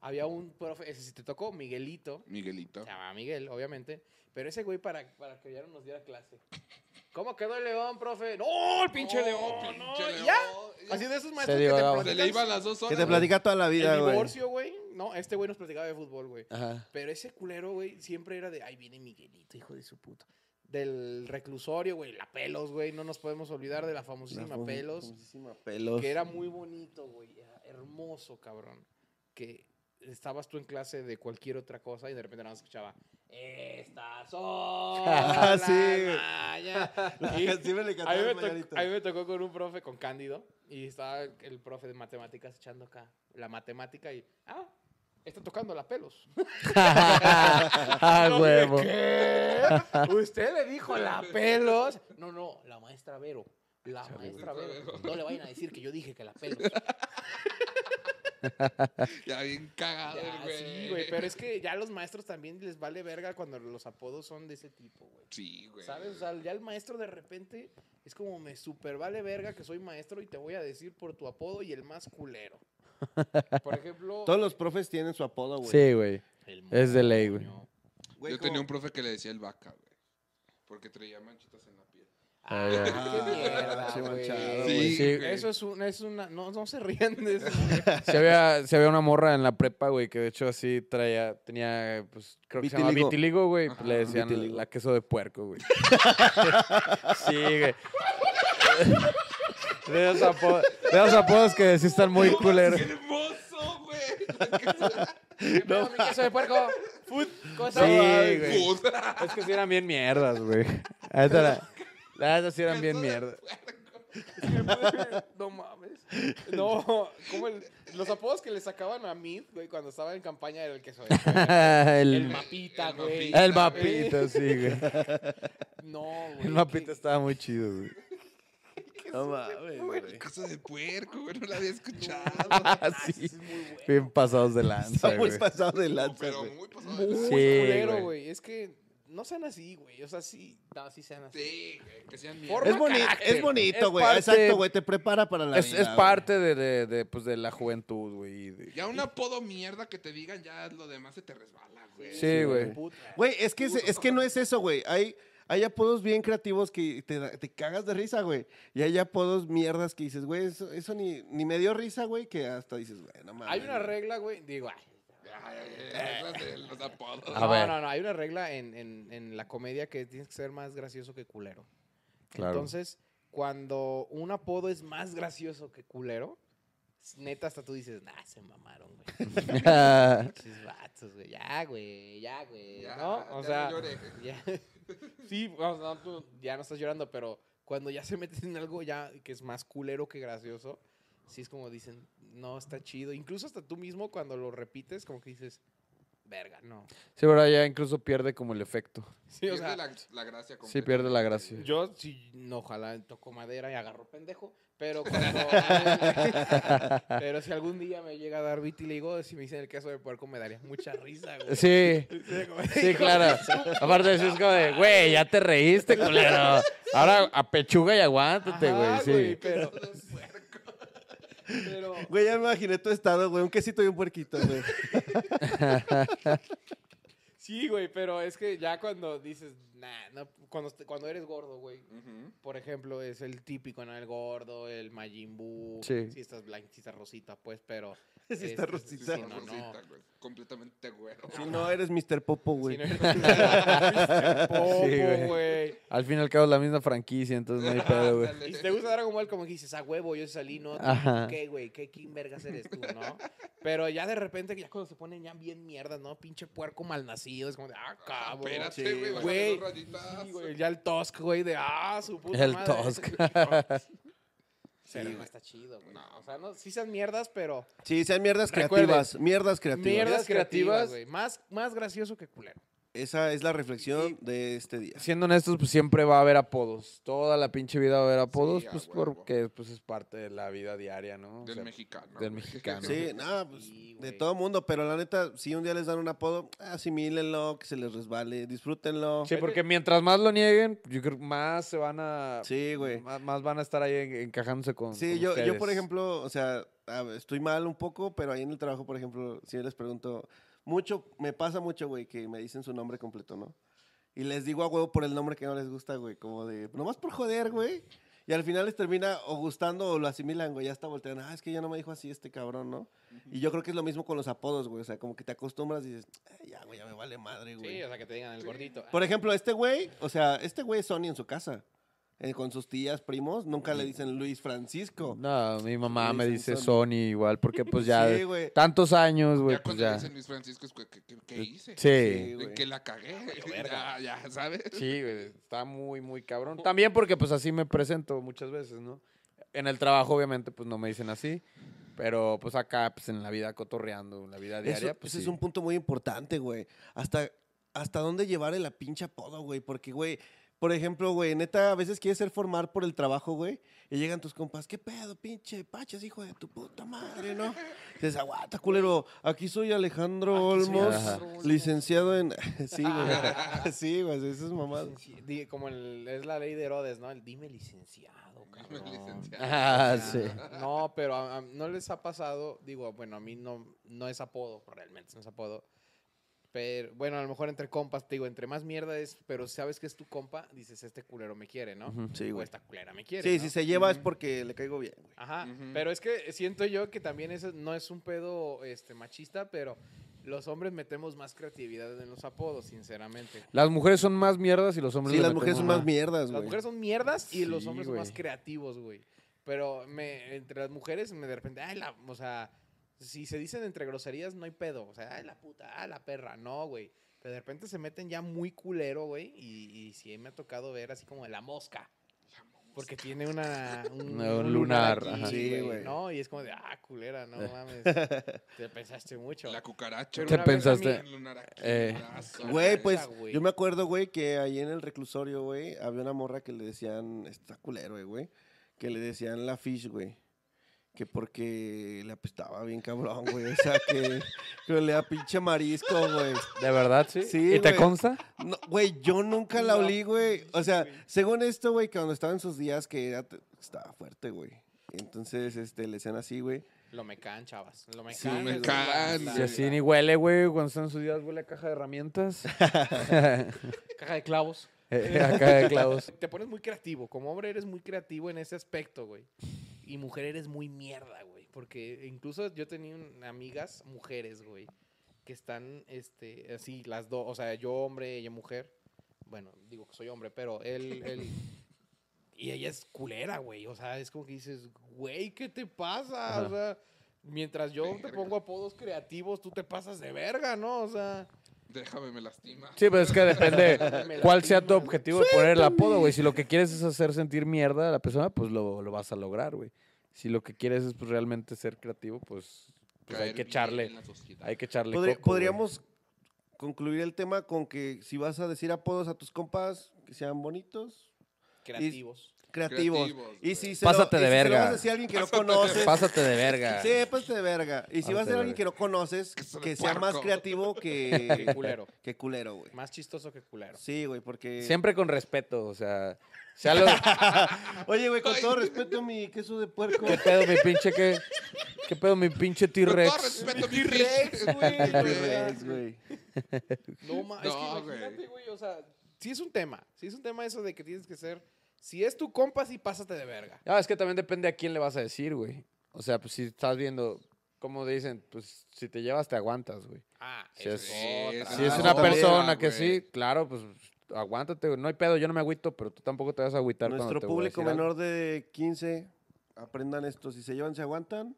[SPEAKER 5] había un profe, ese si te tocó, Miguelito,
[SPEAKER 4] Miguelito.
[SPEAKER 5] se llamaba Miguel, obviamente, pero ese güey para, para que ya no nos diera clase. ¿Cómo quedó el león, profe? ¡No, el pinche
[SPEAKER 4] No,
[SPEAKER 5] león!
[SPEAKER 4] pinche
[SPEAKER 5] no!
[SPEAKER 4] león.
[SPEAKER 5] ¿Y ya? Así de esos maestros que
[SPEAKER 3] dio
[SPEAKER 5] te
[SPEAKER 3] la-
[SPEAKER 4] Se
[SPEAKER 5] platican
[SPEAKER 4] le iban las dos
[SPEAKER 1] Que
[SPEAKER 4] horas.
[SPEAKER 1] te platica toda la vida,
[SPEAKER 5] el
[SPEAKER 1] güey.
[SPEAKER 5] divorcio, güey. No, este güey nos platicaba de fútbol, güey.
[SPEAKER 3] Ajá.
[SPEAKER 5] Pero ese culero, güey, siempre era de, ay, viene Miguelito, hijo de su puta. Del reclusorio, güey, la pelos, güey, no nos podemos olvidar de la famosísima
[SPEAKER 1] La fam-
[SPEAKER 5] pelos.
[SPEAKER 1] famosísima pues, pelos.
[SPEAKER 5] Que era muy bonito, güey. Era hermoso, cabrón. Que estabas tú en clase de cualquier otra cosa y de repente nada más escuchaba Estas son las
[SPEAKER 1] Ah, sí, güey.
[SPEAKER 5] mañanas". Y
[SPEAKER 1] Sí me le cantaba
[SPEAKER 5] a, mí me
[SPEAKER 1] el
[SPEAKER 5] tocó-
[SPEAKER 1] Margarito.
[SPEAKER 5] a mí me tocó con un profe, con Cándido, y estaba el profe de matemáticas echando acá la matemática y, ah, está tocando la pelos.
[SPEAKER 3] ah,
[SPEAKER 5] Yo dije,
[SPEAKER 3] huevo.
[SPEAKER 5] ¿Qué? ¿Usted le dijo la pelos? No, no, la maestra Vero. La maestra Vero. No le vayan a decir que yo dije que la pelos.
[SPEAKER 4] Ya bien cagado,
[SPEAKER 5] Ya,
[SPEAKER 4] el güey.
[SPEAKER 5] sí, güey, pero es que ya a los maestros también les vale verga cuando los apodos son de ese tipo, güey.
[SPEAKER 4] Sí, güey.
[SPEAKER 5] ¿Sabes? O sea, ya el maestro de repente es como me super vale verga que soy maestro y te voy a decir por tu apodo y el más culero. Por ejemplo,
[SPEAKER 1] Todos los profes tienen su apodo, güey.
[SPEAKER 3] Sí, güey.
[SPEAKER 5] el
[SPEAKER 3] Es de ley, güey.
[SPEAKER 5] moño.
[SPEAKER 1] Güey,
[SPEAKER 4] Yo tenía
[SPEAKER 1] como-
[SPEAKER 4] un profe que le decía el vaca, güey. Porque traía manchitas en la piel.
[SPEAKER 5] Ah,
[SPEAKER 1] Ah,
[SPEAKER 5] qué mierda,
[SPEAKER 1] sí,
[SPEAKER 5] güey.
[SPEAKER 1] manchado,
[SPEAKER 4] Sí,
[SPEAKER 3] güey, sí.
[SPEAKER 4] güey.
[SPEAKER 5] Eso es, un- es una... No, no se rían de eso. güey.
[SPEAKER 3] Se había, se había una morra en la prepa, güey, que de hecho así traía, tenía, pues, creo que se
[SPEAKER 1] Vitiligo.
[SPEAKER 3] llamaba vitiligo, güey. pues,
[SPEAKER 4] Ajá.
[SPEAKER 3] le decían
[SPEAKER 1] Vitiligo.
[SPEAKER 3] la queso de puerco, güey. sí, güey. De esos, apo- de esos apodos que sí están muy culeros.
[SPEAKER 4] ¡Qué hermoso, güey!
[SPEAKER 5] ¿Qué pedo, mi queso de puerco? Food.
[SPEAKER 3] Sí,
[SPEAKER 5] Cosa.
[SPEAKER 3] güey.
[SPEAKER 4] Puta.
[SPEAKER 3] Es que sí eran bien mierdas, güey. La neta era- la neta sí eran bien
[SPEAKER 4] Queso de
[SPEAKER 3] mierdas.
[SPEAKER 5] No mames. No, como el- los apodos que le sacaban a Mid, güey, cuando estaba en campaña era el queso de puerco. El
[SPEAKER 3] El,
[SPEAKER 5] mapita,
[SPEAKER 4] El
[SPEAKER 5] güey.
[SPEAKER 4] mapita.
[SPEAKER 3] el mapita, sí, güey.
[SPEAKER 5] No, güey.
[SPEAKER 3] El mapita
[SPEAKER 5] qué-
[SPEAKER 3] estaba muy chido, güey.
[SPEAKER 1] No mames, güey.
[SPEAKER 4] Cosa de puerco, güey. No la había escuchado.
[SPEAKER 3] Así. Bien pasados de lanza,
[SPEAKER 1] Está muy
[SPEAKER 3] güey.
[SPEAKER 1] pasado de
[SPEAKER 4] No,
[SPEAKER 1] lanza,
[SPEAKER 4] pero
[SPEAKER 1] güey.
[SPEAKER 4] muy pasado.
[SPEAKER 5] Muy
[SPEAKER 4] de lanza.
[SPEAKER 3] Sí,
[SPEAKER 5] culero,
[SPEAKER 3] güey.
[SPEAKER 5] güey. Es que no sean así, güey. O sea, sí. No, sí sean así.
[SPEAKER 4] Sí, güey. Que sean
[SPEAKER 5] Por-
[SPEAKER 4] mierda.
[SPEAKER 1] Es, boni-
[SPEAKER 5] carácter.
[SPEAKER 1] es bonito,
[SPEAKER 3] Es
[SPEAKER 1] güey.
[SPEAKER 3] parte-
[SPEAKER 1] Exacto, güey. Te prepara para la
[SPEAKER 3] Es,
[SPEAKER 1] vida.
[SPEAKER 3] es
[SPEAKER 1] güey.
[SPEAKER 3] parte de, de- de, pues, de la juventud, güey. y de-
[SPEAKER 4] Ya un apodo mierda que te digan, ya lo demás se te resbala, güey.
[SPEAKER 3] Sí, güey.
[SPEAKER 5] Puta.
[SPEAKER 1] Güey, es que, es, es que no es eso, güey. Hay, hay apodos bien creativos que te, da- te cagas de risa, güey. Y hay apodos mierdas que dices, güey, eso, eso ni, ni me dio risa, güey, que hasta dices, güey, no mames.
[SPEAKER 5] Hay una regla, güey. Digo, ay.
[SPEAKER 4] Ay, esas de los apodos.
[SPEAKER 3] A
[SPEAKER 5] no,
[SPEAKER 3] ver.
[SPEAKER 5] no, no. Hay una regla en, en, en la comedia que tienes que ser más gracioso que culero.
[SPEAKER 3] Claro.
[SPEAKER 5] Entonces, cuando un apodo es más gracioso que culero, neta, hasta tú dices, nah, se mamaron, güey. Pinches vatos, güey. Ya, güey, ya, güey.
[SPEAKER 4] Ya,
[SPEAKER 5] ¿No? O
[SPEAKER 4] ya
[SPEAKER 5] sea,
[SPEAKER 4] no llore.
[SPEAKER 5] ya- sí, o sea, tú ya no estás llorando, pero cuando ya se meten en algo ya que es más culero que gracioso, sí es como dicen, no, está chido. Incluso hasta tú mismo cuando lo repites, como que dices, verga, no.
[SPEAKER 3] Sí, pero ya incluso pierde como el efecto.
[SPEAKER 5] Sí, o sea,
[SPEAKER 4] pierde la, la gracia.
[SPEAKER 3] Sí, pierde la gracia.
[SPEAKER 5] yo sí, no, ojalá toco madera y agarro pendejo, pero cuando... pero si algún día me llega a dar vitiligo, si me dicen el queso de puerco, me daría mucha risa, güey.
[SPEAKER 3] Sí, sí, claro. Aparte, sí es como de, güey, ya te reíste, culero. Ahora a pechuga y aguántate, güey.
[SPEAKER 5] Ajá,
[SPEAKER 3] Sí.
[SPEAKER 5] pero... pero...
[SPEAKER 1] Güey, ya me imaginé tu estado, güey. Un quesito y un puerquito, güey.
[SPEAKER 5] Sí, güey, pero es que ya cuando dices, nah, no, cuando, est- cuando eres gordo, güey,
[SPEAKER 4] Ujú.
[SPEAKER 5] por ejemplo, es el típico, ¿no? El gordo, el Majin Buu,
[SPEAKER 3] Sí.
[SPEAKER 5] si estás blanca, si estás rosita, pues, pero...
[SPEAKER 1] Si
[SPEAKER 5] este,
[SPEAKER 1] estás
[SPEAKER 4] Sí,
[SPEAKER 1] rosita.
[SPEAKER 4] sí,
[SPEAKER 5] no, no.
[SPEAKER 4] rosita, güey. Completamente güero.
[SPEAKER 1] Si no, eres Mr. Popo,
[SPEAKER 5] Si
[SPEAKER 1] güey.
[SPEAKER 5] no eres popo,
[SPEAKER 3] Sí, güey.
[SPEAKER 5] güey.
[SPEAKER 3] Al fin y al cabo es la misma franquicia, entonces no hay pedo, güey.
[SPEAKER 4] Ándale.
[SPEAKER 5] Y si te gusta Dragon Ball, como que dices, a huevo, yo salí, ¿no?
[SPEAKER 3] Ajá.
[SPEAKER 5] ¿Qué, güey? ¿Qué quién vergas eres tú, no? Pero ya de repente, ya cuando se ponen ya bien mierdas, ¿no? Pinche puerco malnacido, es como de, ah,
[SPEAKER 4] Ah,
[SPEAKER 5] cabrón.
[SPEAKER 4] Espérate, güey.
[SPEAKER 5] Güey,
[SPEAKER 4] bájale dos rayitas.
[SPEAKER 5] Sí, güey, ya el Tusk, güey, de ah, su puta
[SPEAKER 3] El
[SPEAKER 5] madre. "Pues,
[SPEAKER 3] Tusk.
[SPEAKER 5] pero no está chido, güey. O sea, no, sí sean mierdas, pero
[SPEAKER 1] Sí, sean mierdas
[SPEAKER 5] Recuerden,
[SPEAKER 1] creativas. Mierdas creativas.
[SPEAKER 5] mierdas
[SPEAKER 3] creativas.
[SPEAKER 5] creativas, güey. Más, más gracioso que culero.
[SPEAKER 1] Esa es la reflexión de este día.
[SPEAKER 3] Siendo honestos, pues siempre va a haber apodos. Toda la pinche vida va a haber apodos,
[SPEAKER 4] a
[SPEAKER 3] pues
[SPEAKER 4] huevo.
[SPEAKER 3] porque pues, es parte de la vida diaria, ¿no? O
[SPEAKER 4] Del
[SPEAKER 3] sea,
[SPEAKER 4] mexicano.
[SPEAKER 3] del
[SPEAKER 4] güey.
[SPEAKER 3] mexicano.
[SPEAKER 1] Sí, nada, pues
[SPEAKER 5] Sí,
[SPEAKER 1] de
[SPEAKER 5] güey.
[SPEAKER 1] todo mundo, pero la neta, si un día les dan un apodo, asimílenlo, que se les resbale, disfrútenlo.
[SPEAKER 3] Sí, porque mientras más lo nieguen, yo creo que más se van a.
[SPEAKER 1] Sí, güey.
[SPEAKER 3] Más, más van a estar ahí en- encajándose con.
[SPEAKER 1] Sí,
[SPEAKER 3] con
[SPEAKER 1] yo, yo, por
[SPEAKER 3] ustedes.
[SPEAKER 1] ejemplo, o sea, a ver, estoy mal un poco, pero ahí en el trabajo, por ejemplo, si yo les pregunto, mucho, me pasa mucho, güey, que me dicen su nombre completo, ¿no? Y les digo a huevo por el nombre que no les gusta, güey, como de, nomás por joder, güey. Y al final les termina o gustando o lo asimilan, güey, ya está voltean, ah, es que ya no me dijo así este cabrón, ¿no? Y yo creo que es lo mismo con los apodos, güey, o sea, como que te acostumbras y dices, "Ah, ya, güey, ya me vale madre, güey.
[SPEAKER 5] Sí, o sea, que te digan el gordito. "Ah,
[SPEAKER 1] Por ejemplo, este güey, o sea, este güey es Sony en su casa. eh, con sus tías, primos, nunca le dicen Luis Francisco.
[SPEAKER 3] No, mi mamá
[SPEAKER 1] Le
[SPEAKER 3] me
[SPEAKER 1] dicen
[SPEAKER 3] dice
[SPEAKER 1] Sony.
[SPEAKER 3] Sony igual, porque pues ya
[SPEAKER 1] Sí, güey.
[SPEAKER 3] tantos años, güey,
[SPEAKER 4] ya
[SPEAKER 3] pues
[SPEAKER 4] cuando
[SPEAKER 3] ya.
[SPEAKER 4] dicen Luis Francisco es que, que- que- que hice.
[SPEAKER 3] Sí. Ah,
[SPEAKER 1] güey.
[SPEAKER 4] Que la cagué. Ya, ya, ¿sabes?
[SPEAKER 3] Sí, güey, está muy, muy cabrón. También porque pues así me presento muchas veces, ¿no? En el trabajo, obviamente, pues no me dicen así, pero pues acá, pues en la vida cotorreando, en la vida
[SPEAKER 1] Eso-
[SPEAKER 3] diaria, pues
[SPEAKER 1] ese es
[SPEAKER 3] sí.
[SPEAKER 1] un punto muy importante, güey. Hasta, hasta dónde llevar el la pinche apodo, güey. Porque, güey, por ejemplo, güey, neta, a veces quieres ser formal por el trabajo, güey. Y llegan tus compas, ¿qué pedo, pinche pachas, hijo de tu puta madre, no? Y dices, aguanta, culero. Aquí soy Alejandro
[SPEAKER 5] Aquí soy
[SPEAKER 1] Olmos,
[SPEAKER 3] Alejandro
[SPEAKER 5] Olmos.
[SPEAKER 1] licenciado en. sí, güey. sí, güey, eso es mamada.
[SPEAKER 5] Licenci- di- Como el- es la ley de Herodes, ¿no? El dime licenciado,
[SPEAKER 4] Me
[SPEAKER 5] cabrón.
[SPEAKER 4] licencié.
[SPEAKER 3] Ah, sí.
[SPEAKER 5] No, pero a- a- no les ha pasado, digo, bueno, a mí no, no es apodo, realmente no es apodo. Pero bueno, a lo mejor entre compas, te digo, entre más mierda es, pero sabes que es tu compa, dices, este culero me quiere, ¿no?
[SPEAKER 3] Ujú.
[SPEAKER 1] Sí,
[SPEAKER 5] o
[SPEAKER 1] güey.
[SPEAKER 5] esta culera me quiere.
[SPEAKER 1] Sí,
[SPEAKER 5] ¿no?
[SPEAKER 1] si se lleva es porque le caigo bien, güey.
[SPEAKER 5] Ajá,
[SPEAKER 4] Ujú.
[SPEAKER 5] pero es que siento yo que también eso no es un pedo este, machista, pero los hombres metemos más creatividad en los apodos, sinceramente.
[SPEAKER 3] Las mujeres son más mierdas y los hombres
[SPEAKER 1] Sí,
[SPEAKER 3] le
[SPEAKER 1] las mujeres
[SPEAKER 3] metemos
[SPEAKER 1] son más
[SPEAKER 3] más.
[SPEAKER 1] mierdas,
[SPEAKER 5] Las
[SPEAKER 1] güey.
[SPEAKER 5] mujeres son mierdas y los
[SPEAKER 3] Sí,
[SPEAKER 5] hombres son más
[SPEAKER 3] güey.
[SPEAKER 5] creativos, güey. Pero me, entre las mujeres, me de repente, ay, la, o sea, si se dicen entre groserías, no hay pedo. O sea, ay, la puta, ay, la perra, no, güey. Pero de repente se meten ya muy culero, güey. Y, y sí me ha tocado ver así como de la mosca. Porque tiene una, un,
[SPEAKER 3] No,
[SPEAKER 5] un
[SPEAKER 3] lunar, ajá.
[SPEAKER 1] Sí,
[SPEAKER 5] sí,
[SPEAKER 1] güey.
[SPEAKER 5] güey. No, y es como de, ah, culera, no mames. Te pensaste mucho.
[SPEAKER 4] La cucaracha.
[SPEAKER 5] Pero
[SPEAKER 3] ¿Qué
[SPEAKER 5] una vez a mí-
[SPEAKER 3] pensaste?
[SPEAKER 4] El lunar aquí,
[SPEAKER 3] Eh.
[SPEAKER 4] brazo,
[SPEAKER 1] Güey,
[SPEAKER 4] acá.
[SPEAKER 1] pues
[SPEAKER 5] Verga, güey.
[SPEAKER 1] yo me acuerdo, güey, que ahí en el reclusorio, güey, había una morra que le decían, está culero, eh, güey, que le decían la fish, güey. Que porque le apestaba bien cabrón, güey. O sea, que, que olía a pinche marisco, güey.
[SPEAKER 3] ¿De verdad, sí?
[SPEAKER 1] Sí,
[SPEAKER 3] ¿Y te
[SPEAKER 1] güey.
[SPEAKER 3] consta?
[SPEAKER 1] No, Güey, yo nunca la
[SPEAKER 5] No,
[SPEAKER 1] olí, güey. O sea,
[SPEAKER 5] güey.
[SPEAKER 1] según esto, güey, que cuando estaba en sus días, que era- estaba fuerte, güey. Entonces, este, le decían así, güey.
[SPEAKER 5] Lo me can, chavas. Lo me
[SPEAKER 1] Sí,
[SPEAKER 5] can.
[SPEAKER 1] me
[SPEAKER 5] es
[SPEAKER 4] can,
[SPEAKER 5] la-
[SPEAKER 4] güey.
[SPEAKER 5] la-
[SPEAKER 3] Si
[SPEAKER 4] Sí,
[SPEAKER 3] así ni huele, güey, cuando están en sus días huele a caja de herramientas.
[SPEAKER 5] Caja de clavos.
[SPEAKER 3] Eh, a caja de clavos.
[SPEAKER 5] Te pones muy creativo. Como hombre eres muy creativo en ese aspecto, güey. Y mujer eres muy mierda, güey. Porque incluso yo tenía un- amigas mujeres, güey. Que están, este, así, las dos. O sea, yo hombre, ella mujer. Bueno, digo que soy hombre, pero él, él... Y ella es culera, güey. O sea, es como que dices, güey, ¿qué te pasa?
[SPEAKER 3] Ajá.
[SPEAKER 5] O sea, mientras yo te
[SPEAKER 4] Verga.
[SPEAKER 5] pongo apodos creativos, tú te pasas de verga, ¿no? O sea...
[SPEAKER 4] Déjame, me lastima.
[SPEAKER 3] Sí, pues, pero es que depende
[SPEAKER 5] Me
[SPEAKER 3] cuál sea tu
[SPEAKER 5] lastimas.
[SPEAKER 3] objetivo de poner el apodo, güey. Si lo que quieres es hacer sentir mierda a la persona, pues lo, lo vas a lograr, güey. Si lo que quieres es pues, realmente ser creativo, pues, pues, hay
[SPEAKER 4] Caer
[SPEAKER 3] que
[SPEAKER 4] bien
[SPEAKER 3] echarle,
[SPEAKER 4] en la sociedad.
[SPEAKER 3] hay que echarle
[SPEAKER 1] Podri-
[SPEAKER 3] coco, güey.
[SPEAKER 1] podríamos concluir el tema con que si vas a decir apodos a tus compas, que sean bonitos.
[SPEAKER 5] Creativos.
[SPEAKER 1] creativos.
[SPEAKER 4] Creativos,
[SPEAKER 1] y
[SPEAKER 4] güey.
[SPEAKER 1] si se
[SPEAKER 3] Pásate
[SPEAKER 1] lo, y
[SPEAKER 3] de
[SPEAKER 1] si se lo
[SPEAKER 3] verga.
[SPEAKER 1] vas a decir a alguien que no conoces.
[SPEAKER 3] Pásate de verga.
[SPEAKER 1] Sí, pásate de verga. Y si
[SPEAKER 3] Pásate
[SPEAKER 1] vas a decir
[SPEAKER 3] de
[SPEAKER 1] a alguien que no conoces,
[SPEAKER 4] Que
[SPEAKER 1] que,
[SPEAKER 4] se ve
[SPEAKER 1] sea más
[SPEAKER 4] puerco.
[SPEAKER 1] creativo que,
[SPEAKER 5] Que culero.
[SPEAKER 1] Que culero, güey.
[SPEAKER 5] Más chistoso que culero.
[SPEAKER 1] Sí, güey, porque.
[SPEAKER 3] Siempre con respeto, o sea, sea lo-
[SPEAKER 1] Oye, güey, con todo respeto a mi queso de puerco.
[SPEAKER 3] ¿Qué pedo mi pinche qué? ¿Qué pedo mi pinche
[SPEAKER 4] Con todo
[SPEAKER 3] T-Rex?
[SPEAKER 4] respeto, mi Rex,
[SPEAKER 5] güey,
[SPEAKER 4] güey.
[SPEAKER 1] Es, güey.
[SPEAKER 5] No, ma, es que
[SPEAKER 4] No,
[SPEAKER 5] imagínate,
[SPEAKER 4] güey.
[SPEAKER 5] güey, o sea, sí es un tema, sí es un tema eso de que tienes que ser, si es tu compa, sí pásate de verga.
[SPEAKER 3] No, es que también depende a quién le vas a decir, güey. O sea, pues si estás viendo, como dicen, pues si te llevas te aguantas, güey.
[SPEAKER 5] Ah,
[SPEAKER 3] Sí,
[SPEAKER 5] eso es
[SPEAKER 4] es-
[SPEAKER 5] otra.
[SPEAKER 3] Si es
[SPEAKER 1] Ah,
[SPEAKER 3] una
[SPEAKER 1] no,
[SPEAKER 3] persona
[SPEAKER 4] güey.
[SPEAKER 3] que sí, claro, pues aguántate, güey. No hay pedo, yo no me agüito, pero tú tampoco te vas a agüitar cuando
[SPEAKER 1] Nuestro
[SPEAKER 3] te voy a
[SPEAKER 1] público
[SPEAKER 3] decir algo.
[SPEAKER 1] menor de 15, aprendan esto. Si se llevan, se aguantan.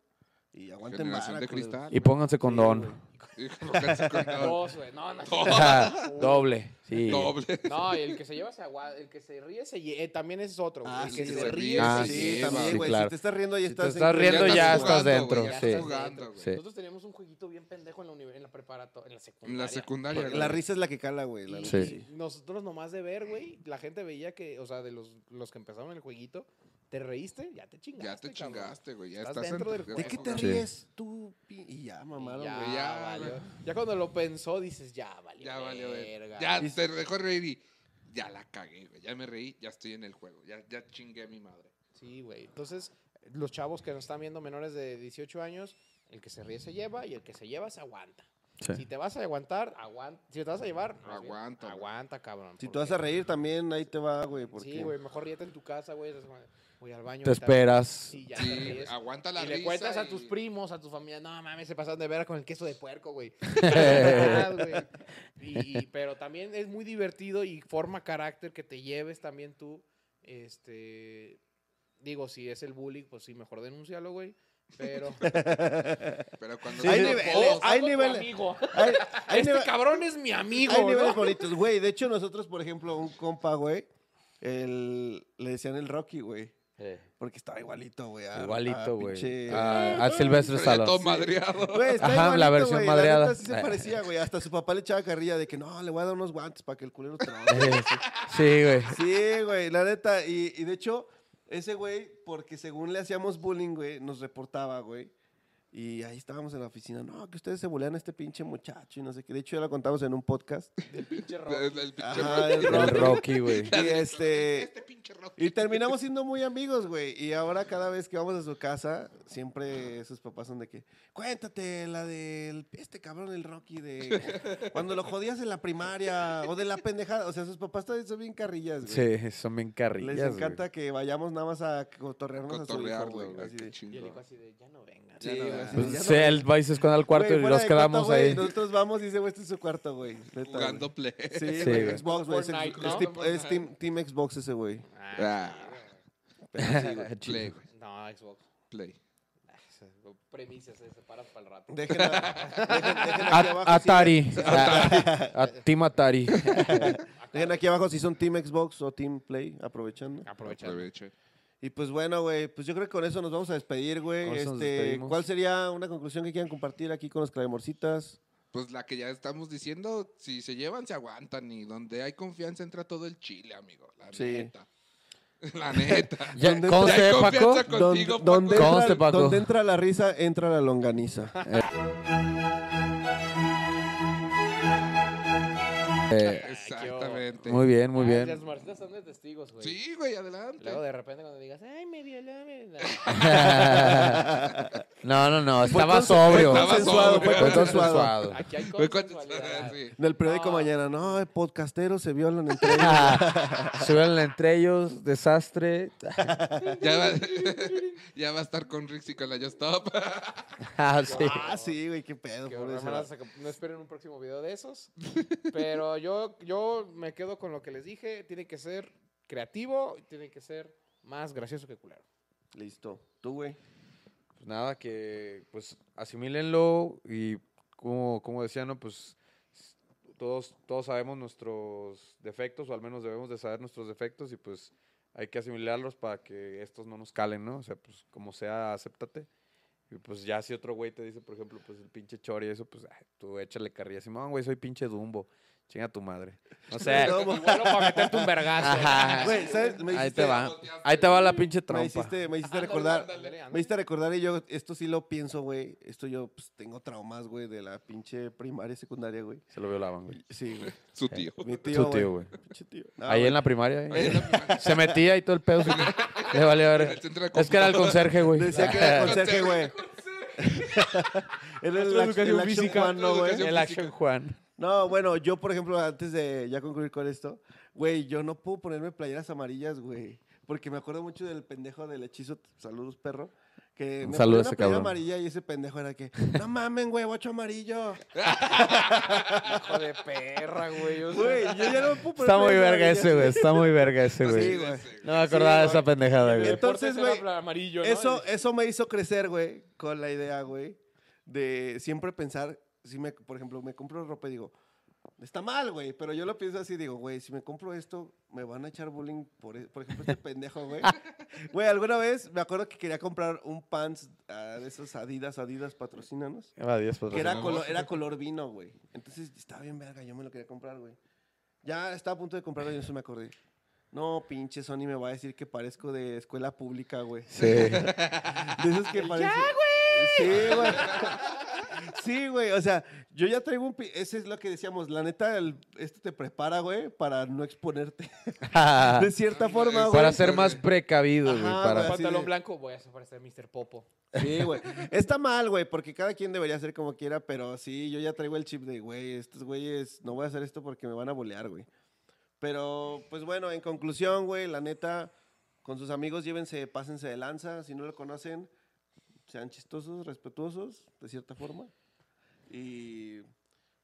[SPEAKER 1] Y aguanten más.
[SPEAKER 4] Generación de cristal.
[SPEAKER 3] Y pónganse condón.
[SPEAKER 4] Y colocarse con la-
[SPEAKER 5] Dos, güey, no, no.
[SPEAKER 3] Doble. Sí.
[SPEAKER 4] Doble.
[SPEAKER 5] No, y el que se lleva se agua, el que se ríe se lle- eh, también ese es otro, güey.
[SPEAKER 1] Ah,
[SPEAKER 5] el que
[SPEAKER 1] sí,
[SPEAKER 5] se
[SPEAKER 1] güey.
[SPEAKER 5] ríe
[SPEAKER 3] Ah,
[SPEAKER 5] se
[SPEAKER 1] sí,
[SPEAKER 5] lleva.
[SPEAKER 1] también,
[SPEAKER 3] sí,
[SPEAKER 1] güey.
[SPEAKER 3] claro.
[SPEAKER 1] Si te estás riendo, ya
[SPEAKER 3] Si te
[SPEAKER 1] estás.
[SPEAKER 3] estás riendo,
[SPEAKER 4] Ya
[SPEAKER 3] ya
[SPEAKER 4] estás
[SPEAKER 3] estás
[SPEAKER 4] jugando,
[SPEAKER 3] dentro.
[SPEAKER 4] güey, ya
[SPEAKER 5] sí.
[SPEAKER 3] Sí.
[SPEAKER 4] estás jugando, güey.
[SPEAKER 3] Sí.
[SPEAKER 5] Nosotros teníamos un jueguito bien pendejo en la, uni- en la preparatoria, en la
[SPEAKER 4] En
[SPEAKER 5] secundaria.
[SPEAKER 4] la secundaria.
[SPEAKER 1] Porque
[SPEAKER 4] güey.
[SPEAKER 1] La risa es la que cala, güey. la
[SPEAKER 5] Y
[SPEAKER 1] neta,
[SPEAKER 3] Sí.
[SPEAKER 1] sí.
[SPEAKER 5] nosotros nomás de ver, güey, la gente veía que, o sea, de los, los que empezaron el jueguito, te reíste, ya te chingaste.
[SPEAKER 4] Ya te
[SPEAKER 5] cabrón.
[SPEAKER 4] chingaste, güey. Ya
[SPEAKER 5] Estás
[SPEAKER 4] estás
[SPEAKER 5] dentro del
[SPEAKER 4] ya
[SPEAKER 1] ¿De
[SPEAKER 5] juego,
[SPEAKER 1] qué te
[SPEAKER 4] jugaste.
[SPEAKER 3] Sí.
[SPEAKER 1] ríes tú? pi- Y ya,
[SPEAKER 5] Y
[SPEAKER 1] mamaron,
[SPEAKER 5] Ya,
[SPEAKER 1] güey.
[SPEAKER 4] Ya
[SPEAKER 5] valió.
[SPEAKER 4] valió.
[SPEAKER 5] Ya cuando lo pensó, dices, ya valió.
[SPEAKER 4] Ya valió, güey.
[SPEAKER 5] verga.
[SPEAKER 4] Ya te dejó reír y ya la cagué, güey. Ya me reí, ya estoy en el juego. Ya, ya chingué a mi madre.
[SPEAKER 5] Sí, güey. Entonces, los chavos que nos están viendo menores de 18 años, el que se ríe se lleva y el que se lleva se aguanta.
[SPEAKER 3] Sí.
[SPEAKER 5] Si te vas a aguantar, aguanta. Si te vas a llevar, más bien,
[SPEAKER 4] Aguanta, güey.
[SPEAKER 5] Aguanta, cabrón.
[SPEAKER 1] Si te
[SPEAKER 5] porque-
[SPEAKER 1] vas a reír también, ahí te va, güey.
[SPEAKER 5] Sí,
[SPEAKER 1] Porque
[SPEAKER 5] güey, mejor ríete en tu casa, güey. Voy al baño.
[SPEAKER 3] Te
[SPEAKER 5] ahorita-
[SPEAKER 3] esperas.
[SPEAKER 5] Sí, ya te
[SPEAKER 4] Sí,
[SPEAKER 5] ríes.
[SPEAKER 4] aguanta la
[SPEAKER 5] y
[SPEAKER 4] risa.
[SPEAKER 5] le cuentas a tus
[SPEAKER 4] y-
[SPEAKER 5] primos, a tus familias, no mames, se pasan de vera con el queso de puerco, güey. Ah, güey. y, y- pero también es muy divertido y forma carácter que te lleves también tú Este. Digo, si es el bullying, pues sí, mejor denúncialo, güey. Pero.
[SPEAKER 4] Pero cuando
[SPEAKER 1] Sí,
[SPEAKER 4] hay
[SPEAKER 1] sí.
[SPEAKER 5] Hazlo
[SPEAKER 1] niveles,
[SPEAKER 5] todos,
[SPEAKER 1] hay
[SPEAKER 5] hazlo tu
[SPEAKER 1] niveles.
[SPEAKER 5] amigo.
[SPEAKER 1] Hay, hay
[SPEAKER 5] este
[SPEAKER 1] nive-
[SPEAKER 5] cabrón es mi amigo.
[SPEAKER 1] hay
[SPEAKER 5] ¿no?
[SPEAKER 1] niveles bonitos, güey. De hecho, nosotros, por ejemplo, un compa, güey, el- le decían el Rocky, güey. Porque estaba igualito, güey. a- a
[SPEAKER 3] Igualito, güey.
[SPEAKER 1] Ah, pinche-
[SPEAKER 3] A, a Sylvester Stallone.
[SPEAKER 4] todo madreado.
[SPEAKER 1] Güey, está
[SPEAKER 3] Ajá,
[SPEAKER 1] igualito,
[SPEAKER 3] la versión
[SPEAKER 1] güey,
[SPEAKER 3] madreada.
[SPEAKER 1] neta sí se
[SPEAKER 3] Eh.
[SPEAKER 1] parecía, güey. Hasta su papá le echaba carrilla de que no, le voy a dar unos guantes para que el culero te lo
[SPEAKER 3] Sí, güey.
[SPEAKER 1] Sí, güey, la neta. Y, y de hecho, ese güey, porque según le hacíamos bullying, güey, nos reportaba, güey. Y ahí estábamos en la oficina. No, que ustedes se bulean a este pinche muchacho y no sé qué. De hecho, ya lo contamos en un podcast.
[SPEAKER 4] El, el pinche
[SPEAKER 1] Ajá, el
[SPEAKER 3] El
[SPEAKER 1] Rocky.
[SPEAKER 3] Rocky, güey.
[SPEAKER 1] Y este.
[SPEAKER 4] Este pinche Rocky.
[SPEAKER 1] Y terminamos siendo muy amigos, güey. Y ahora cada vez que vamos a su casa, siempre sus papás son de que, cuéntate la del este cabrón, el Rocky, de cuando lo jodías en la primaria o de la pendejada. O sea, sus papás todavía son bien carrillas, güey.
[SPEAKER 3] Sí, son bien carrillas,
[SPEAKER 1] Les encanta que vayamos nada más a cotorrearnos a su hijo,
[SPEAKER 4] Cotorrearlo,
[SPEAKER 1] güey.
[SPEAKER 4] güey.
[SPEAKER 1] así de-
[SPEAKER 4] qué
[SPEAKER 5] Y el hijo
[SPEAKER 4] chingón.
[SPEAKER 5] así de, ya no vengan.
[SPEAKER 1] Sí, güey, así de,
[SPEAKER 3] güey.
[SPEAKER 1] "Ya
[SPEAKER 3] Pues,
[SPEAKER 1] no-
[SPEAKER 3] él va y se esconde al cuarto
[SPEAKER 1] Güey,
[SPEAKER 3] y
[SPEAKER 1] fuera
[SPEAKER 3] nos
[SPEAKER 1] de cuenta,
[SPEAKER 3] quedamos
[SPEAKER 1] güey,
[SPEAKER 3] ahí.
[SPEAKER 1] Nosotros vamos y ese güey está en su cuarto, güey. neta, güey.
[SPEAKER 4] Jugando play.
[SPEAKER 1] Sí,
[SPEAKER 3] Sí,
[SPEAKER 1] güey,
[SPEAKER 3] güey.
[SPEAKER 1] Xbox, güey. Es, es
[SPEAKER 5] Fortnite, ¿no?
[SPEAKER 1] tip- es team, team Xbox ese, güey.
[SPEAKER 4] Ah, play, güey.
[SPEAKER 5] No, Xbox.
[SPEAKER 4] Play.
[SPEAKER 5] Premisas, eh, se separan para el rato.
[SPEAKER 1] Déjenla, dejen, dejen aquí abajo.
[SPEAKER 3] A-
[SPEAKER 1] si-
[SPEAKER 3] Atari. A- a- Team Atari.
[SPEAKER 1] Dejen aquí abajo si son Team Xbox o Team Play, aprovechando.
[SPEAKER 5] Aprovechando.
[SPEAKER 4] Aprovecha.
[SPEAKER 1] Y pues bueno, güey, pues yo creo que con eso nos vamos a despedir, güey.
[SPEAKER 3] Con eso nos
[SPEAKER 1] Este,
[SPEAKER 3] despedimos.
[SPEAKER 1] ¿Cuál sería una conclusión que quieran compartir aquí con los clavemorcitas?
[SPEAKER 4] Pues la que ya estamos diciendo, si se llevan, se aguantan. Y donde hay confianza entra todo el chile, amigo. La
[SPEAKER 1] Sí.
[SPEAKER 4] neta. La neta.
[SPEAKER 3] Ya,
[SPEAKER 1] ¿Dónde-
[SPEAKER 3] conste,
[SPEAKER 4] Ya hay
[SPEAKER 3] Paco.
[SPEAKER 4] confianza Contigo, Paco.
[SPEAKER 1] donde, entra,
[SPEAKER 3] Conste, Paco.
[SPEAKER 1] donde entra la risa, entra la longaniza.
[SPEAKER 3] Eh,
[SPEAKER 4] Exactamente.
[SPEAKER 3] muy bien,
[SPEAKER 1] Ah,
[SPEAKER 3] muy
[SPEAKER 5] Las
[SPEAKER 3] bien.
[SPEAKER 5] marcitas son de testigos, güey.
[SPEAKER 4] Sí, güey, adelante.
[SPEAKER 5] Luego de repente cuando digas, ay, me violó, me violó.
[SPEAKER 3] No, no, no. Estaba
[SPEAKER 1] consen-
[SPEAKER 3] sobrio.
[SPEAKER 1] fue
[SPEAKER 4] consensuado,
[SPEAKER 3] Fue
[SPEAKER 4] fue
[SPEAKER 1] consensuado.
[SPEAKER 3] consensuado.
[SPEAKER 5] Aquí hay
[SPEAKER 4] Güey, ¿cuánto-
[SPEAKER 5] consensualidad.
[SPEAKER 4] Sí.
[SPEAKER 1] En el periódico mañana, no, eh, podcasteros se violan entre ellos.
[SPEAKER 3] Subieron entre ellos, desastre.
[SPEAKER 4] Ya va, ya va a estar con Rix y con la Just Stop.
[SPEAKER 3] Ah, sí.
[SPEAKER 1] Ah, sí, güey, qué pedo,
[SPEAKER 5] Que
[SPEAKER 1] pobre
[SPEAKER 5] nada
[SPEAKER 1] ese
[SPEAKER 5] más saca- no esperen un próximo video de esos. Pero yo, yo me quedo con lo que les dije. Tiene que ser creativo y tiene que ser más gracioso que culero.
[SPEAKER 1] vato. Listo. Tú, güey.
[SPEAKER 3] Pues nada, que pues asimílenlo y como, como decía, ¿no? Pues s- todos, todos sabemos nuestros defectos, o al menos debemos de saber nuestros defectos, y pues hay que asimilarlos para que estos no nos calen, ¿no? O sea, pues como sea, acéptate. Y pues ya si otro güey te dice, por ejemplo, pues el pinche chori, eso, pues ah, tú échale carrilla. Así, no, güey, soy pinche Dumbo. Chinga tu madre. O sea,
[SPEAKER 1] No,
[SPEAKER 5] Y bueno, para meterte un vergazo.
[SPEAKER 3] ajá.
[SPEAKER 1] Güey, ¿sabes? Me
[SPEAKER 3] ahí
[SPEAKER 1] hiciste-
[SPEAKER 3] te va. Ahí te va la pinche
[SPEAKER 1] Me
[SPEAKER 3] trampa.
[SPEAKER 1] hiciste, me hiciste
[SPEAKER 5] Ándale,
[SPEAKER 1] recordar.
[SPEAKER 5] ándale,
[SPEAKER 1] Me
[SPEAKER 5] ándale.
[SPEAKER 1] hiciste recordar y yo, esto sí lo pienso, güey. Esto yo pues, tengo traumas, güey, de la pinche primaria y secundaria, güey.
[SPEAKER 3] Se lo violaban, güey.
[SPEAKER 1] Sí, güey.
[SPEAKER 4] Su tío.
[SPEAKER 1] Mi
[SPEAKER 3] Su
[SPEAKER 1] tío,
[SPEAKER 3] tío,
[SPEAKER 1] güey.
[SPEAKER 3] güey.
[SPEAKER 1] Pinche tío. No,
[SPEAKER 3] Ahí
[SPEAKER 1] güey.
[SPEAKER 3] en la primaria. güey. Se metía y todo el pedo. sí. Le valía
[SPEAKER 4] En
[SPEAKER 3] ver.
[SPEAKER 1] Este
[SPEAKER 4] el centro de
[SPEAKER 3] Es que era el
[SPEAKER 4] cómputo.
[SPEAKER 3] conserje, güey.
[SPEAKER 1] Decía que era el conserje, güey. Él era el,
[SPEAKER 3] Maestro de
[SPEAKER 1] act- el
[SPEAKER 3] educación
[SPEAKER 1] Action
[SPEAKER 3] física.
[SPEAKER 1] Juan, ¿no, güey?
[SPEAKER 4] Educación-
[SPEAKER 3] El Action Juan.
[SPEAKER 1] No, bueno, yo, por ejemplo, antes de ya concluir con esto, güey, yo no puedo ponerme playeras amarillas, güey. Porque me acuerdo mucho del pendejo del hechizo, saludos, perro. Que
[SPEAKER 3] Un
[SPEAKER 1] me
[SPEAKER 3] saludo
[SPEAKER 1] ponía
[SPEAKER 3] a
[SPEAKER 1] una
[SPEAKER 3] ese
[SPEAKER 1] playera
[SPEAKER 3] cabrón.
[SPEAKER 1] amarilla y ese pendejo era que, no mamen, güey, bocho amarillo.
[SPEAKER 5] Hijo de perra, güey. o sea,
[SPEAKER 1] Güey, yo ya no puedo poner
[SPEAKER 3] Está
[SPEAKER 1] playeras
[SPEAKER 3] muy verga
[SPEAKER 1] amarillas.
[SPEAKER 3] ese, güey. Está muy verga ese,
[SPEAKER 1] Sí,
[SPEAKER 3] güey.
[SPEAKER 1] güey.
[SPEAKER 3] No me acordaba de
[SPEAKER 1] güey.
[SPEAKER 3] esa pendejada, güey.
[SPEAKER 1] Entonces,
[SPEAKER 5] deportes era
[SPEAKER 1] güey,
[SPEAKER 5] amarillo, ¿no?
[SPEAKER 1] Eso, eso me hizo crecer, güey, con la idea, güey, de siempre pensar, si me, por ejemplo, me compro ropa y digo, está mal, güey, pero yo lo pienso así, digo, güey, si me compro esto, me van a echar bullying por, e- por ejemplo, este pendejo, güey. Güey, alguna vez me acuerdo que quería comprar un pants ah, de esos Adidas, Adidas, patrocínanos.
[SPEAKER 3] Adiós, pues.
[SPEAKER 1] Que era,
[SPEAKER 4] Patrocinamos.
[SPEAKER 1] colo- era color vino, güey. Entonces estaba bien verga, yo me lo quería comprar, güey. Ya estaba a punto de comprarlo y en eso me acordé. No, pinche Sony me va a decir que parezco de escuela pública, güey.
[SPEAKER 3] Sí.
[SPEAKER 1] De esos que parecen. ¡Ya, güey! Sí, güey. Sí, güey. O sea, yo ya traigo un. pi- Ese es lo que decíamos. La neta, el- esto te prepara, güey, para no exponerte. De cierta forma, güey.
[SPEAKER 3] Ah. Para ser más precavido, güey.
[SPEAKER 1] Ajá,
[SPEAKER 5] Un
[SPEAKER 1] güey.
[SPEAKER 3] Para...
[SPEAKER 1] así
[SPEAKER 5] pantalón
[SPEAKER 1] de-
[SPEAKER 5] blanco, voy a parecer Mr. Popo.
[SPEAKER 1] Sí, güey. Está mal, güey, porque cada quien debería hacer como quiera, pero sí, yo ya traigo el chip de, güey, estos güeyes, no voy a hacer esto porque me van a bolear, güey. Pero, pues bueno, en conclusión, güey, la neta, con sus amigos llévense, pásense de lanza. Si no lo conocen, sean chistosos, respetuosos, de cierta forma. Y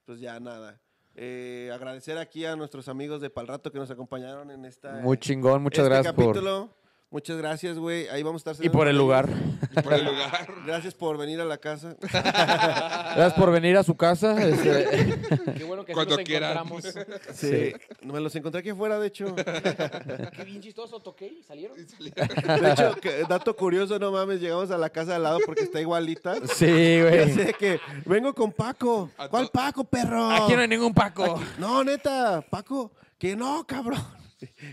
[SPEAKER 1] pues ya nada. Eh, agradecer aquí a nuestros amigos de Palrato que nos acompañaron en esta.
[SPEAKER 3] Muy chingón, muchas
[SPEAKER 1] este
[SPEAKER 3] gracias por...
[SPEAKER 1] capítulo. Muchas gracias, güey. Ahí vamos a estar.
[SPEAKER 3] Y por el lugar.
[SPEAKER 4] Y por el lugar.
[SPEAKER 1] Gracias por venir a la casa.
[SPEAKER 3] Gracias por venir a su casa. este,
[SPEAKER 5] Qué bueno que así
[SPEAKER 4] Cuando
[SPEAKER 5] nos
[SPEAKER 4] quieran.
[SPEAKER 5] encontramos.
[SPEAKER 1] Sí. Me los encontré aquí afuera, de hecho.
[SPEAKER 5] Qué bien chistoso, toqué y salieron.
[SPEAKER 4] Y salí.
[SPEAKER 1] De hecho, que- dato curioso, no mames, llegamos a la casa de al lado porque está igualita.
[SPEAKER 3] Sí,
[SPEAKER 1] Ya
[SPEAKER 3] güey.
[SPEAKER 1] sé que vengo con Paco.
[SPEAKER 4] A
[SPEAKER 1] ¿Cuál
[SPEAKER 4] to-
[SPEAKER 1] Paco, perro?
[SPEAKER 3] Aquí no hay ningún Paco.
[SPEAKER 1] No, neta, Paco, que no, cabrón.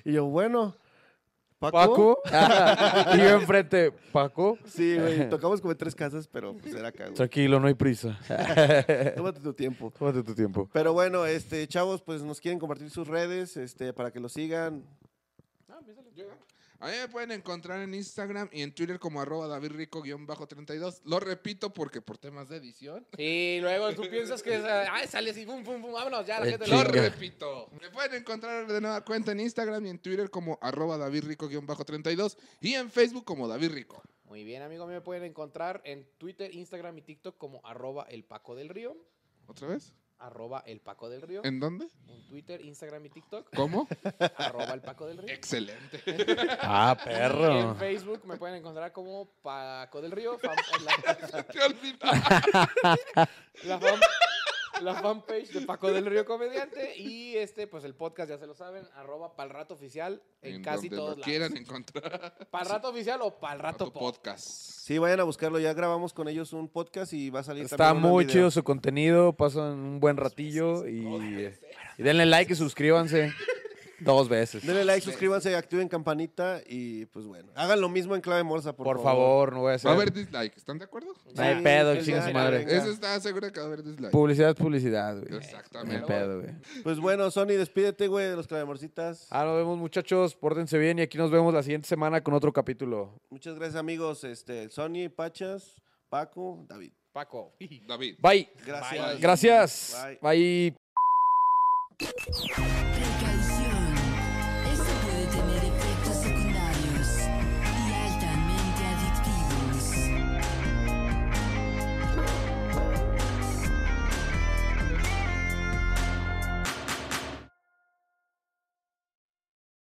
[SPEAKER 1] Y yo, bueno, Paco.
[SPEAKER 3] Paco. y yo enfrente, Paco.
[SPEAKER 1] Sí, güey, tocamos como en tres casas, pero pues era acá, güey.
[SPEAKER 3] Tranquilo, no hay prisa.
[SPEAKER 1] Tómate tu tiempo.
[SPEAKER 3] Tómate tu tiempo.
[SPEAKER 1] Pero bueno, este, chavos, pues nos quieren compartir sus redes, este, para que lo sigan.
[SPEAKER 5] Ah,
[SPEAKER 4] A mí me pueden encontrar en Instagram y en Twitter como arroba davidrico-32. Lo repito porque por temas de edición.
[SPEAKER 5] Y luego tú piensas que ay, sale así, pum, pum, pum, vámonos, ya la
[SPEAKER 3] Eh,
[SPEAKER 5] gente
[SPEAKER 4] Lo
[SPEAKER 5] lo
[SPEAKER 3] Chinga.
[SPEAKER 4] repito. Me pueden encontrar de nueva cuenta en Instagram y en Twitter como arroba davidrico-32 y en Facebook como David Rico.
[SPEAKER 5] Muy bien, amigo, a mí me pueden encontrar en Twitter, Instagram y TikTok como arroba el Paco del Río.
[SPEAKER 4] ¿Otra vez?
[SPEAKER 5] Arroba el Paco del Río. En,
[SPEAKER 4] ¿En dónde?
[SPEAKER 5] Twitter, Instagram y TikTok.
[SPEAKER 4] ¿Cómo?
[SPEAKER 5] arroba el Paco del Río.
[SPEAKER 4] Excelente.
[SPEAKER 3] Ah,
[SPEAKER 5] Y
[SPEAKER 3] perro.
[SPEAKER 5] En Facebook me pueden encontrar como Paco del Río. fan- la,
[SPEAKER 4] Te olvidaba.
[SPEAKER 5] la fan- la fanpage de Paco del Río Comediante. Y este, pues el podcast, ya se lo saben, arroba pal rato oficial en, casi
[SPEAKER 4] donde
[SPEAKER 5] todos
[SPEAKER 4] lo
[SPEAKER 5] lados.
[SPEAKER 4] quieran encontrar.
[SPEAKER 5] Pal rato oficial o pal rato
[SPEAKER 4] Rato
[SPEAKER 5] podcast.
[SPEAKER 4] podcast.
[SPEAKER 1] Sí, vayan a buscarlo. Ya grabamos con ellos un podcast y va a salir
[SPEAKER 3] Está
[SPEAKER 1] también uno en
[SPEAKER 3] muy
[SPEAKER 1] video.
[SPEAKER 3] chido su contenido. Pasan un buen ratillo y, eh, y denle like y suscríbanse dos veces.
[SPEAKER 1] Denle like, suscríbanse, activen campanita y pues bueno. Hagan lo mismo en clave morsa, por,
[SPEAKER 3] Por favor, no voy a
[SPEAKER 4] Va a
[SPEAKER 3] hacer.
[SPEAKER 4] haber dislike. ¿Están de acuerdo?
[SPEAKER 3] No hay pedo,
[SPEAKER 1] sí,
[SPEAKER 3] chinga
[SPEAKER 1] sí,
[SPEAKER 3] su madre.
[SPEAKER 1] venga.
[SPEAKER 4] Eso está seguro que va a haber dislike.
[SPEAKER 3] Publicidad, es publicidad, güey.
[SPEAKER 4] Exactamente.
[SPEAKER 3] No hay pedo, güey.
[SPEAKER 1] Pues bueno, Sony, despídete, güey, de los clavemorcitas.
[SPEAKER 3] Ah, nos vemos, muchachos. Pórtense bien y aquí nos vemos la siguiente semana con otro capítulo.
[SPEAKER 1] Muchas gracias, amigos. Este, Sony, Pachas, Paco, David.
[SPEAKER 5] Paco.
[SPEAKER 4] David.
[SPEAKER 3] Bye.
[SPEAKER 1] Gracias.
[SPEAKER 4] Bye.
[SPEAKER 3] Gracias.
[SPEAKER 1] Bye.
[SPEAKER 3] Bye.
[SPEAKER 2] Precaución. Esto puede tener efectos